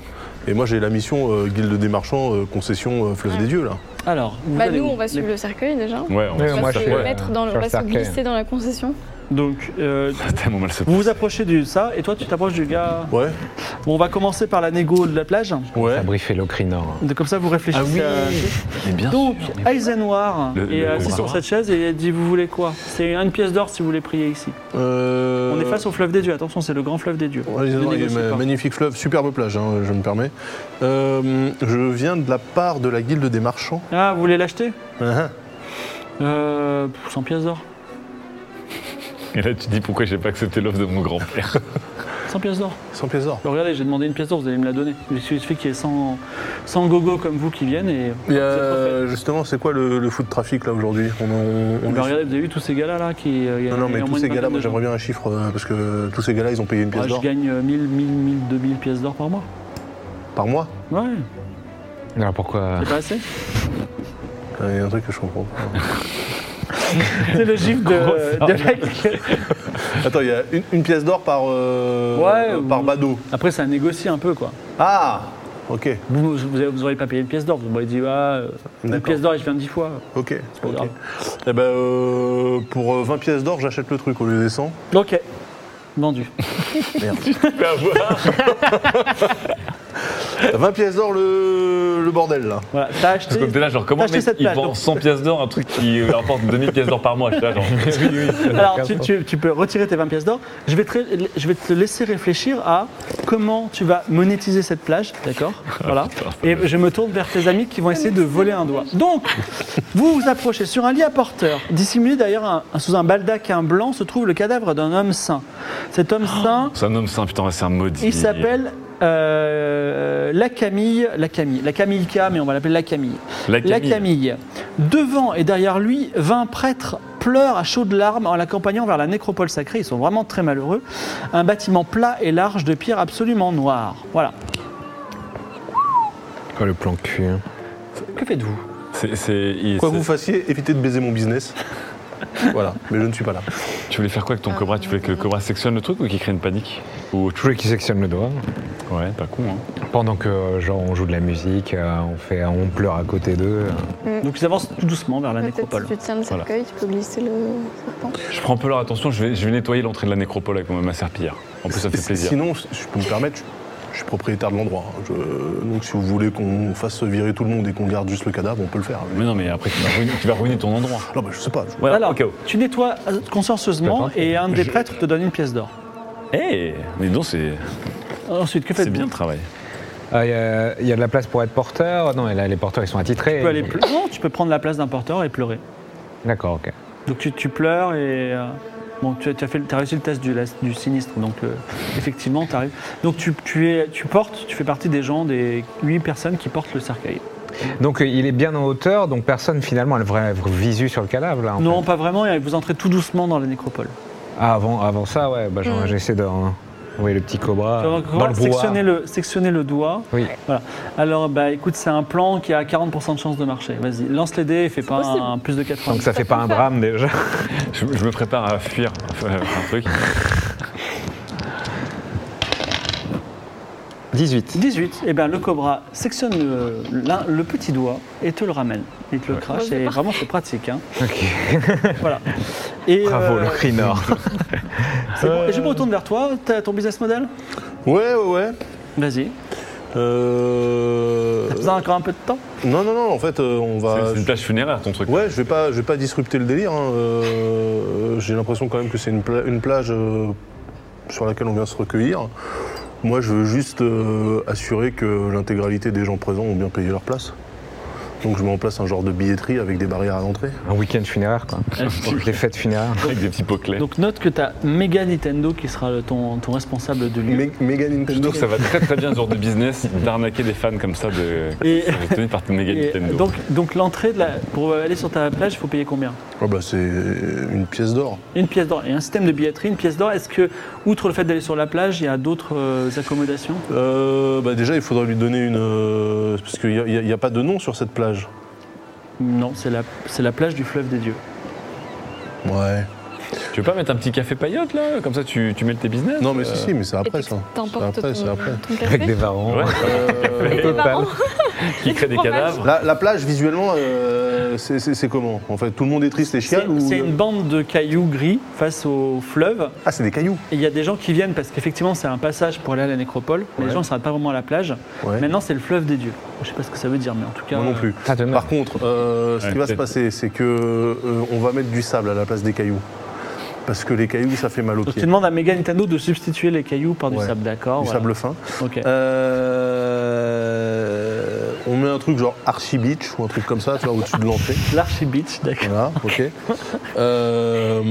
E: Et moi, j'ai la mission euh, guilde des marchands, euh, concession euh, fleuve
D: Ouais.
E: des dieux là.
A: Alors, vous
D: bah,
A: allez
D: nous,
A: où
D: on va
A: Les-
D: suivre le cercueil, déjà.
B: Ouais, on
C: Ouais,
D: On
B: va
D: va
C: moi,
D: se
C: je fais,
D: mettre
C: euh,
D: dans
C: je fais
D: le, on va
C: le
D: se
C: cercueil.
D: glisser dans la concession.
A: Donc, euh,
B: tellement mal se
A: vous vous approchez de ça et toi, tu t'approches du gars.
E: Ouais.
A: Bon, on va commencer par la négo de la plage.
E: Ouais.
C: Ça briefe l'ocrinor.
A: De- Comme ça, vous réfléchissez. à-
B: Ah Mais bien
A: Donc,
B: sûr.
A: Eisenhower
B: Le-
A: est
B: le-
A: assis
B: le-
A: sur cette chaise et il dit Vous voulez quoi C'est une pièce d'or si vous voulez prier ici.
E: Euh,
A: On est face au fleuve des dieux. Attention, c'est le grand fleuve des dieux.
E: Ouais,
A: Ne
E: il y a- il y a
A: négociez
E: ma-
A: pas.
E: magnifique fleuve, superbe plage, hein, je me permets. Euh, je viens de la part de la guilde des marchands.
A: Ah, vous voulez l'acheter
E: Ah,
A: euh, 100 pièces d'or.
B: Et là, tu dis pourquoi j'ai pas accepté l'offre de mon grand-père.
A: 100 pièces d'or.
E: ah, Sans pièces d'or.
A: Alors, regardez, j'ai demandé une pièce d'or, vous allez me la donner. Il suffit qu'il y ait 100, 100 gogos comme vous qui viennent et.
E: Il y a,
A: vous êtes refait.
E: justement, c'est quoi le, le foot trafic là aujourd'hui on, en- on
A: Bah,
E: est-
A: regardez, vous avez vu tous ces gars-là là, qui. euh, il y a-
E: Non, non,
A: il y a
E: mais
A: au
E: tous
A: moins
E: ces
A: une
E: gars-là,
A: vingtaine
E: moi
A: de
E: j'aimerais bien un chiffre, euh, parce que tous ces gars-là, ils ont payé une
A: gens.
E: pièce
A: Ouais,
E: d'or
A: je gagne euh, 1000, 1000, 1000, 2000 pièces d'or par mois.
E: par mois.
A: Ouais,
C: Alors pourquoi
A: c'est pas assez
E: Il y a un truc que je comprends pas.
A: C'est le gif de, de mec.
E: Attends, il y a une, une pièce d'or par, euh,
A: Ouais,
E: euh, par
A: ou-
E: badaud.
A: Après, ça négocie un peu, quoi.
E: Ah Ok,
A: Vous, vous, avez- vous auriez pas payé une pièce d'or. Vous m'auriez dit, ah, euh, une
E: D'accord.
A: pièce d'or, et je viens dix fois.
E: ok.
A: pas
E: ok.
A: grave.
E: Eh ben, euh, pour euh, 20 pièces d'or, j'achète le truc au lieu des 100.
A: Ok. Vendu.
E: 20 pièces d'or le, le bordel là.
A: Voilà. T'as
B: Parce
A: acheté.
B: que déjà, genre,
A: T'as
B: comment
A: acheté
B: mec,
A: cette
B: il
A: plage,
B: vend
A: donc.
B: 100 pièces d'or, un truc qui euh, leur apporte 2000 pièces d'or par mois Je suis là, genre,
A: Alors, tu, tu- tu peux retirer tes 20 pièces d'or. Je, vais te- je vais te laisser réfléchir à comment tu vas monétiser cette plage, d'accord Voilà. Et je me tourne vers tes amis qui vont essayer de voler un doigt. Donc, vous vous approchez sur un lit à porteur. Dissimulé derrière un- un- sous un baldaquin blanc se trouve le cadavre d'un homme sain. Cet homme sain,
B: c'est un homme sain, putain, c'est un maudit.
A: il s'appelle euh, la Camille, la Camille, la Camille K, mais on va l'appeler la Camille.
B: La
A: La
B: Camille.
A: Camille. Devant et derrière lui, 20 prêtres pleurent à chaudes larmes en l'accompagnant vers la nécropole sacrée. Ils sont vraiment très malheureux. Un bâtiment plat et large de pierre absolument noir. Voilà.
C: Quoi, le plan cul hein.
A: Que faites-vous
B: C'est- c'est- il-
E: Quoi que
B: c'est-
E: vous fassiez, évitez de baiser mon business. voilà, mais je ne suis pas là.
B: Tu voulais faire quoi avec ton cobra Tu voulais que le cobra sectionne le truc ou qu'il crée une panique Ou autre
C: Je voulais qu'il sectionne le doigt.
B: chose Ouais, pas con, hein.
C: Pendant que, euh, genre, on joue de la musique, euh, on, fait, on pleure à côté d'eux. Euh,
A: Donc ils avancent tout doucement vers la
D: Mm. Peut-être
A: nécropole.
D: si tu tiens le
B: Voilà.
D: cercueil, tu peux glisser le serpent.
B: Je prends un peu leur attention, je vais, je vais nettoyer l'entrée de la nécropole avec ma ma serpillière. En plus, ça fait plaisir.
E: Sinon, si je peux me permettre, je, je suis propriétaire de l'endroit. hein. Je- Donc si vous voulez qu'on fasse virer tout le monde et qu'on garde juste le cadavre, on peut le faire.
B: Mais non, mais après, tu vas ruiner, tu vas ruiner ton endroit.
E: Non, mais je sais pas. je-
B: Voilà,
A: Alors,
B: au cas où.
A: tu nettoies euh, consciencieusement et un des prêtres te donne une pièce d'or.
B: Eh Mais donc, c'est
A: Ensuite, que
B: c'est
A: faites-vous
B: bien le travail.
C: Ah, Il y a- il y, a de la place pour être porteur. Ah, Non, et là, les porteurs, ils sont attitrés.
A: Tu peux aller pleu- Non, tu peux prendre la place d'un porteur et pleurer.
C: D'accord, ok.
A: Donc tu, tu pleures et. euh, Bon, tu, tu as, fait, tu as réussi le test du, las- du sinistre, donc euh, effectivement, tu arrives. Donc tu, tu es, tu portes, tu fais partie des gens, des huit personnes qui portent le cercueil.
C: Donc, euh, il est bien en hauteur, donc personne, finalement, a le vrai visu sur le cadavre, là. en
A: Non, pas vraiment, et vous entrez tout doucement dans la nécropole.
C: fait. Ah, avant, avant ça, ouais, bah, genre,
D: Mm.
C: j'essaie d'envoyer le petit cobra euh,
A: Donc,
C: dans le brouhaha.
A: sectionnez, le, sectionnez le doigt.
C: Oui.
A: Voilà. Alors, bah écoute, c'est un plan qui a 40% de chance de marcher. Vas-y, lance les dés et fais pas
D: possible.
A: un, plus de 80.
C: Donc, ça fait pas un drame, déjà.
B: Je, je me prépare à fuir à faire un truc.
C: 18.
A: 18, et Eh bien le cobra sectionne le, l'un- le petit doigt et te le ramène. Il te le crache, et vraiment c'est pratique. hein.
C: Ok.
A: Voilà. Et,
C: Bravo,
A: euh,
C: le Rinor.
A: C'est bon. Et je me retourne vers toi. T'as ton business model
E: Ouais, ouais, ouais.
A: Vas-y.
E: Euh...
A: Vous avez encore un peu de temps
E: Non, non, non, en fait, euh, on va.
B: C'est- c'est une plage funéraire, ton truc.
E: Ouais, je vais pas, je vais pas disrupter le délire. hein. Euh, J'ai l'impression quand même que c'est une, pla- une plage euh, sur laquelle on vient se recueillir. Moi, je veux juste euh, assurer que l'intégralité des gens présents ont bien payé leur place. Donc, je mets en place un genre de billetterie avec des barrières à l'entrée.
C: Un week-end funéraire, quoi. Les fêtes funéraires.
B: Avec des petits pots clés.
A: Donc note que t'as méga Nintendo qui sera le- ton, ton responsable de lieu.
E: Mé- Méga Nintendo.
B: ça va très très bien ce genre de business d'arnaquer des fans comme ça de.
A: Et-
B: Vous tenez par méga
A: Et
B: Nintendo.
A: donc, donc l'entrée de la- pour aller sur ta plage, il faut payer combien
E: Ah bah, c'est une pièce d'or.
A: Une pièce d'or et un système de billetterie, une pièce d'or. Est-ce que, outre le fait d'aller sur la plage, il y a d'autres euh, accommodations
E: Euh, bah, déjà, il faudra lui donner une. euh, parce qu'il n'y a, pas de nom sur cette plage.
A: Non, c'est la, c'est la plage du fleuve des dieux.
E: Ouais.
B: Tu veux pas mettre un petit café paillote là Comme ça, tu, tu mets tes business
E: Non, mais
B: euh,
E: si, si, mais c'est après
D: Et tu-
E: ça. C'est
D: T'emportes
E: après, c'est
D: ton,
E: après.
D: ton café.
C: Avec des varans.
B: Ouais,
E: Euh,
D: Et tes
C: Total.
D: parents
B: qui crée des
D: fromage.
B: cadavres.
E: La, la plage, visuellement, euh, c'est- c'est c'est comment En fait, tout le monde est triste et
A: C'est
E: chial ou...
A: c'est une bande de cailloux gris face au fleuve.
E: Ah, c'est des cailloux.
A: Et il y a des gens qui viennent parce qu'effectivement, c'est un passage pour aller à la nécropole. mais Les
E: Ouais.
A: gens ne s'arrêtent pas vraiment à la plage.
E: Ouais.
A: Maintenant, c'est le fleuve des dieux. Je sais pas ce que ça veut dire, mais en tout cas. euh,
E: Moi non plus.
C: Ah, de
E: Par contre, euh, ce
B: Ouais,
E: qui va se
B: peut-être.
E: passer, c'est que euh, on va mettre du sable à la place des cailloux. Parce que les cailloux, ça fait mal aux
A: Donc
E: pieds.
A: tu demandes à Mega Nintendo de substituer les cailloux par du
E: Ouais.
A: sable, d'accord
E: Du
A: voilà.
E: sable fin.
A: Ok.
E: Euh, on met un truc genre Archie Beach ou un truc comme ça, tu vois, au-dessus de l'entrée.
A: L'Archie Beach, d'accord.
E: Voilà, ok. Euh,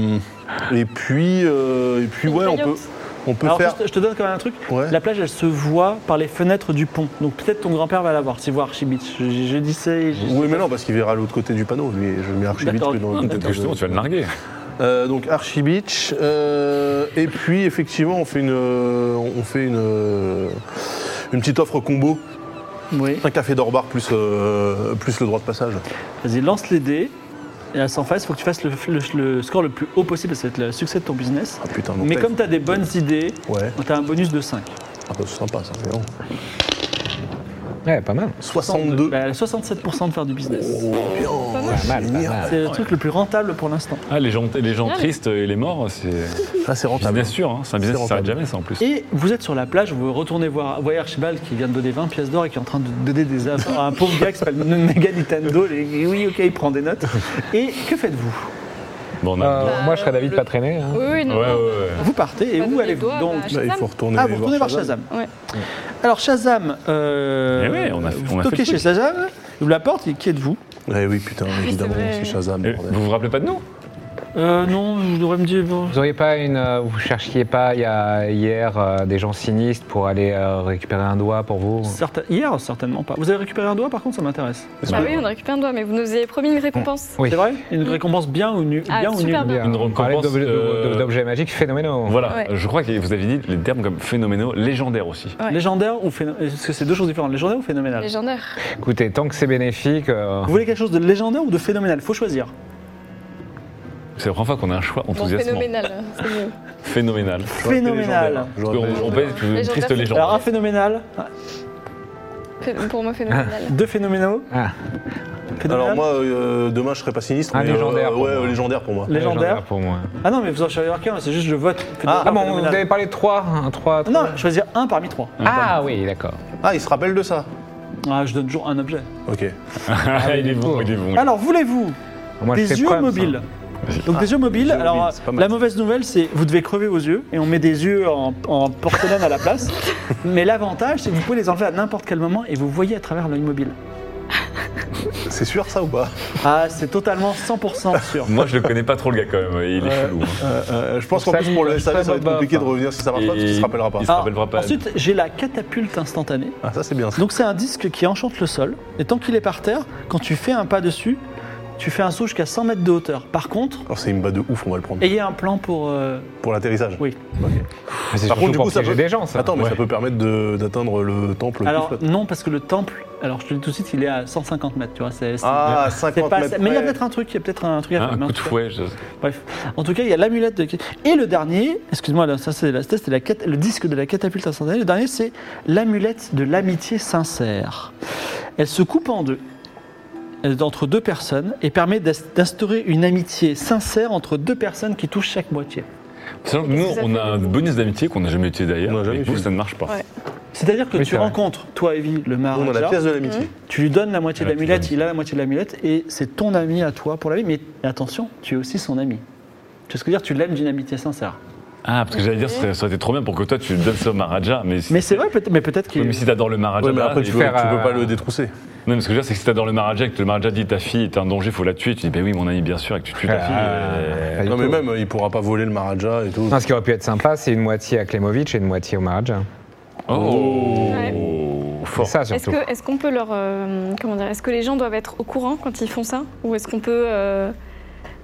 E: et puis, euh, et puis
D: Une
E: ouais, on peut,
D: paillote.
E: on peut
A: Alors
E: faire.
A: juste, je te donne quand même un truc.
E: Ouais.
A: La plage, elle se voit par les fenêtres du pont. Donc peut-être ton grand-père va la voir, s'il voit Archie Beach. Je, je- je dis ça. et je-
E: Oui, mais non, parce qu'il verra l'autre côté du panneau. Lui, je mets Archie Beach
A: D'accord.
E: que dans le.
B: Peut-être que justement, tu vas le narguer.
E: Euh, donc Archie Beach. euh, et puis effectivement, on fait une, euh, on fait une, euh, une petite offre combo
A: Oui.
E: Un café d'or bar plus, euh, plus le droit de passage.
A: Vas-y, lance les dés. Et à 100 faces, il faut que tu fasses le, le- le score le plus haut possible, parce que ça va être le succès de ton business.
E: Ah putain, donc
A: Mais
E: t'as-
A: comme tu as des bonnes idées,
E: Ouais,
A: tu as un bonus de 5.
E: ah, bah, c'est sympa ça, c'est bon.
C: Ouais, pas mal.
E: 62.
A: Bah, elle a 67% de faire du business.
E: Oh,
C: mal, pas
E: génial.
C: mal.
A: C'est le truc le plus rentable pour l'instant.
B: Ah, les gens, les gens
D: Bien, mais-
B: tristes et les morts, c'est.
E: Ah, c'est rentable.
B: Business sûr, hein. c'est un business
E: C'est
B: qui s'arrête
E: rentable.
B: jamais, ça en plus.
A: Et vous êtes sur la plage, vous retournez voir, voyez Archibald qui vient de donner 20 pièces d'or et qui est en train de donner des infos à un pauvre gars qui s'appelle Mega Nintendo. Et oui, ok, il prend des notes. Et que faites-vous
B: Bon, on a-
C: Euh,
D: Bah,
C: moi, je serais d'avis de
D: le-
C: pas traîner. hein.
D: Oui, oui, non.
B: Ouais, ouais,
D: non.
B: ouais.
A: Vous partez et
D: Pas
A: où
D: donner
A: allez-vous
D: le doigt,
A: donc
D: bah,
E: Bah, il
D: Shazam.
E: faut retourner
A: Ah, vous retournez voir Shazam.
D: Ouais.
A: Alors Shazam, euh,
B: Eh ouais, on a fait- on
A: vous
B: a fait
A: toquez
B: le
A: chez
B: truc.
A: Shazam, il ouvre la porte, il- qui êtes-vous
E: Eh oui, putain, évidemment,
D: vrai.
E: c'est Shazam.
B: Et
E: bordel.
B: Vous vous rappelez pas de nous
A: euh, Non, vous devrais me dire... Bon.
C: Vous auriez pas une, euh, vous cherchiez pas il y a hier euh, des gens sinistres pour aller euh, récupérer un doigt pour vous
A: Certain- Hier, certainement pas. Vous avez récupéré un doigt, par contre, ça m'intéresse.
D: Bah oui, on récupère un doigt, mais vous nous avez promis une récompense.
C: Oui.
A: C'est vrai Une récompense bien ou nulle
D: Mm. Ah,
A: bien ou
D: super
A: nulle
D: bien.
C: Bien. On parlait
B: récompense,
C: d'objets-
B: euh,
C: d'objets- d'objets magiques phénoménaux.
B: Voilà,
D: Ouais.
B: je crois que vous avez dit les termes comme phénoménaux, légendaires aussi.
D: Ouais.
A: Légendaire ou phénoménal Est-ce que c'est deux choses différentes Légendaire ou phénoménal
D: Légendaire.
C: Écoutez, tant que c'est bénéfique, euh,
A: Vous voulez quelque chose de légendaire ou de phénoménal Faut choisir.
B: C'est la première fois qu'on a un choix
D: Bon,
B: enthousiasmant.
D: phénoménal. c'est mieux.
B: phénoménal.
E: J'aurais appelé
A: Phénoménal.
E: légendaire. J'aurais
B: On, on
E: appelé légendaire.
B: peut être une
D: Légendaire,
B: triste
D: c'est-
B: légende.
A: Alors un phénoménal,
D: Phé- Pour moi, phénoménal.
A: deux phénoménaux.
C: Ah.
A: Phénoménal.
E: Alors moi, euh, demain, je serai pas sinistre.
C: Un
E: mais, euh,
C: légendaire, pour
E: ouais,
C: moi.
E: euh, légendaire pour moi.
A: Légendaire.
C: pour moi.
A: Ah non, mais vous en choisir qu'un, c'est juste je vote.
C: Ah,
A: phénoménal,
C: bon, vous
A: phénoménal.
C: avez parlé de trois, un, trois, trois.
A: Non, choisir un parmi trois.
C: Ah oui, d'accord.
E: Ah, il se rappelle de ça
A: Ah, je donne toujours un objet.
E: Ok.
B: Ah, il est bon, il est bon.
A: Alors, voulez-vous
C: Moi, je
A: des
C: fais
A: yeux
C: preuve,
A: mobiles donc des yeux mobiles,
E: Ah, yeux
A: alors
E: mobiles, c'est pas mal.
A: la mauvaise nouvelle c'est vous devez crever aux yeux et on met des yeux en, en porcelaine à la place. Mais l'avantage c'est que vous pouvez les enlever à n'importe quel moment et vous voyez à travers l'œil mobile.
E: C'est sûr ça ou pas
A: Ah c'est totalement
E: Ah.
A: 100% sûr.
B: Moi, je le connais pas trop, le gars, quand même. Il est chelou. hein.
E: Euh, euh, Je pense qu'en
C: Ça,
E: plus pour le
C: ça,
E: SAV, ça va être
C: bah,
E: compliqué de
C: enfin.
E: revenir si ça marche pas, parce qu'il
B: Et-
E: se rappellera pas.
B: il se
A: Ah,
B: rappellera pas.
A: Ensuite j'ai la catapulte instantanée.
E: Ah, ça c'est bien. ça.
A: Donc c'est un disque qui enchante le sol, et tant qu'il est par terre, quand tu fais un pas dessus, tu fais un saut jusqu'à 100 mètres de hauteur. Par contre,
E: Alors Oh, c'est une bas de ouf, on va le prendre.
A: ayez un plan pour... euh,
E: Pour l'atterrissage.
A: Oui.
C: Mais c'est
E: Par
C: surtout
E: contre, du
C: pour
E: coup, ça
C: piéger
E: peut-
C: des gens, ça.
E: Attends, mais
C: Ouais.
E: ça peut permettre de- d'atteindre le temple qui
A: Alors
E: flotte.
A: non, parce que le temple, alors je te le dis tout de suite, il est à 150 mètres, tu vois. c'est- c'est-
E: Ah,
A: c'est
E: 50
A: pas-
E: mètres.
A: mais il y a
E: près.
A: peut-être un truc, il y a peut-être un truc à faire.
B: Hein,
A: mais en
B: un coup de
A: tout cas-
B: fouet. je-
A: Bref. En tout cas, il y a l'amulette. De... Et le dernier, excuse-moi, là, ça c'est la, ça, c'était la cat- le disque de la catapulte instantanée. Le dernier, c'est l'amulette de l'amitié sincère. Elle se coupe en deux elle est entre deux personnes et permet d'as- d'instaurer une amitié sincère entre deux personnes qui touchent chaque moitié.
B: Sachant que nous,
D: Qu'est-ce que ça
B: on a
D: fait
B: un bonus d'amitié qu'on n'a jamais utilisé
E: On
B: d'ailleurs.
E: n'a jamais
B: mais vous,
E: utilisé.
B: ça ne marche pas.
D: Ouais.
A: C'est-à-dire que
C: Oui,
A: tu
C: c'est vrai.
A: rencontres, toi, Evie, le
E: On a
A: Maharaja,
E: la pièce de l'amitié.
A: tu lui donnes la moitié de
B: Ouais,
A: l'amulette,
B: tu
A: il a la moitié de l'amulette et c'est ton ami à toi pour la vie. Mais attention, tu es aussi son ami. Tu vois ce que je veux dire Tu l'aimes d'une amitié sincère.
B: Ah, parce que j'allais dire, ça, ça aurait été trop bien pour que toi, tu donnes ça au Maharaja. Mais si,
A: Mais c'est vrai, peut-être mais peut-être
B: Oui,
A: qu'il.
B: mais si t'adores le Maharaja,
E: Ouais, mais
B: bah,
E: après
B: il
E: tu
B: faut-
E: peux tu peux
C: faire, euh,
E: pas le détrousser.
B: Non, mais ce que je veux dire, c'est que si t'adores le Maharaja et que le Maharaja dit ta fille est un danger, faut la tuer, tu dis, ben oui, mon ami, bien sûr, et que tu tues ta
C: Ah,
B: fille. euh.
C: pas du
E: Non, mais
C: tout.
E: même, il pourra pas voler le Maharaja et tout.
C: Non, ce qui aurait pu être sympa, c'est une moitié à Klemovic et une moitié au Maharaja.
E: Ah.
B: Oh,
C: C'est
B: Fort.
C: ça,
D: Est-ce
C: surtout.
D: que, est qu'on peut leur. euh, comment dire Est-ce que les gens doivent être au courant quand ils font ça Ou est-ce qu'on peut euh,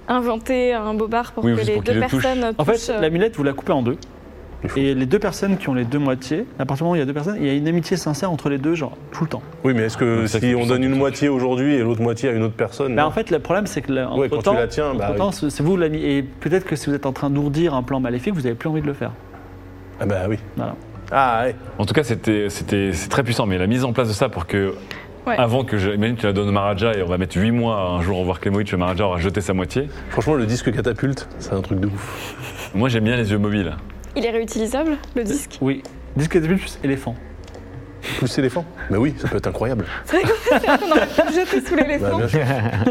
D: inventer un bobard pour
B: Oui,
D: que
B: juste
D: les
B: pour qu'ils
D: deux
B: le touchent.
D: personnes
A: En
D: touchent,
A: fait,
D: euh,
A: l'amulette, vous la coupez en deux.
E: Il faut-
A: Et les deux personnes qui ont les deux moitiés, à partir du moment où il y a deux personnes, il y a une amitié sincère entre les deux, genre tout le temps.
E: Oui, mais est-ce que
B: Donc, ça,
E: si
B: c'est
E: on
B: plus
E: donne une
B: simple.
E: moitié aujourd'hui et l'autre moitié à une autre personne
A: Bah,
E: non
A: en fait, le problème, c'est que là,
E: Ouais, quand
A: entre-temps-
E: tu la tiens, bah,
A: entre-temps, c'est vous l'ami. Et peut-être que si vous êtes en train d'ourdir un plan maléfique, vous n'avez plus envie de le faire.
E: Ah bah oui.
A: Voilà.
E: Ah ouais.
B: En tout cas, c'était c'était- c'est très puissant, mais la mise en place de ça pour que.
D: Ouais.
B: Avant que je. Imagine, tu la donnes au Maharaja et on va mettre 8 mois un jour au voir Clémoïde, le Maharaja aura jeté sa moitié.
E: Franchement, le disque catapulte, c'est un truc de ouf.
B: Moi, j'aime bien les yeux mobiles.
D: il est réutilisable, le disque
A: Oui. Disque de plus éléphant.
E: Plus éléphant Mais oui, ça peut être incroyable.
D: On aurait pu le jeter sous
E: Bah,
D: l'éléphant.
E: bien sûr. Là,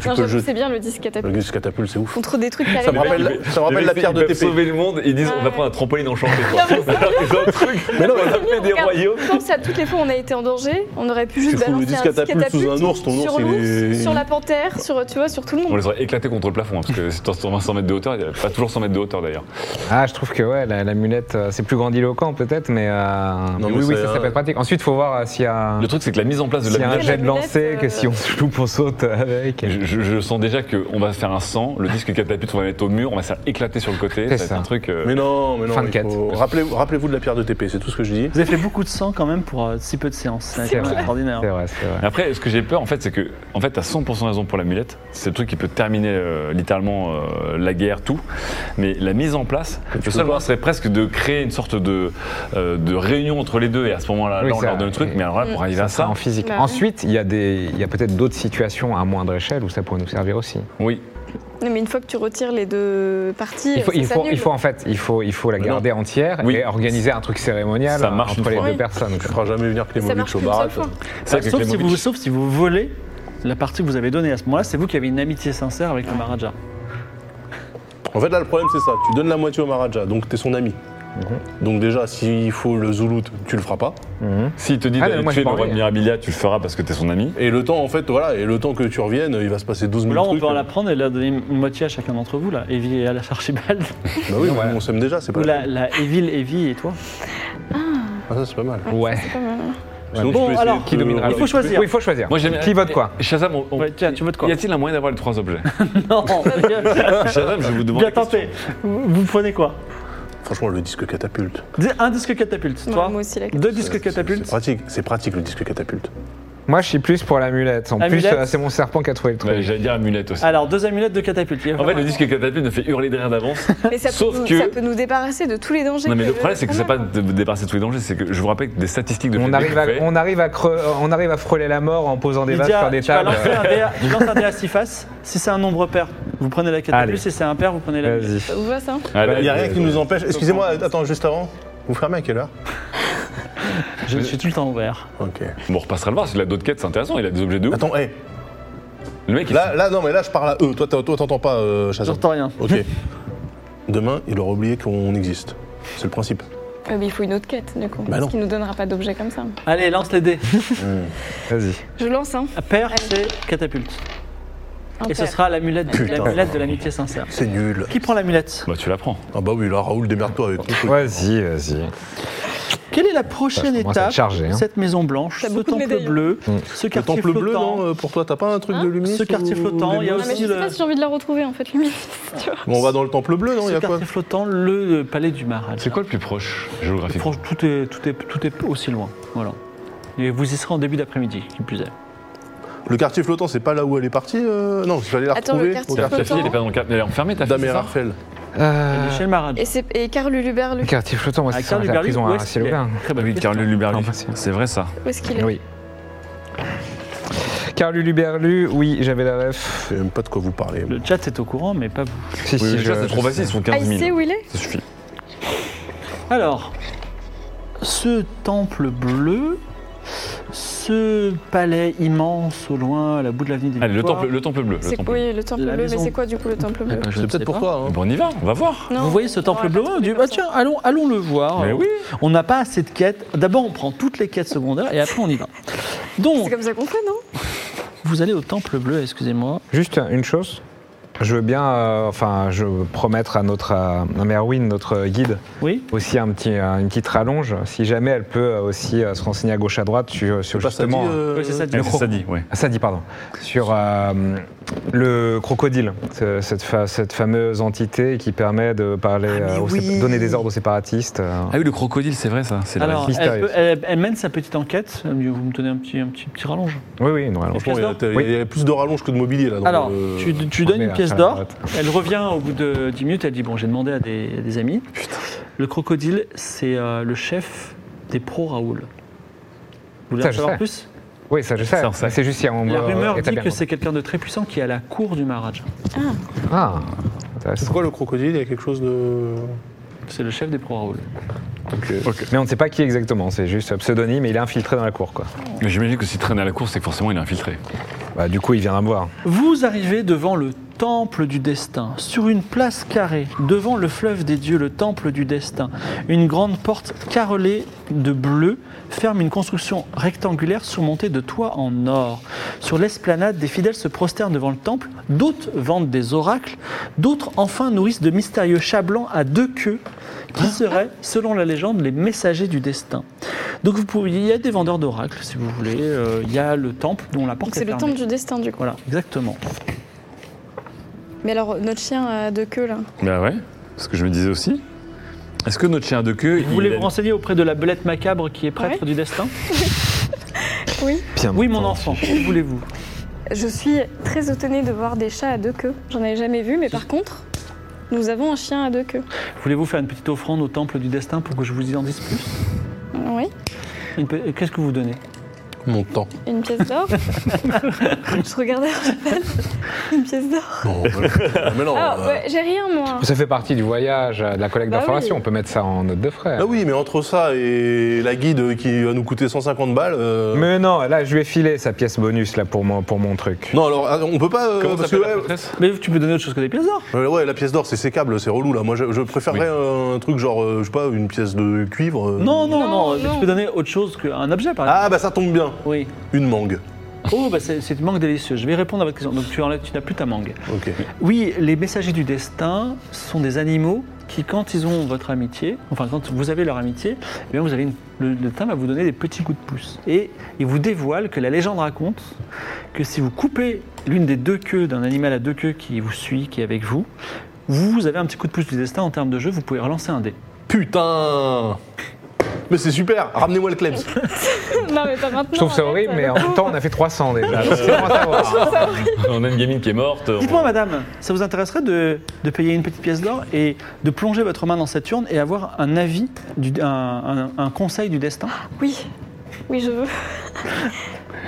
E: tu
D: Non,
E: peux le
D: j'avoue, c'est
E: jeter.
D: bien le disque catapulte.
E: Le disque catapulte, c'est ouf.
D: Contre des trucs qui
E: Ça me
D: arrivent.
E: rappelle,
B: Les mecs,
E: ça me rappelle
B: les
E: la
B: mecs,
E: pierre
B: ils
E: de
B: peuvent
E: TP.
B: sauver le monde, ils disent, on va
D: Ouais.
B: prendre un trampoline enchanté, quoi.
D: Non, mais ça-
B: Alors que c'est un truc. on a fait des
D: Regarde,
B: royaumes.
D: Comme ça, toutes les fois où on a été en danger, on aurait pu juste
E: Tu fous le
D: balancer
E: disque
D: un disque
E: catapulte sous un ours, ton ours,
D: sur
E: il
D: l'ours,
E: est-
D: sur la panthère, sur tu vois, sur tout le
B: On
D: monde.
B: les aurait éclatés contre le plafond, hein, parce que c'est 120 mètres de hauteur, il n'y a pas toujours 100 mètres de hauteur d'ailleurs.
C: Ah, je trouve que ouais, la- l'amulette, euh, c'est plus grandiloquent peut-être, mais, euh, mais
E: Non, mais
C: oui, oui, ça,
E: c'est
C: ça
E: un-
C: peut être pratique. Ensuite, suite, faut voir euh, s'il y a,
B: Le truc, c'est que la mise en place de
C: s'il y a
B: la
C: un
D: l'amulette,
C: jet de lancer,
D: euh,
C: que si on se loupe, on saute avec.
B: Je, je- je sens déjà qu'on va faire un sang, le disque catapulte, on va mettre au mur, on va se faire éclater sur le côté. Ça
C: C'est
B: va être
C: ça.
B: un truc. euh,
E: Mais non, mais non.
C: Fin de
E: il
C: quête.
E: faut- Rappelez- Rappelez-vous de la pierre de TP, c'est tout ce que je dis.
A: Vous avez fait beaucoup de sang quand même pour euh, si peu de séances. C'est
C: C'est
A: quand même
C: vrai.
A: extraordinaire.
C: C'est vrai, c'est vrai.
B: Après, ce que j'ai peur, en fait, c'est que en fait, t'as 100% raison pour l'amulette. C'est le truc qui peut terminer euh, littéralement euh, la guerre, tout. Mais la mise en place, le seul moyen serait presque de créer une sorte de, euh, de réunion entre les deux. Et à ce moment-là,
C: Oui,
B: là, on
C: ça-
B: leur donne le truc.
C: et-
B: Mais alors
D: Mm.
B: là, pour arriver à ça,
C: en physique.
D: Bah oui.
C: Ensuite, il y a, des- il y a peut-être d'autres situations à moindre échelle où ça pourrait nous servir aussi.
B: oui.
D: Non, mais une fois que tu retires les deux parties, euh,
C: Il faut,
D: ça
C: il faut,
D: s'annule.
C: il faut, en fait, il faut, il faut la
E: Mais
C: garder entière
B: Oui.
C: et organiser un truc cérémonial
B: Ça marche
C: entre
B: une
C: les
B: fois.
C: deux
D: Oui.
C: personnes.
E: Tu
C: quoi.
E: feras jamais venir
D: Ça
E: Clément
D: marche
E: au
D: qu'une
E: barat.
D: seule fois.
B: C'est
A: Ah,
B: vrai que
A: sauf, si
B: Klemovic-
A: vous, sauf si vous volez la partie que vous avez donnée à ce moment-là, c'est vous qui avez une amitié sincère avec le Maharaja.
E: En fait, là, le problème, c'est ça. Tu donnes la moitié au Maharaja, donc t'es son ami. Donc, déjà, s'il faut le Zoulout, tu le feras pas.
C: Mhm.
B: S'il te dit
C: Ah, mais
B: d'aller
C: moi,
B: tuer
C: j'ai
B: le
C: pas
B: roi de
C: envie.
B: Mirabilia, tu le feras parce que t'es son ami.
E: Et le temps, en fait, voilà, et le temps que tu reviennes, il va se passer 12
A: Ou
E: 000
A: là, on
E: trucs.
A: peut en la prendre et la donner une moitié à chacun d'entre vous, là. Evie et à la Archibald.
E: Bah oui,
C: Ouais.
E: on s'aime déjà, c'est
A: Ou
E: pas
A: la, la Evil, Evie et toi.
E: Ah, ça, c'est pas mal.
C: Ouais.
E: Sinon,
A: Bon,
E: tu peux essayer
A: alors,
E: de-
C: Qui dominera
A: Il
C: le-
A: faut choisir.
C: Oui, il faut choisir.
B: Moi, j'aime-
C: Qui vote quoi
B: Shazam, on- on-
A: Ouais, tiens, tu veux de quoi
B: y a-t-il un moyen d'avoir les trois objets
A: Non, bien,
B: Shazam, je vous demande.
A: bien tenté. Vous, vous prenez quoi
E: Franchement, le disque catapulte.
A: Dis- Un disque catapulte,
D: Ouais,
A: toi
D: moi aussi, la
A: Deux
E: C'est-
A: disques
E: c'est-
A: catapultes
E: C'est pratique, c'est pratique le disque catapulte.
C: Moi, je suis plus pour l'amulette. En
A: Amulette.
C: plus, euh, c'est mon serpent qui a trouvé le truc.
B: Ouais, J'allais dire amulette aussi.
A: Alors, deux amulettes de catapulte. Il va
B: En fait,
A: falloir-
B: le disque catapulte me fait hurler derrière d'avance.
D: Mais ça peut,
B: Sauf
D: nous,
B: que-
D: ça peut nous débarrasser de tous les dangers.
B: Non, mais
D: que-
B: le problème, c'est que ça
D: qu'on a,
B: pas
D: quoi.
B: de débarrasser de tous les dangers. C'est que je vous rappelle que des statistiques de
C: On
B: Frédéric
C: arrive, à,
B: Buffet-
C: on, arrive à creux- on arrive à frôler la mort en posant des vases
A: Lydia,
C: sur des
A: tu vas
C: tables.
A: lancer un dé à- tu lances un dé à six faces. Si c'est un nombre pair, vous prenez la
C: Allez.
A: catapulte. Si c'est un pair, vous prenez la.
C: Vas-y.
D: Ça vous va, Euh, ça hein.
B: Ah, là,
E: Il n'y a rien
B: je-
E: qui nous empêche. Excusez-moi, attends, juste avant. Vous fermez à quelle heure
A: Je suis tout le temps ouvert.
E: Ok.
B: Bon, On repassera le voir, s'il a d'autres quêtes, c'est intéressant, il a des objets de ouf.
E: Attends, hé,
B: Le mec, il-
E: là, là, non, mais là, je parle à eux. Toi, t'as- toi, t'entends pas, euh, Shazam.
A: J'entends rien.
E: Ok. Demain, il aura oublié qu'on existe. C'est le principe.
D: Ouais, mais il faut une autre quête, du coup.
E: Bah non.
D: parce qu'il nous donnera pas d'objet comme ça.
A: Allez, lance les dés.
C: Vas-y.
D: Je lance, hein.
A: Pair,
D: Allez.
A: c'est catapulte.
D: un
A: Et ce
D: pair.
A: sera l'amulette de-
E: Putain.
A: l'amulette de l'amitié sincère.
E: C'est nul.
A: Qui prend l'amulette
B: Bah, tu la prends.
E: Ah bah oui, là, Raoul, démerde-toi avec ton truc.
C: Vas-y, vas-y.
A: Quelle est la prochaine
C: Ça commence à
A: étape
C: être chargé, hein.
A: cette Maison Blanche,
D: T'as
A: ce
D: beaucoup de
A: temple
D: médailles.
A: bleu,
C: Mm.
A: ce
E: Le
A: quartier
E: temple bleu,
A: flottant Hein
E: non euh, Pour toi, t'as pas un truc de lumière
A: ce quartier flottant, il y a
D: Non, mais
A: aussi
D: je sais
A: le-
D: pas si j'ai envie de la retrouver, en fait, lui. tu vois.
E: on va dans le temple bleu, non Il y
A: Ce
E: a quoi
A: quartier flottant, le euh, palais du Maharaja.
B: C'est quoi le plus proche
A: Et
B: géographiquement
A: franchement, tout est, tout, est, tout est aussi loin. Voilà. Et vous y serez en début d'après-midi, qui plus est.
E: Le quartier flottant, c'est pas là où elle est partie euh, Non, il fallait la
D: Attends,
E: retrouver.
D: le quartier
E: au
B: Ta
E: quartier
B: ta fille, elle est pas dans le cadre. Elle est enfermée, ta fille.
E: Dame et
B: c'est ça
E: Raphaël.
C: Euh,
A: Elle est Chez le Maharaja.
D: Et, c'est- et Karl Luluber, lui,
C: Le quartier flottant, moi,
A: À
C: c'est ça,
A: Carl
C: la
A: Luberly,
C: prison
A: où
C: à
A: est-ce
C: ciel
A: qu'il est
C: ouvert.
A: Très
B: Ah,
A: bonne
B: oui,
A: question.
B: Carl Luberly.
C: Non, pas si.
B: C'est vrai ça.
D: où est-ce qu'il est,
C: Ah Oui. Carlu Luberlu, oui, j'avais la ref.
E: Je sais même pas de quoi vous parlez.
A: Le chat est au courant, mais pas vous.
C: Si,
B: Oui,
C: si,
B: mais
C: je-
B: ça, c'est trop facile, ils sont
D: Ah,
B: 15
D: il
B: 000.
D: sait où il est
B: Ça suffit.
A: Alors, ce temple bleu, ce palais immense au loin, à la bout de l'avenue des
B: Allez, Ah, le
A: Victoires.
B: temple, le temple bleu. Le
D: C'est
B: temple bleu.
D: oui, le temple
A: La
D: bleu, mais
A: maison.
D: c'est quoi du coup le temple bleu
A: Je
E: C'est
A: ne sais
E: peut-être pour
A: pas.
E: toi. hein.
B: Bon, on y va, on va voir.
D: Non,
A: Vous voyez ce
D: on
A: temple
D: va
A: bleu
D: pas
A: On dit,
D: trouver
A: bah
D: comme
A: tiens,
D: ça.
A: allons, allons le voir.
B: Mais oui.
A: On n'a pas assez de quêtes. D'abord, on prend toutes les quêtes secondaires et après, on y va. Donc,
D: C'est comme ça qu'on fait, non
A: vous allez au temple bleu, excusez-moi.
C: Juste une chose. Je veux bien, euh, enfin, je veux promettre à notre, euh, à Merwin, notre guide,
A: Oui
C: aussi un petit, un- une petite rallonge. Si jamais elle peut euh, aussi euh, se renseigner à gauche à droite sur, sur
E: C'est pas ça dit,
C: justement.
E: euh,
A: Oui, c'est ça.
B: Eh,
A: Le
B: C'est ça dit, ouais.
C: Ah, Ça dit, pardon. Sur euh, le crocodile, ce- cette, fa- cette fameuse entité qui permet de parler, euh, aux sépa- donner des ordres aux séparatistes. euh.
B: Ah oui, le crocodile, c'est vrai ça. C'est la-
A: Alors, elle,
C: mystérieuse.
A: peut- elle- elle mène sa petite enquête. Vous me donnez un petit, un petit, petit rallonge.
C: Oui, oui, une rallonge.
E: Franchement, il y a-
A: Pièce
E: t'as- il y a plus de rallonge que de mobilier là. dans
A: Alors,
E: le-
A: tu, tu
C: on
A: donnes
C: met
A: une
C: un
A: pièce
C: chat euh, à
A: d'or.
C: droite.
A: Elle revient au bout de 10 minutes. Elle dit Bon, j'ai demandé à des, à des amis. Le crocodile, c'est euh, le chef des pros Raoul. Vous voulez
C: Ça,
A: en
C: je
A: savoir
C: sais.
A: plus
C: Oui, ça je sais.
B: Ça, on sait.
C: Mais C'est juste si on
A: La
C: euh,
A: rumeur dit
C: établir-
A: que c'est quelqu'un de très puissant qui est à la cour du Maharaja.
C: Ah, intéressant.
E: C'est quoi le crocodile Il y a quelque chose de.
A: C'est le chef des pros Raoul.
C: Mais on ne sait pas qui exactement, c'est juste un pseudonyme et il est infiltré dans la cour. Quoi.
B: Mais J'imagine que s'il traîne à la course, c'est que forcément il est infiltré.
C: Bah, du coup, il viendra me voir.
A: Vous arrivez devant le temple du destin, sur une place carrée, devant le fleuve des dieux, le temple du destin. Une grande porte carrelée de bleu ferme une construction rectangulaire surmontée de toits en or. Sur l'esplanade, des fidèles se prosternent devant le temple, d'autres vendent des oracles, d'autres enfin nourrissent de mystérieux chats blancs à deux queues
D: Ah,
A: qui seraient, selon la légende, les messagers du destin. Donc vous pouvez, il y a des vendeurs d'oracles si vous voulez, euh, il y a le temple dont la porte
D: Donc c'est
A: est
D: le
A: fermée.
D: temple du destin du coup.
A: Voilà, exactement.
D: Mais alors notre chien a deux queues là.
B: Bah ouais, ce que je me disais aussi. Est-ce que notre chien de queue.
A: Vous voulez
B: il a-
A: vous renseigner auprès de la belette macabre qui est prêtre du destin
D: Oui.
A: Oui, mon enfant, que voulez-vous
D: Je suis très étonnée de voir des chats à deux queues. J'en avais jamais vu, mais par contre, nous avons un chien à deux queues.
A: Voulez-vous faire une petite offrande au temple du destin pour que je vous y en dise plus
D: Oui.
A: Une pe- Qu'est-ce que vous donnez
E: Mon temps.
D: Une pièce d'or. je regardais Raphaël. Une pièce d'or.
E: Non, mais
C: Oh,
E: non.
C: bah.
D: Ah
E: euh,
D: ouais, j'ai rien moi.
C: Ça fait partie du voyage, euh, de la collecte
D: Bah oui.
C: d'informations. On peut mettre ça en note de frais.
E: Ah oui, mais entre ça et la guide qui va nous coûter 150 balles. euh,
C: Mais non, là, je lui ai filé sa pièce bonus là pour mon, pour mon truc.
E: Non, alors ah, on peut pas. euh,
B: Comment
E: parce
B: s'appelle
E: que,
B: la
E: ouais,
B: prêtresse
A: Mais tu peux donner autre chose que des pièces d'or.
E: euh, ouais, la pièce d'or, c'est sécable, c'est relou là. Moi, je, je préférerais un truc genre, euh, je sais pas, une pièce de cuivre. euh.
A: Non, non, non,
D: Non,
A: mais tu
D: non.
A: peux donner autre chose qu'un objet, par exemple.
E: Ah bah ça tombe bien.
A: Oui.
E: Une mangue.
A: Oh, bah c'est c'est une mangue délicieuse. Je vais répondre à votre question. Donc tu enlèves, tu n'as plus ta mangue.
E: Ok.
A: Oui, les messagers du destin sont des animaux qui, quand ils ont votre amitié, enfin quand vous avez leur amitié, eh bien vous avez une- le, le destin va vous donner des petits coups de pouce. Et il vous dévoile que la légende raconte que si vous coupez l'une des deux queues d'un animal à deux queues qui vous suit, qui est avec vous, vous avez un petit coup de pouce du destin en termes de jeu, vous pouvez relancer un dé.
E: Putain Mais c'est super Ramenez-moi le Klebs
D: non mais pas maintenant.
C: Je trouve ça
D: arrête,
C: horrible, mais en
D: arrête.
C: même temps, on a fait 300 déjà. donc c'est vraiment ça, voilà.
B: On a une gamine qui est morte. on-
A: Dites-moi, madame, ça vous intéresserait de, de payer une petite pièce d'or et de plonger votre main dans cette urne et avoir un avis, du- un- un- un conseil du destin
D: Oui. Oui, je veux.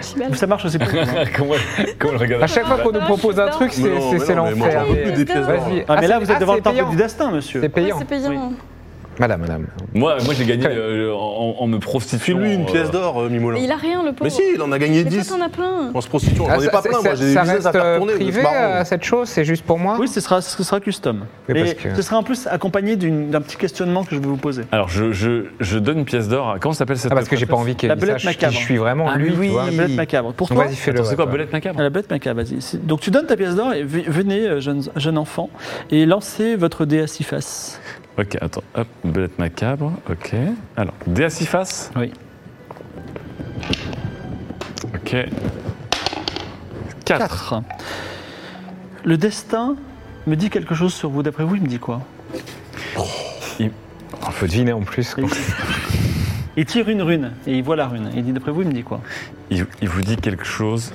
D: je suis belle.
A: Ça marche aussi pour vous, hein.
B: comment, comment le regarde
C: À chaque fois qu'on nous propose un truc,
E: Mais
C: c'est-
E: non,
C: c'est
E: mais
C: c'est
E: non, mais moi,
C: l'enfer.
E: j'en peux plus des pièces d'or.
C: Vas-y.
A: Ah, mais
C: Ah,
A: là,
C: c'est-
A: vous êtes
C: ah,
A: devant
C: c'est
A: le temple
C: payant.
A: du destin, monsieur.
C: C'est
D: Ouais,
C: payant.
D: c'est payant.
C: Madame, madame.
B: Moi, moi j'ai gagné
C: Très bien.
B: euh, en, en me prostituant.
E: File-lui une pièce
B: euh,
E: d'or, euh, Mimolin.
D: Mais il a rien le pauvre.
E: Mais si, il en a gagné
D: Mais toi,
E: 10.
D: t'en as plein.
E: On se prostitue, j'en ai
C: Ah, ça-
E: pas plein,
C: ça-
E: moi j'ai des
C: ça
E: business à
C: reste, euh,
E: faire tourner. vous êtes
C: privé,
E: marrant.
C: euh, cette chose, c'est juste pour moi
A: Oui, ce sera, ce sera custom.
C: Mais
A: Et
C: parce que-
A: ce sera en plus accompagné d'une- d'un petit questionnement que je vais vous poser.
B: Alors, je, je, je donne une pièce d'or. à- Comment s'appelle cette
C: Ah, parce que j'ai pas
B: prêtresse
C: envie
A: La
C: qu'elle
A: belette
C: sache qui
A: macabre.
C: je suis vraiment,
B: Ah,
C: lui,
B: oui.
C: tu vois.
A: La belette macabre. Pour
C: Donc
A: toi
C: vas-y, fais-le.
B: Attends, c'est quoi,
C: ouais,
B: belette macabre
A: à la belette macabre, vas-y. C'est- Donc tu donnes ta pièce d'or et v- venez, euh, jeune, jeune enfant, et lancez votre dé à six faces.
B: Ok, attends, hop, belette macabre, ok. Alors, dé à six faces
A: Oui.
B: Ok. 4.
A: Quatre. Le destin me dit quelque chose sur vous. D'après vous, il me dit quoi
C: ouais. Faut deviner en plus. quoi.
A: Il tire une rune et il voit la rune. Il dit d'après vous, il me dit quoi
B: Il, il vous dit quelque chose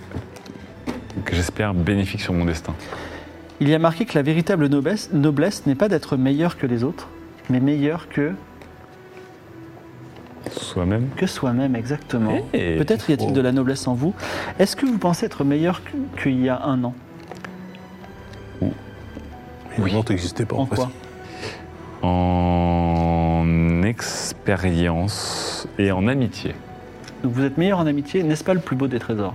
B: que j'espère bénéfique sur mon destin.
A: Il y a marqué que la véritable noblesse, noblesse n'est pas d'être meilleur que les autres, mais meilleur que,
B: Soi-même.
A: que soi-même, exactement.
B: Eh,
A: Peut-être y a-t-il
B: oh.
A: de la noblesse en vous. Est-ce que vous pensez être meilleur que- qu'il y a un an
E: Mais Non, t'existais pas
A: En
E: en fait.
A: quoi
B: En expérience et en amitié.
A: Donc vous êtes meilleur en amitié, n'est-ce pas le plus beau des trésors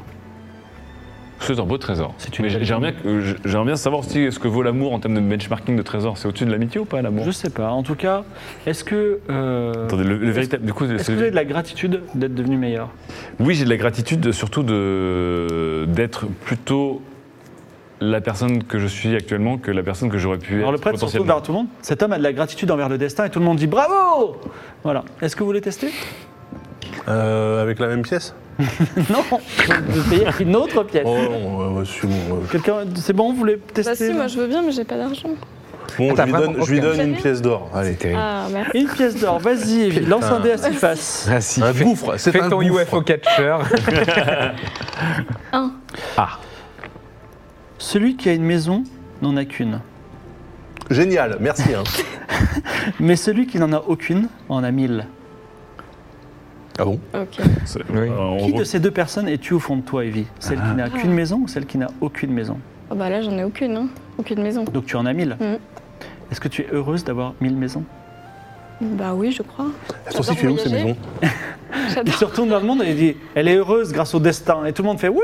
B: C'est un beau trésor.
A: C'est une
B: Mais
A: belle-
B: j'ai- j'aimerais bien, que- j'aimerais bien savoir aussi ce que vaut l'amour en termes de benchmarking de trésor. C'est au-dessus de l'amitié ou pas l'amour
A: Je sais pas. En tout cas, est-ce que, euh,
B: Attendez, le, le véritable. Du coup,
A: est-ce que
B: c'est-
A: vous avez de la gratitude d'être devenu meilleur
B: Oui, j'ai de la gratitude, surtout de d'être plutôt la personne que je suis actuellement que la personne que j'aurais pu être.
A: Alors le prêtre se retourne vers tout le monde. Cet homme a de la gratitude envers le destin et tout le monde dit bravo Voilà. Est-ce que vous voulez tester
E: Euh, avec la même pièce
A: Non Vous payez une autre pièce.
E: Oh non, ouais, ouais, c'est bon. ouais.
A: Quelqu'un, c'est bon, vous voulez tester
D: Bah si, moi je veux bien, mais j'ai pas d'argent.
E: Bon, je
C: t'as
E: lui
C: vraiment-
E: donne, je lui
C: ok.
E: donne
D: Vous
E: une
D: avez
E: pièce d'or. Allez.
C: terrible.
D: Ah merci.
A: Une pièce d'or, vas-y, Evie, lance un dé à six faces.
C: Ah, si,
E: Un
C: fais-
E: gouffre, c'est
C: Fais
E: un
C: ton
E: gouffre.
C: UFO catcher.
D: Un.
A: Celui qui a une maison n'en a qu'une.
E: Génial, merci. hein.
A: Mais celui qui n'en a aucune en a mille.
E: Ah bon
D: Ok.
B: Euh,
C: Oui.
A: Qui de ces deux personnes es-tu au fond de toi, Evie Celle qui n'a qu'une maison ou celle qui n'a aucune maison
D: Ah bah là j'en ai aucune, hein. Aucune maison.
A: Donc tu en as mille.
D: Mhm.
A: Est-ce que tu es heureuse d'avoir mille maisons
D: Bah oui, je crois.
E: Elles sont situées où ces
D: voyager.
E: maisons
A: Il se retourne vers le monde et il dit Elle est heureuse grâce au destin. Et tout le monde fait Oui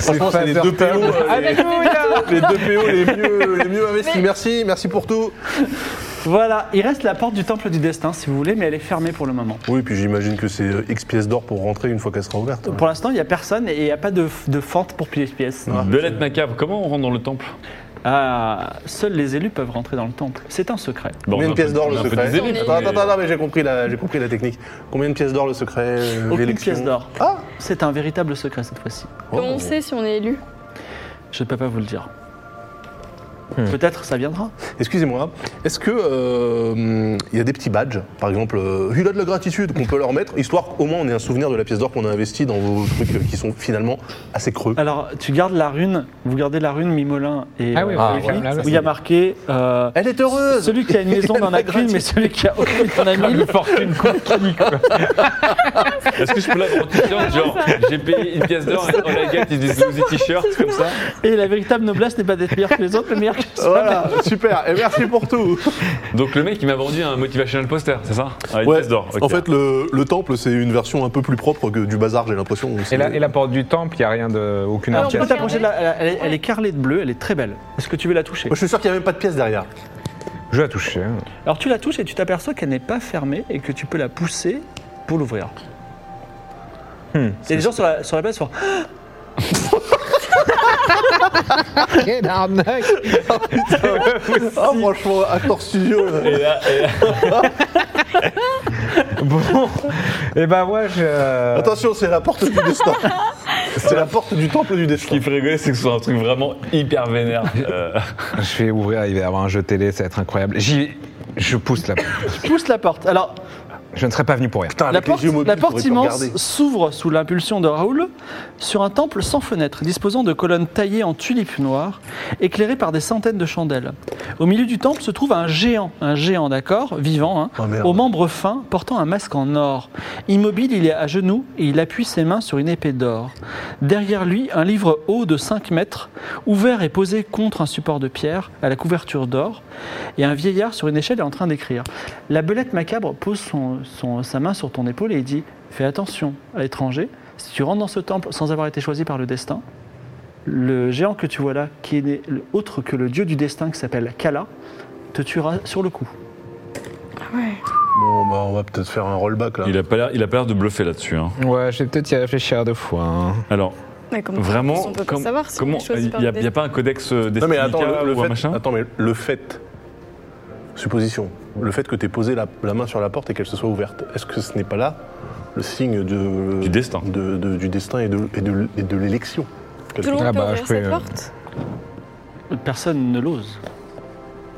E: Franchement, c'est les deux PO. euh, les- Les deux PO les mieux, les mieux investis.
D: Mais-
E: Merci, merci pour tout.
A: Voilà, il reste la porte du temple du destin si vous voulez, mais elle est fermée pour le moment.
E: Oui, puis j'imagine que c'est euh, X pièces d'or pour rentrer une fois qu'elle sera ouverte.
A: Pour l'instant, il n'y a personne et il n'y a pas de, de fente pour piller pièces.
B: Belette macabre, comment on rentre dans le temple
A: Ah, seuls les élus peuvent rentrer dans le temple. C'est un secret.
B: Bon, on
E: Combien
B: a
E: de
B: un
E: pièces
B: peu-
E: d'or
B: on
E: le
B: a un peu
E: secret
B: des élites,
E: Attends,
B: mais-
E: attends, attends, mais j'ai compris, la- j'ai compris la technique. Combien de pièces d'or le secret euh,
A: Aucune
E: l'élection
A: pièce d'or.
E: Ah
A: C'est un véritable secret cette fois-ci.
E: Oh.
D: Comment on sait si on est élu
A: Je ne peux pas vous le dire. Peut-être ça viendra.
E: Excusez-moi, est-ce que euh, hum, il y a des petits badges, par exemple euh, Hulot de la gratitude, qu'on peut leur mettre, histoire qu'au moins on ait un souvenir de la pièce d'or qu'on a investie dans vos trucs euh, qui sont finalement assez creux
A: Alors, tu gardes la rune, vous gardez la rune Mimolin et
C: Ah oui,
A: euh,
C: ah,
A: Olivier,
C: voilà, là,
A: où il y a marqué euh,
E: Elle est heureuse
A: celui qui a une maison n'en a qu'une, mais celui qui a aucune n'en a mille.
C: Fortune cookie, quoi.
B: Est-ce que je peux l'avoir en t-shirt Genre, j'ai payé une pièce d'or et dans la gâte, ils disent des t-shirts comme ça.
A: Et la véritable noblesse n'est pas d'être meilleur que les autres, mais meilleur que
E: Voilà, super, et merci pour tout
B: Donc le mec, il m'a vendu un motivational poster, c'est ça Ah, Une
E: Ouais,
B: pièce d'or. ok.
E: En fait, le, le temple, c'est une version un peu plus propre que du bazar, j'ai l'impression.
C: Et la, et la porte du temple, il n'y a rien de. Aucune
A: Alors, tu peux
C: indication.
A: t'approcher de la. Elle, elle est- elle est carrelée de bleu, elle est très belle. Est-ce que tu veux la toucher
E: Moi, je suis sûr qu'il n'y a même pas de pièce derrière.
C: Je la toucher. hein.
A: Alors, tu la touches et tu t'aperçois qu'elle n'est pas fermée et que tu peux la pousser pour l'ouvrir.
C: Hmm.
A: Et les gens sur la, sur la place font
C: Quelle arnaque
E: Ah, franchement, Actor Studio. euh. là.
B: Et là, et là-
C: Bon, et ben moi
B: euh,
C: je.
E: Attention, c'est la porte du destin. c'est la porte du temple du
B: ce
E: destin.
B: qui me fait rigoler, c'est que ce soit un truc vraiment hyper vénère. Euh,
C: Je vais ouvrir, il va y avoir un jeu télé, ça va être incroyable. J'y. Je pousse la
A: pousse la porte. Alors,
C: Je ne serais pas venu pour rien.
E: Putain,
A: La
E: avec les
A: porte,
E: yeux mobiles,
A: la
E: tu
A: porte
E: pourrais te
A: immense
E: regarder.
A: s'ouvre sous l'impulsion de Raoul sur un temple sans fenêtre, disposant de colonnes taillées en tulipes noires, éclairées par des centaines de chandelles. Au milieu du temple se trouve un géant, un géant d'accord, vivant, hein,
E: Oh, merde.
A: aux membres fins, portant un masque en or. Immobile, il est à genoux et il appuie ses mains sur une épée d'or. Derrière lui, un livre haut de 5 mètres, ouvert et posé contre un support de pierre, à la couverture d'or, et un vieillard sur une échelle est en train d'écrire. La belette macabre pose son- son- sa main sur ton épaule et dit Fais attention à l'étranger, si tu rentres dans ce temple sans avoir été choisi par le destin, le géant que tu vois là, qui est né- autre que le dieu du destin qui s'appelle Kala, te tuera sur le coup.
E: Bon, bah, on va peut-être faire un rollback là.
B: il a pas l'air il a pas l'air de bluffer là-dessus. hein.
C: Ouais, je vais peut-être y réfléchir à deux fois. hein.
B: Alors,
D: Mais comment
B: vraiment,
D: On peut pas
B: comme-
D: savoir si
B: comment
D: on est choisi par
B: il n'y a,
D: le
B: il y a pas un codex euh,
E: Non, mais attends,
B: destinica
E: le, le
B: ou un
E: fait,
B: machin
E: attends, mais le fait, supposition, le fait que t'aies posé la, la main sur la porte et qu'elle se soit ouverte, est-ce que ce n'est pas là le signe de,
B: Du destin.
E: de- de- du destin et de, et de- et de l'élection
D: destin. Tout le monde
C: Ah
D: peut
C: bah,
D: ouvrir
C: je peux,
D: cette
C: euh,
D: porte
A: Personne ne l'ose.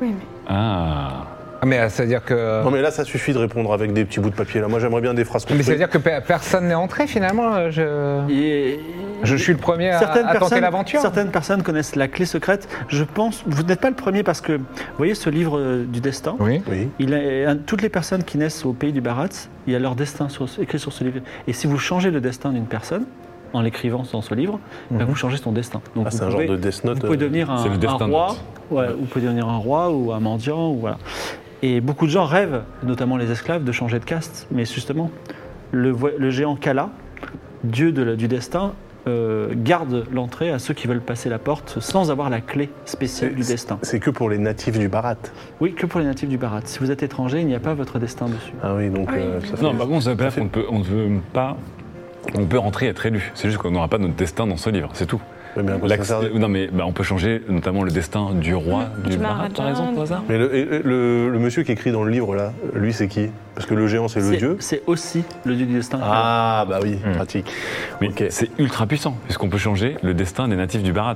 D: Oui, mais
B: Ah.
C: Ah, mais euh, ça veut dire que.
E: Non mais là ça suffit de répondre avec des petits bouts de papier là. Moi j'aimerais bien des phrases
C: Mais ça veut
E: construites.
C: dire que pe- personne n'est entré finalement euh, Je,
A: Et-
C: je suis le premier à, à tenter l'aventure
A: certaines personnes connaissent la clé secrète. Je pense, vous n'êtes pas le premier parce que, vous voyez ce livre euh, du destin
C: Oui.
E: Oui.
A: Il est- un- toutes les personnes qui naissent au pays du Baratz, il y a leur destin sur- écrit sur ce livre. Et si vous changez le destin d'une personne en l'écrivant dans ce livre, ben, vous changez son destin. Donc
E: Mhm. Ah,
A: vous
E: c'est un genre
A: pouvez-
E: de Death Note.
A: Vous pouvez
E: euh,
A: devenir un,
B: c'est le
A: un
B: destin
A: roi.
B: note.
A: Ouais, vous pouvez devenir un roi ou un mendiant ou voilà. Et beaucoup de gens rêvent, notamment les esclaves, de changer de caste. Mais justement, le, voi- le géant Kala, dieu de la- du destin. euh, garde l'entrée à ceux qui veulent passer la porte sans avoir la clé spéciale du
E: c'est-
A: destin.
E: C'est que pour les natifs du Barat.
A: Oui, que pour les natifs du Barat. Si vous êtes étranger, il n'y a pas votre destin dessus.
E: Ah oui donc. euh, ça fait-
B: Non, bah, par contre, ça veut pas dire qu'on ne peut, on ne peut pas. On peut rentrer et être élu. C'est juste qu'on n'aura pas notre destin dans ce livre, c'est tout.
E: Ouais, mais à quoi ça
B: L'accès-
E: sert
B: non, mais bah, on peut changer notamment le destin du roi, du,
D: du
B: barat, par
D: Maharaja,
B: exemple, au
D: du-
B: hasard.
E: Mais le, et- et le- le monsieur qui écrit dans le livre là, lui c'est qui Parce que le géant c'est le
A: C'est-
E: dieu.
A: C'est aussi le dieu du destin.
E: Ah bah oui,
B: Hmm.
E: pratique.
B: Mais
E: Ok.
B: c'est ultra puissant, puisqu'on peut changer le destin des natifs du barat.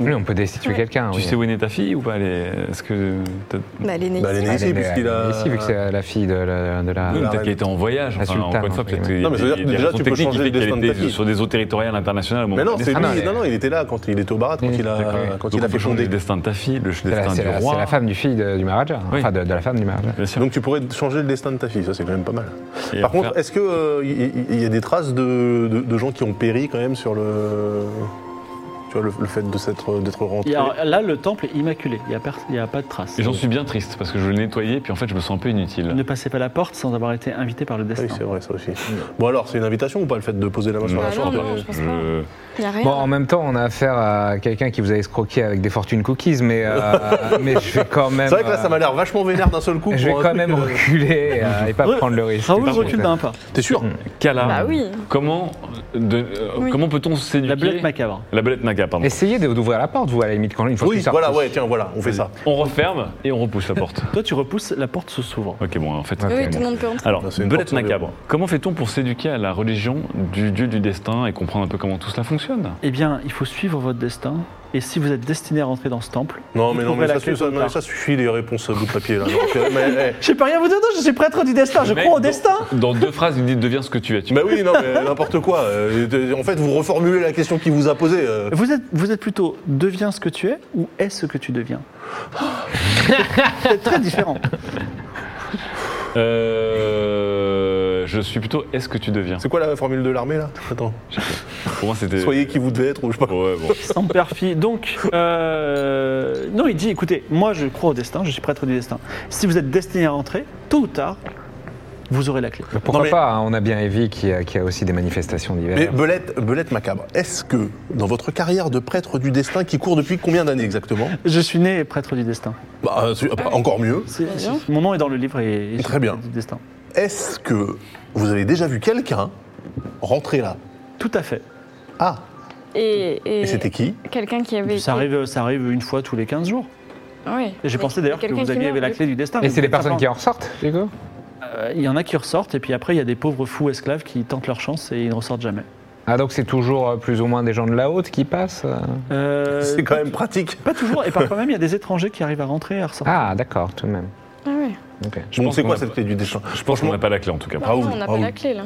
C: Oui, on peut destituer
D: Ouais.
C: quelqu'un.
B: Tu
C: Ah oui.
B: sais où est née ta fille ou pas elle est- Est-ce que. t'as-
D: bah, elle est née
E: Bah, elle est
D: ici.
E: née
C: Ah,
E: ici,
C: mais-
E: puisqu'il a-
C: mais si, vu que c'est la fille de la. de la-
B: Oui,
E: la
B: peut-être
E: reine.
B: qu'elle était en voyage.
C: La
B: Enfin,
C: sultane,
B: encore une fois,
C: entre
B: peut-être
C: guillemets.
B: qu'il y a
E: Non, mais ça veut
B: des-
E: dire,
B: des
E: déjà,
B: raisons
E: tu peux
B: techniques qui
E: changer le
B: fait qu'elle
E: destin de ta
B: était
E: fille.
B: sur des eaux territoriales internationales. au moment
E: Mais non,
B: où
E: c'est lui.
B: elle est
C: non,
B: née.
C: mais-
E: non, non, il était là quand il était au Barat, quand
C: Oui,
E: il
B: D'accord,
E: a,
B: oui.
E: quand
B: Donc
E: il a
B: on
E: fait
B: peut changer
E: fonder.
B: le destin de ta fille, le destin
C: C'est la, c'est
B: du
C: la-
B: roi.
C: c'est la femme du fille de- du Maharaja.
B: Oui.
C: Enfin, de, de la femme du Maharaja.
B: Bien sûr.
E: Donc tu pourrais changer le destin de ta fille, ça c'est quand même pas mal.
B: Et
E: Par
B: faire-
E: contre, est-ce que euh, y- y- il y, a des traces de, de- de gens qui ont péri quand même sur le Tu vois, le, le fait de s'être- d'être rentré.
A: Il y a- là, le temple est immaculé. Il n'y a, pers- il y a pas de trace.
B: Et j'en suis bien triste parce que je le nettoyais, puis en fait, je me sens un peu inutile.
A: Ne passez pas la porte sans avoir été invité par le
E: Oui,
A: destin.
E: c'est vrai, ça aussi. Bon, alors, c'est une invitation ou pas le fait de poser la main sur
D: Bah
E: la
D: non,
E: porte euh,
D: non, je pense pas. Y a rien.
C: Bon, en même temps, on a affaire à quelqu'un qui vous a escroqué avec des fortunes cookies, mais, euh, mais je vais quand même.
E: C'est vrai que là, ça
C: euh,
E: m'a l'air vachement vénère d'un seul coup.
C: Je vais
E: pour un
C: quand
E: truc,
C: même
E: euh, Ah
C: reculer euh, et pas
A: Ouais,
C: prendre le risque.
A: Raoul
C: Par
A: recule
C: contre,
A: d'un pas.
E: T'es sûr
B: Mm, Kala,
D: Bah oui.
B: comment, de- euh,
D: Oui.
B: comment peut-on séduire
A: La belette macabre.
B: La belette macabre, pardon.
C: Essayez de- d'ouvrir la porte, vous, à la limite, quand une fois que
E: Oui,
C: tu sors
E: voilà,
C: tous.
E: ouais, tiens, voilà, on fait ça.
B: On referme et on repousse la porte.
A: Toi, tu repousses, la porte se s'ouvre.
B: ok, bon, en fait.
D: Oui,
B: bon.
D: tout le monde peut entrer.
B: Alors,
E: Bah, c'est une
B: belette
E: porte sur
B: macabre, comment fait-on pour s'éduquer à la religion du dieu du destin et comprendre un peu comment tout cela fonctionne
A: Eh bien, il faut suivre votre destin. Et si vous êtes destiné à rentrer dans ce temple,
E: Non,
A: vous
E: mais non,
A: trouverez
E: mais
A: la
E: ça,
A: clé
E: suffit, ça-
A: quelque
E: non, mais
A: part.
E: ça suffit les réponses à bout de papier là. Non, mais- mais, eh,
A: Je sais pas rien vous dire, non, je suis prêtre du destin, je
B: Mais
A: crois au
B: dans-
A: destin.
B: Dans deux phrases, il dit deviens ce que tu es. Tu
E: eh, bah oui, non, mais n'importe quoi. Euh, de- En fait, vous reformulez la question qu'il vous a posée. euh.
A: Vous êtes, vous êtes plutôt deviens ce que tu es ou est ce que tu deviens C'est très différent.
B: Euh, je suis plutôt est-ce que tu deviens
E: C'est quoi la formule de l'armée là Attends.
B: Pour moi, c'était.
E: Soyez qui vous devez être ou je sais pas.
B: Ouais, bon.
A: Sans perfie. Donc, euh, non, il dit écoutez, moi je crois au destin, je suis prêtre du destin. Si vous êtes destiné à rentrer, tôt ou tard, vous aurez la clé.
C: Mais Pourquoi
E: Non, mais-
C: pas hein, On a bien Evie qui a, qui a aussi des manifestations diverses.
E: Mais Belette, Belette Macabre, est-ce que dans votre carrière de prêtre du destin qui court depuis combien d'années exactement
A: Je suis né prêtre du destin.
E: Bah, euh, c'est- bah, Encore mieux.
A: C'est-
D: Très
A: c'est-
D: bien.
A: mon nom est dans le livre et, et je
E: Très
A: suis
E: bien.
A: prêtre du destin.
E: Est-ce que vous avez déjà vu quelqu'un rentrer là
A: Tout à fait.
E: Ah,
D: Et, et
E: et c'était qui
D: quelqu'un qui avait.
A: Ça arrive, ça arrive une fois tous les 15 jours.
D: Oui.
A: Et j'ai pensé d'ailleurs que vous aviez
D: aviez
A: la clé du destin.
C: Et
A: mais
C: c'est les
A: vous pouvez
C: personnes qui
A: pas-
C: en ressortent, du coup
A: Euh, Il y en a qui ressortent, et puis après, il y a des pauvres fous esclaves qui tentent leur chance et ils ne ressortent jamais.
C: Ah, donc c'est toujours euh, plus ou moins des gens de la haute qui passent euh
A: Euh,
E: C'est quand même pratique.
A: Pas toujours, et parfois même, il y a des étrangers qui arrivent à rentrer et à ressortir.
C: Ah, d'accord, tout de même.
D: Ah oui.
C: Ok.
B: Je
E: Bon,
B: pense
E: c'est
B: qu'on
E: quoi
B: a-
E: cette clé du destin
B: Je pense qu'on n'a pas la clé en tout cas.
D: Non,
E: Raoul,
D: non, on n'a pas
E: Raoul.
D: la clé là.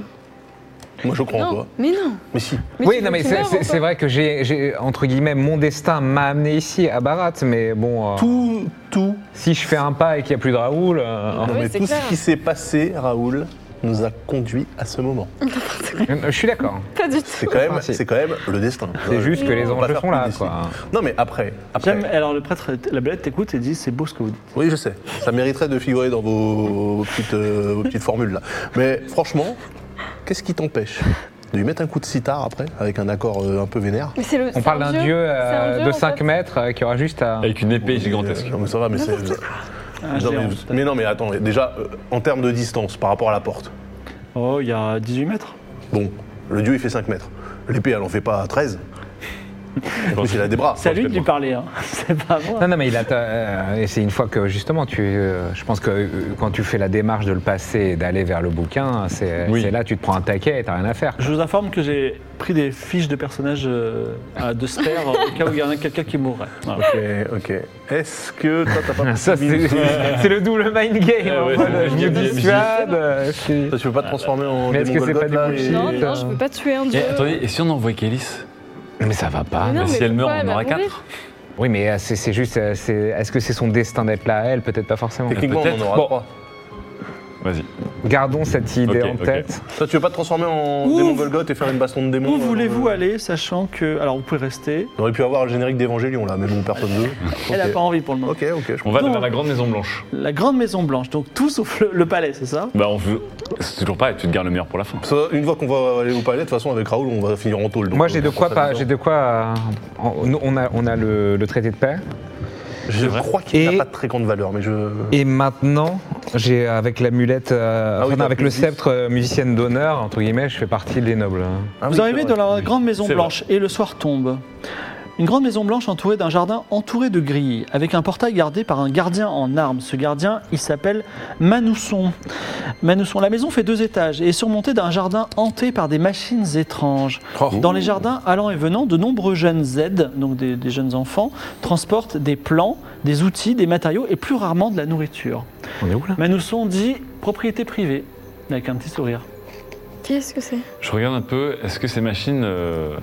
E: Moi, je crois en
D: non,
E: toi.
D: mais non.
E: Mais si.
B: Ah.
C: oui,
D: tu
C: non,
D: veux
C: mais
D: qu'il
C: c'est-
D: meure ou
C: c'est
D: pas
C: c'est vrai que j'ai, j'ai, entre guillemets, mon destin m'a amené ici, à Barat, mais bon, euh,
E: Tout, tout,
C: si je fais un pas et qu'il n'y a plus de Raoul, euh,
D: Ah
E: non,
D: oui,
E: mais
D: c'est
E: tout
D: clair.
E: ce qui s'est passé, Raoul, nous a conduit à ce moment.
C: je suis d'accord.
D: Pas du
E: C'est
D: tout.
E: quand même,
C: Merci.
E: c'est quand même le destin.
C: C'est juste que les
E: On va
C: enjeux
E: faire
C: sont là,
E: plus d'ici.
C: quoi.
E: Non, mais après,
A: J'aime-
E: après.
A: alors le prêtre, la belette t'écoute et dit c'est beau ce que vous dites.
E: Oui, je sais. Ça mériterait de figurer dans vos, vos petites, euh, vos petites formules là. Mais franchement, qu'est-ce qui t'empêche de lui mettre un coup de sitar après, avec un accord euh, un peu vénère
D: Mais c'est le-
C: On
D: c'est
C: parle
D: un
C: d'un dieu, euh,
D: C'est un dieu,
C: de
D: en
C: 5
D: fait.
C: mètres euh, qui aura juste à.
B: Avec une épée
E: Euh,
B: gigantesque.
E: Non, mais ça va, mais c'est.
A: Un
E: Non, mais,
A: géant,
E: vous-
A: tout à fait.
E: mais non, mais attends, déjà, euh, en termes de distance par rapport à la porte,
A: Oh, il y a 18 mètres.
E: bon, le dieu il fait 5 mètres. L'épée elle en fait pas 13. En plus, il a des bras.
A: C'est à lui de lui
B: Franchement.
A: parler, hein. c'est pas à moi.
C: Non, non, mais il a. euh, et c'est une fois que justement, tu. euh, je pense que euh, quand tu fais la démarche de le passer et d'aller vers le bouquin, c'est
B: Oui.
C: c'est là tu te prends un taquet et t'as rien à faire.
A: Je vous informe que j'ai pris des fiches de personnages euh, à- de spare au cas où il y en a quelqu'un qui mourrait. Voilà.
E: Ok, ok. Est-ce que toi t'as pas
C: Ça, c'est c'est le double mind game.
B: Ouais,
C: en
B: Eh ouais,
C: mode,
B: c'est le
C: je
B: mind
C: me
B: game.
C: dissuade. euh, c'est-
E: Ça, tu veux pas te transformer
C: bah.
E: en
C: Mais est-ce que
E: démon
C: c'est
E: Golgoth,
C: pas du
E: là,
C: bullshit
E: et-
D: Non,
C: Et-
D: non, je peux pas tuer un dieu.
B: Et Eh, attendez, et si on envoie Kélis
C: Mais ça va pas.
D: Mais non.
B: Si elle meurt,
D: pourquoi
B: on
D: elle
B: en aura
D: va mourir
B: quatre
C: Oui, mais euh, c'est c'est juste. euh, c'est- Est-ce que c'est son destin d'être là, elle Peut-être pas forcément.
E: Techniquement, on en
B: Peut-être.
E: aura
C: Bon.
E: trois.
B: Vas-y.
C: Gardons cette idée
B: Ok,
C: en
B: ok.
C: tête.
E: Toi, tu veux pas te transformer en
A: Ouh.
E: démon Golgoth et faire une baston de démon
A: Où
E: euh,
A: voulez-vous
E: euh,
A: aller, sachant que. Alors vous pouvez rester.
E: On aurait pu avoir le générique d'Evangélion là, mais bon, personne ne veut.
A: Elle n'a
E: Ok.
A: pas envie pour le moment.
E: Ok, ok, je
B: On va
A: Non.
B: vers la grande maison blanche.
A: La grande maison blanche, donc tout sauf le, le palais, c'est ça
B: Bah, on veut. C'est toujours pareil, tu te gardes le meilleur pour la fin.
E: Ça, une fois qu'on va aller au palais, de toute façon, avec Raoul, on va finir en tôle. donc,
C: Moi, j'ai
E: euh,
C: de quoi
E: ça
C: pas.
E: dépend.
C: J'ai de quoi. euh, en- on a, on a le, le traité de paix.
E: Je
B: vrai.
E: crois qu'il n'a
C: Et-
E: pas de très grande valeur, mais je.
C: Et maintenant, j'ai avec l'amulette, euh,
E: Ah oui,
C: enfin, non,
E: t'as
C: avec
E: plus
C: le
E: dix.
C: sceptre euh, musicienne d'honneur, entre guillemets, je fais partie des nobles. hein.
E: Ah oui,
A: Vous
E: c'est
A: arrivez
E: vrai.
A: dans la grande maison
B: C'est
A: blanche et le soir tombe. Une grande maison blanche entourée d'un jardin entouré de grilles, avec un portail gardé par un gardien en armes. Ce gardien, il s'appelle Manousson. Manousson. La maison fait deux étages et est surmontée d'un jardin hanté par des machines étranges.
E: Oh.
A: Dans les jardins allant et venant, de nombreux jeunes Z, donc des, des jeunes enfants, transportent des plants, des outils, des matériaux et plus rarement de la nourriture.
C: On est où là
A: Manousson dit propriété privée, avec un petit sourire.
D: Qu'est-ce que c'est
B: Je regarde un peu, est-ce que ces machines euh,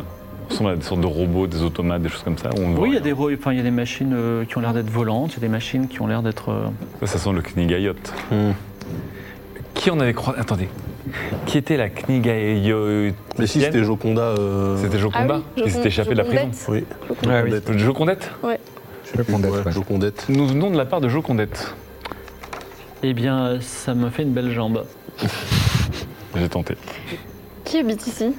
B: sont à des sortes de robots, des automates, des choses comme ça où on ne voit
A: Oui, il y, a
B: rien
A: des, ro- enfin, il y a des machines euh, qui ont l'air d'être volantes, il y a des machines qui ont l'air d'être... euh,
B: Ça, ça sent le Knigayot.
E: Hmm.
B: Qui en avait croisé Attendez, Qui était la Knigae
E: Mais si, c'était Joconda. euh,
B: C'était Joconda
D: Ah oui,
B: qui
D: Joconde-
B: s'était échappé de la prison.
D: Jocondette.
E: Oui.
C: Ah oui.
E: Jocondette.
B: Jocondette
C: Je vais prendre
E: Ouais,
C: ouais.
E: Jocondette.
B: Nous venons de la part de Jocondette.
A: Eh bien, euh, ça me fait une belle jambe.
B: J'ai tenté.
D: Qui habite ici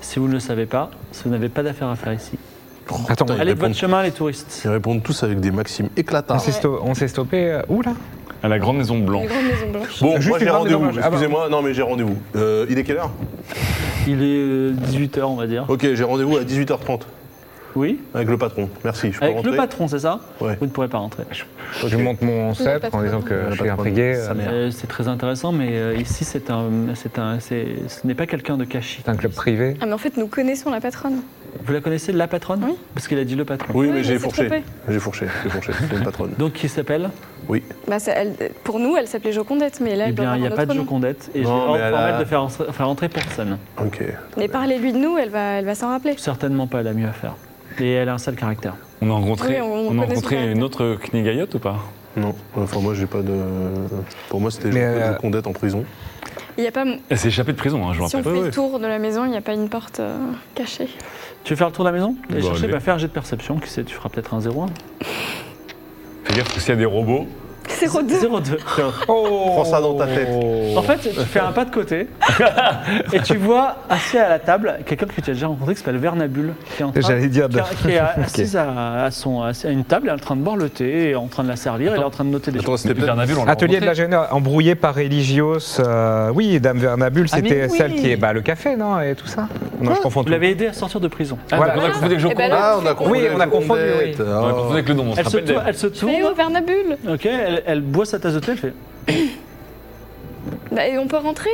A: Si vous ne le savez pas, si vous n'avez pas d'affaires à faire ici,
C: Attends,
E: Putain, ils
A: allez de
E: répondent-
A: votre chemin, les touristes.
E: Ils répondent tous avec des maximes
C: on
E: éclatantes.
C: s'est sto- on s'est stoppé euh, où là
B: À la grande maison
D: Les
B: blanche.
D: grandes maisons blanches.
E: Bon,
C: Juste
E: moi j'ai
C: une grande
E: rendez-vous,
C: dommage. Ah bah.
E: excusez-moi, non mais j'ai rendez-vous. Euh, il est quelle heure
A: Il est 18h, on va dire.
E: Ok, j'ai rendez-vous à 18h30
A: Oui
E: avec le patron. Merci, je peux
A: Avec
E: rentrer
A: le patron, c'est ça
E: Ouais.
A: Vous ne pourrez pas rentrer.
C: Je
E: Ok.
C: monte mon cèpe en disant
D: patronne.
C: que je suis
E: patronne.
C: intrigué.
E: Sa
C: euh,
E: mère.
A: Euh, c'est très intéressant, mais euh, ici, c'est un, c'est un, c'est- ce n'est pas quelqu'un de caché.
C: C'est un club privé.
D: Ah mais en fait nous connaissons la patronne.
A: Vous la connaissez, la patronne
D: Oui.
A: Parce qu'il a dit le patron.
E: Oui,
D: Oui,
E: mais
D: il
E: j'ai
D: s'est
E: fourché.
D: trompé.
E: J'ai fourché, j'ai fourché. C'est une patronne.
A: Donc, qui s'appelle
E: Oui.
D: Bah, ça- elle- pour nous elle s'appelait Jocondette mais là
A: Eh
D: elle doit
A: bien, il n'y a pas
D: avoir
A: de
D: notre nom.
A: Jocondette et je vais
E: Non,
A: hors
E: mais elle
A: permettre
E: a-
A: de faire, entrer- faire entrer personne.
E: Ok.
D: Mais parlez-lui de nous, elle va, elle va s'en rappeler.
A: Certainement pas, elle a mieux à faire. Et elle a un sale caractère.
B: On a rencontré,
D: Oui, on- on
B: on a
D: connaît son
B: rencontré
D: caractère.
B: une autre Knigayotte ou pas
E: Non. Enfin moi j'ai pas de. Pour moi c'était
C: Mais,
E: Jocondette
C: euh,
E: Jocondette en prison.
D: Il y a pas,
B: Elle s'est échappée de prison, hein, je vous
D: si on
B: rappelle.
D: fait le tour de la maison, il n'y a pas une porte euh, cachée.
A: Tu veux faire le tour de la maison Et
B: Bah,
A: chercher,
B: allez.
A: bah, faire un jet de perception, qui sait, tu feras peut-être un 0
B: Fais gaffe parce qu'il y a des robots.
D: 02.
A: 0-2.
E: Prends ça dans ta
C: Oh.
E: tête.
A: En fait, tu fais un pas de côté et tu vois assis à la table quelqu'un que tu as déjà rencontré qui s'appelle Vernabule, qui est, en train-
C: J'allais dire de-
A: qui a- qui est assise à, à son, à une table, elle est en train de boire le thé, et en train de la servir, elle est en train de noter des
E: Attends,
A: choses.
E: c'était peut-être.
B: Vernabule, on l'a
C: Atelier de la
B: rencontré.
C: Gêne, embrouillé par Religios. euh, oui, Dame Vernabule,
A: Ah, mais
C: c'était
A: oui. Hein
C: celle qui est bah, le café, non Et tout ça Non, je confonds
A: Vous
C: tout.
A: l'avez aidé à sortir de prison.
B: Ah,
C: Voilà.
B: donc on a confondu avec
D: Eh ben
B: Joconda.
D: là,
E: Ah on a confondu.
C: Oui,
E: avec
C: on a confondu,
E: Jocondette.
C: oui.
E: Ah.
B: On a confondu avec le nom, on se
A: Elle se,
B: rappelle.
A: tourne,
B: d'elle.
A: elle se
D: Mais au
A: tourne,
D: Vernabule
A: ok, elle, elle boit sa tasse de thé, elle fait
D: Bah, Et on peut rentrer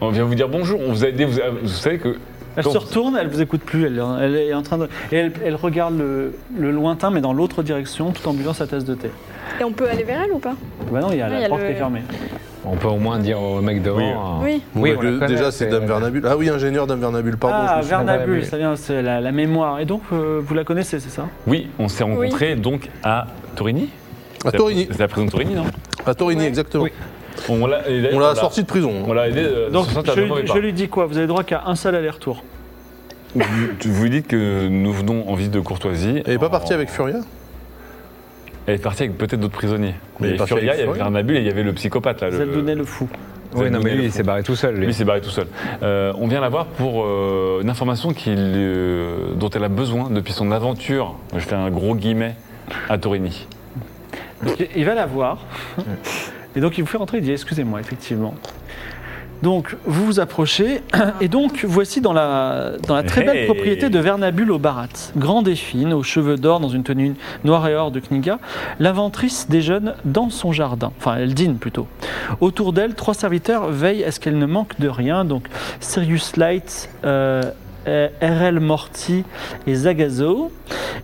B: On vient vous dire bonjour, on vous a aidé, vous, vous savez que...
A: Elle
B: Donc-
A: se retourne, elle vous écoute plus, elle, elle est en train de. Et elle, elle regarde le, le lointain, mais dans l'autre direction, tout en buvant sa tasse de thé.
D: Et on peut aller vers elle ou pas
A: Bah non, il y a
D: Ouais,
A: la
D: Ah, il y a
A: porte
D: le-
A: qui est fermée.
C: On peut au moins dire au mec devant. euh,
D: Oui.
E: Bon,
C: Oui,
E: bah,
C: on la
E: que-
C: connaît,
E: déjà c'est
C: c'est-
E: Dame Vernabule. Ah oui, ingénieur Dame Vernabule, pardon.
A: ah,
E: je me suis-
A: Vernabule,
C: mais-
A: ça vient, c'est la, la mémoire. Et donc, euh, vous la connaissez, c'est ça
B: Oui, on s'est rencontrés donc à Torigny.
E: À Torigny.
B: C'est la prison de Torigny, non
E: À Torigny, exactement.
B: On l'a et d'ailleurs,
E: On l'a sorti de prison.
B: On
E: hein.
B: l'a aidé. euh,
A: Donc,
B: sur ça, t'as
A: je,
B: vraiment eu
A: lui-
B: part.
A: je lui dis quoi Vous avez droit qu'à un seul aller-retour.
B: Vous- tu- Vous lui dites que nous venons en visite de courtoisie.
E: Elle est pas
B: en-
E: partie avec Furia
B: Elle est partie avec peut-être d'autres prisonniers. Mais il
E: Mais elle est
B: y avait
E: partie
B: Furia,
E: avec
B: il y avait
E: Furia.
B: Vernabule et il y avait le psychopathe là. le-
A: Zeldonnet le fou.
C: Oui, non, mais
B: Zeldonnet,
C: lui,
B: le
C: il
B: fou.
C: s'est barré tout seul.
B: Lui, il
C: Lui.
B: s'est barré tout seul. Euh, on vient la voir pour euh, une information qu'il, euh, dont elle a besoin depuis son aventure, je fais un gros guillemet, à Torini.
A: Donc, il- il va la voir. Et donc, il vous fait rentrer, il dit Excusez-moi, effectivement. Donc, vous vous approchez, et donc, voici dans la, dans la très belle
B: Hey.
A: propriété de Vernabule au Barat, grande et fine, aux cheveux d'or, dans une tenue noire et or de Kniga, l'inventrice déjeune dans son jardin. Enfin, elle dîne plutôt. Autour d'elle, trois serviteurs veillent à ce qu'elle ne manque de rien. Donc, Sirius Light, euh, euh, RL Morty et Zagazo.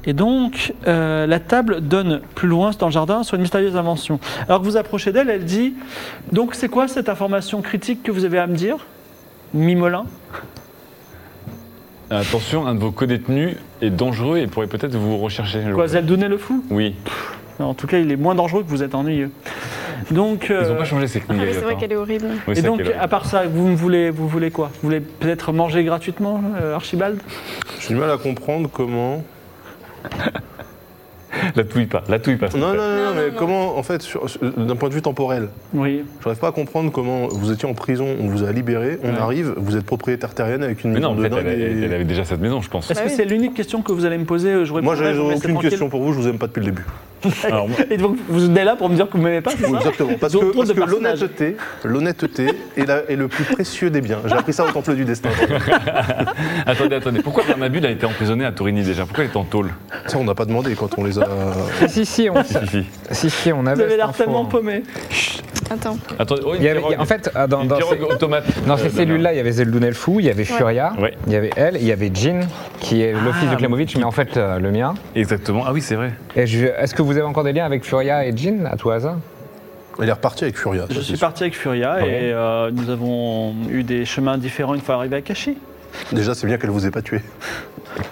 A: Et donc, euh, la table donne plus loin dans le jardin sur une mystérieuse invention. Alors que vous approchez d'elle, elle dit Donc, c'est quoi cette information critique que vous avez à me dire Mimolin
B: Attention, un de vos codétenus est dangereux et pourrait peut-être vous rechercher.
A: Quoi, Zeldonnet le fou
B: Oui.
A: Non, En tout cas, il est moins dangereux que vous êtes ennuyeux. Donc.
B: Ils
A: euh,
B: n'ont pas changé ces
D: Ah,
B: Knigayotes.
D: mais c'est vrai
B: hein.
D: qu'elle est horrible.
B: Oui,
A: et
B: c'est
A: donc,
B: vrai qu'elle est-
A: à part ça, vous me voulez, vous voulez quoi Vous voulez peut-être manger gratuitement, euh, Archibald
E: J'ai du mal à comprendre comment.
B: La touille pas, la touille pas. s'il
E: Non,
B: te
E: non,
B: plaît.
E: non,
D: Non,
E: mais
D: non, non.
E: comment, en fait, sur- sur- d'un point de vue temporel,
A: Oui.
E: j'arrive pas à comprendre comment vous étiez en prison, on vous a libéré, on
A: Ouais.
E: arrive, vous êtes propriétaire terrienne avec une
B: Mais non,
E: maison
B: en
E: de
B: fait,
E: dingue.
B: elle, elle-
E: et-
B: elle avait déjà cette maison, je pense.
A: Est-ce que c'est l'unique question que vous allez me poser euh, Je
E: Moi,
A: répondrai,
E: j'ai
A: vous me laissez
E: aucune
A: tranquille. Ah
E: question pour vous, je vous aime pas depuis le début.
B: Alors, moi-
A: Et donc, vous venez là pour me dire que vous m'aimez pas, c'est
E: Oui, Ah
A: ça
E: Exactement. Parce que,
A: D'autres
E: parce
A: de
E: que
A: personnages.
E: l'honnêteté, l'honnêteté est, la- est le plus précieux des biens. J'ai appris ça au temple du destin.
B: attendez, attendez. Pourquoi Bernabule a été emprisonné à Torini déjà Pourquoi il est en tôle
E: Ça, on n'a pas demandé quand on les a.
C: Si, si, on,
B: Si, si.
C: si, si, on
A: Vous
C: avait.
A: avez
C: cette
A: l'air
C: info,
A: tellement
C: hein.
A: paumé.
D: Attends.
B: Attendez, oh, une
C: Il y avait- il y a-
B: pirogue.
C: en fait, euh, dans,
B: Une
C: dans
B: pirogue
C: ces-
B: aux tomates.
C: dans ces
B: Euh,
C: cellules-là, il y avait Zeldounel Fou, il y avait Furia,
B: Ouais.
C: il y avait elle, il y avait Jean, qui
A: Ah,
C: est le fils de Klemovic, mais en fait euh, le mien.
B: Exactement. Ah oui, c'est vrai.
C: Et je- Est-ce que vous avez encore des liens avec Furia et Jean, à tout hasard
E: Elle est repartie avec Furia. ça,
A: Je
E: c'est
A: suis
E: sûr.
A: parti avec Furia et euh, nous avons eu des chemins différents une fois arrivés à Kashi.
E: Déjà, c'est bien qu'elle vous ait pas tué.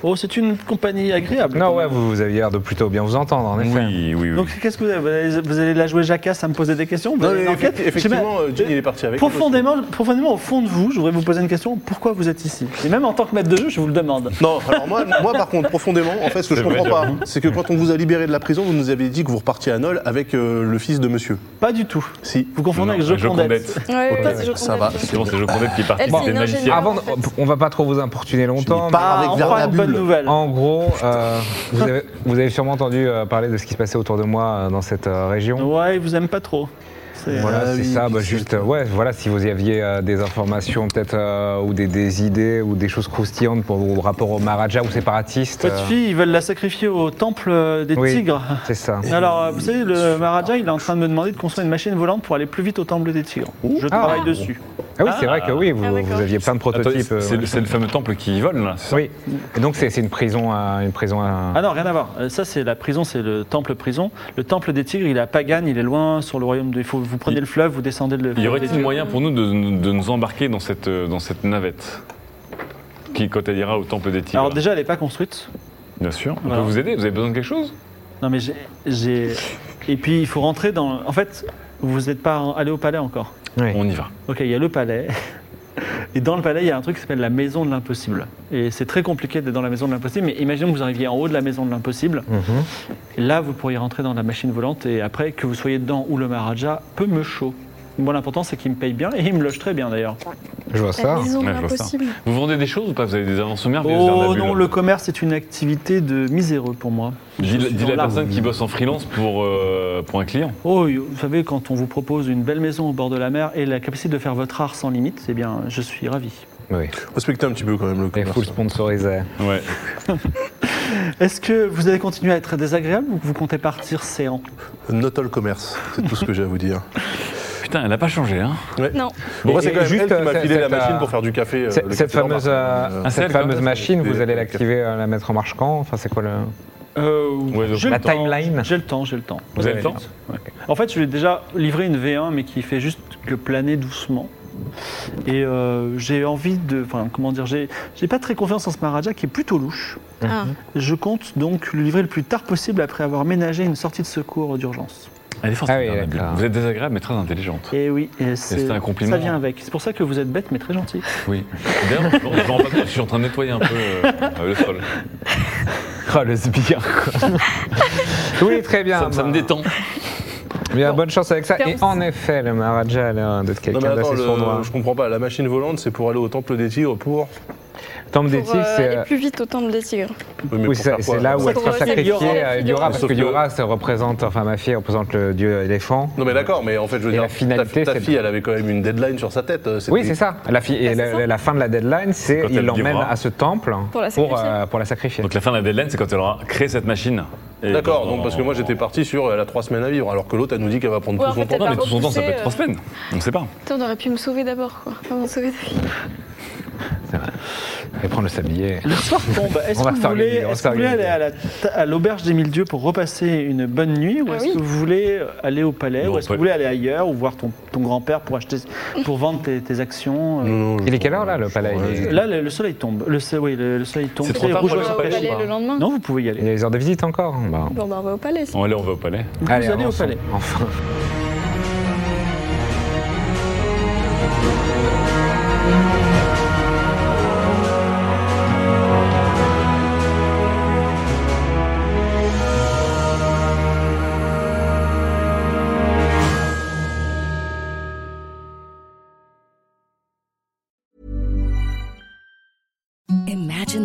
A: Oh, c'est une compagnie agréable.
C: Non,
A: quand
C: ouais,
A: même.
C: vous, vous aviez l'air de plutôt bien vous entendre, en effet.
B: Oui, oui, oui.
A: Donc qu'est-ce que vous avez Vous allez la jouer jacasse à me poser des questions Vous
E: Non,
A: avez
E: mais
A: une enquête
E: effecti- effectivement,
A: Je sais
E: euh, Jim, il est parti avec.
A: pas, Profondément, profondément au fond de vous, je voudrais vous poser une question. Pourquoi vous êtes ici Et même en tant que maître de jeu, je vous le demande.
E: Non, alors moi, moi par contre, profondément, en fait, ce que je
B: C'est vrai,
E: comprends pas, c'est que quand on vous a libéré de la prison, vous nous avez dit que vous repartiez à Nol avec euh, le fils de monsieur.
A: Pas du tout.
E: Si.
A: Vous confondez
B: Non,
A: avec
B: non,
A: Jocondette.
B: Jocondette.
D: Ouais,
C: Ok,
D: ouais, je
E: ça
D: comprends
E: va.
D: bien.
B: C'est bon, c'est Jocondette qui est parti,
D: Elle,
B: qui
D: c'est
B: était
D: une
B: magicien.
D: ingénieure.
C: Avant,
D: en fait.
C: on va pas trop vous importuner longtemps. mais-
A: Pas,
E: avec
A: encore une bonne
E: Vernabule.
A: nouvelle.
C: En gros, euh, vous, avez, vous avez sûrement entendu euh, parler de ce qui se passait autour de moi euh, dans cette euh, région.
A: Ouais, ils vous aiment pas trop. C'est- euh,
C: Voilà,
E: Ah
C: c'est
E: oui,
C: ça. bah,
E: c'est
C: juste,
E: ça.
C: euh, ouais, voilà, si vous y aviez euh, des informations, peut-être, euh, ou des, des idées, ou des choses croustillantes pour vos rapports aux Maharajas ou séparatistes.
A: Votre
C: euh,
A: fille, ils veulent la sacrifier au temple euh, des
C: Oui.
A: tigres.
C: c'est ça.
A: Alors, euh, vous savez, le Maharaja, il est en train de me demander de construire une machine volante pour aller plus vite au temple des tigres. Je travaille dessus.
C: Ah oui, c'est vrai que oui, vous,
D: Ah, d'accord.
C: vous aviez plein de
B: Attends,
C: prototypes.
B: c'est-
C: euh,
B: c'est le- c'est le fameux temple qui vole, là, c'est ça
C: oui. Et donc c'est c'est une prison, à- une prison. à-
A: Ah non, rien à voir. Euh, Ça, c'est la prison, c'est le temple prison. Le temple des tigres, il est à Pagan, il est loin sur le royaume des. Faut, vous prenez le fleuve, vous descendez le.
B: Il y aurait-il
A: fleuve.
B: moyen pour nous de, de nous embarquer dans cette, euh, dans cette navette qui, quand elle ira au temple des tigres
A: Alors déjà, elle n'est pas construite.
B: Bien sûr. On
A: Voilà.
B: peut vous aider Vous avez besoin de quelque chose
A: Non, mais j'ai- j'ai. Et puis, il faut rentrer dans. En fait, vous n'êtes pas allé au palais encore.
C: Oui.
B: On y va.
A: Ok, il y a le palais. Et dans le palais, il y a un truc qui s'appelle la maison de l'impossible. Et c'est très compliqué d'être dans la maison de l'impossible, mais imaginons que vous arriviez en haut de la maison de l'impossible.
C: Mhm.
A: Là, vous pourriez rentrer dans la machine volante et après, que vous soyez dedans ou le Maharaja, peu me chaud. Moi, l'important, c'est qu'il me paye bien et il me loge très bien d'ailleurs.
C: Je vois
D: La
C: ça.
D: maison de
B: Ouais, je vois ça.
D: l'impossible.
B: Vous vendez des choses ou pas Ah, Vous avez des avances merveilleuses
A: Oh non, le commerce est une activité de miséreux pour moi.
B: Dis,
A: Je suis
B: dis
A: dans
B: la
A: l'art.
B: personne qui bosse en freelance pour, euh, pour un client.
A: Oh, vous savez, quand on vous propose une belle maison au bord de la mer et la capacité de faire votre art sans limite, eh bien, je suis ravi.
C: Oui.
E: Respectez un petit peu quand même le
C: Et
E: commerce.
C: full sponsorisé.
B: Ouais.
A: Est-ce que vous allez continuer à être désagréable ou que vous comptez partir séant
E: Not all commerce, c'est tout ce que j'ai à vous dire.
B: Putain, elle n'a pas changé, hein
E: Ouais.
D: Non.
E: Bon, moi,
C: Et-
E: c'est
C: et
E: quand même
C: juste,
E: elle qui m'a
C: euh,
E: filé la
C: cette,
E: machine
C: euh,
E: pour faire du café. euh,
C: Cette,
E: le
C: cette
E: café d'or,
C: fameuse,
E: bah,
C: euh,
E: euh,
B: Ah, c'est
C: cette
B: elle,
C: fameuse
B: comme ça,
C: machine,
E: c'est-
C: vous allez
E: c'est-
C: l'activer, euh, la mettre en marche quand Enfin, c'est quoi le.
B: Ouais, donc-
A: Euh, J'ai
C: La
A: le temps.
C: timeline
A: J'ai le temps, j'ai le temps.
B: Vous avez le temps
A: En fait, je lui ai déjà livré une V1, mais qui fait juste que planer doucement. Et euh, j'ai envie de. Enfin, comment dire J'ai j'ai pas très confiance en ce Maharaja qui est plutôt louche.
D: Ah.
A: Je compte donc le livrer le plus tard possible après avoir ménagé une sortie de secours d'urgence.
B: Elle est forte,
C: Ah oui,
B: madame
C: d'accord.
B: Abdul. Vous êtes désagréable, mais très intelligente.
A: Et oui, et
B: c'est un compliment.
A: Ça vient avec. C'est pour ça que vous êtes bête, mais très gentil.
B: Oui. D'ailleurs, je me rends pas compte, je suis en train de nettoyer un peu euh, euh, le sol.
C: Oh, le sbire, quoi. Oui, très bien.
B: Ça, ça me
C: bah,
B: détend.
C: Bien, bonne chance avec ça. Et
D: Terme-
C: en effet, le Maharaja a l'air d'être
E: Non, mais
C: quelqu'un
E: attends,
C: d'assez
E: le-
C: sournois.
E: je comprends pas. La machine volante, c'est pour aller au temple des tigres pour.
C: Temple des
D: Pour
C: Tigres,
D: euh,
C: c'est.
D: aller plus vite au temple des tigres.
E: Oui, mais
C: Oui,
E: pour
C: c'est
E: faire quoi
C: c'est là où
D: C'est
C: elle
D: pour
C: sera
D: rester
C: sacrifiée
D: Yora.
C: à Yora, parce
E: Sauf
C: que
E: que-
C: Yora, ça représente, enfin ma fille représente le dieu éléphant.
E: Non, mais d'accord, mais en fait, je veux
C: Et
E: dire,
C: la finalité,
E: ta, ta
C: c'est-
E: fille, elle avait quand même une deadline sur sa tête. euh, c'était-
C: Oui, c'est ça. La, fi- et
D: Ah, c'est
C: la,
D: ça.
C: la fin de la deadline, c'est
B: Quand
C: il
B: elle
C: l'emmène
B: vivra.
C: à ce temple
D: Pour la
C: pour,
D: sacrifier.
C: euh, pour la sacrifier.
B: Donc la fin de la deadline, c'est quand elle aura créé cette machine. Et
E: D'accord,
B: dans-
E: donc parce que moi j'étais parti sur elle a trois semaines à vivre, alors que l'autre elle nous dit qu'elle va prendre
D: Ouais,
E: tout
D: en
E: son
D: fait,
E: temps.
D: elle
B: Non, mais tout son temps, ça
D: Repoussé,
B: peut être trois
D: euh.
B: semaines. On ne sait pas.
D: Putain, on aurait pu me sauver d'abord, quoi. Enfin, me sauver d'abord.
C: Elle prend le sablier.
A: Le soir tombe. Est-ce
C: On va
A: que vous
C: s'organiser,
A: voulez,
C: on va
A: est-ce que vous voulez aller
C: s'organiser.
A: à la ta- à l'auberge des mille dieux pour repasser une bonne nuit ou
D: Ah
A: est-ce
D: oui.
A: que vous voulez aller au palais
B: Non,
A: ou est-ce que
B: pas-
A: vous voulez aller ailleurs ou voir ton, ton grand-père pour acheter pour vendre tes, tes actions euh,
C: Il est quelle heure là, le palais il, est...
A: Là, le, le soleil tombe. Le, so- oui, le, le soleil tombe.
B: C'est trop tard
D: On
B: Rouge,
D: va
B: ouais,
D: au
B: ça
D: palais
B: pêche,
D: le lendemain.
A: Non, vous pouvez y aller.
C: il y a les heures de visite encore Bah,
D: Bon, bah, on va au palais. ça.
B: Bon, allez, on va au palais.
A: Vous
C: allez,
A: allez au
C: avançons.
A: palais.
C: Enfin.
G: Imagine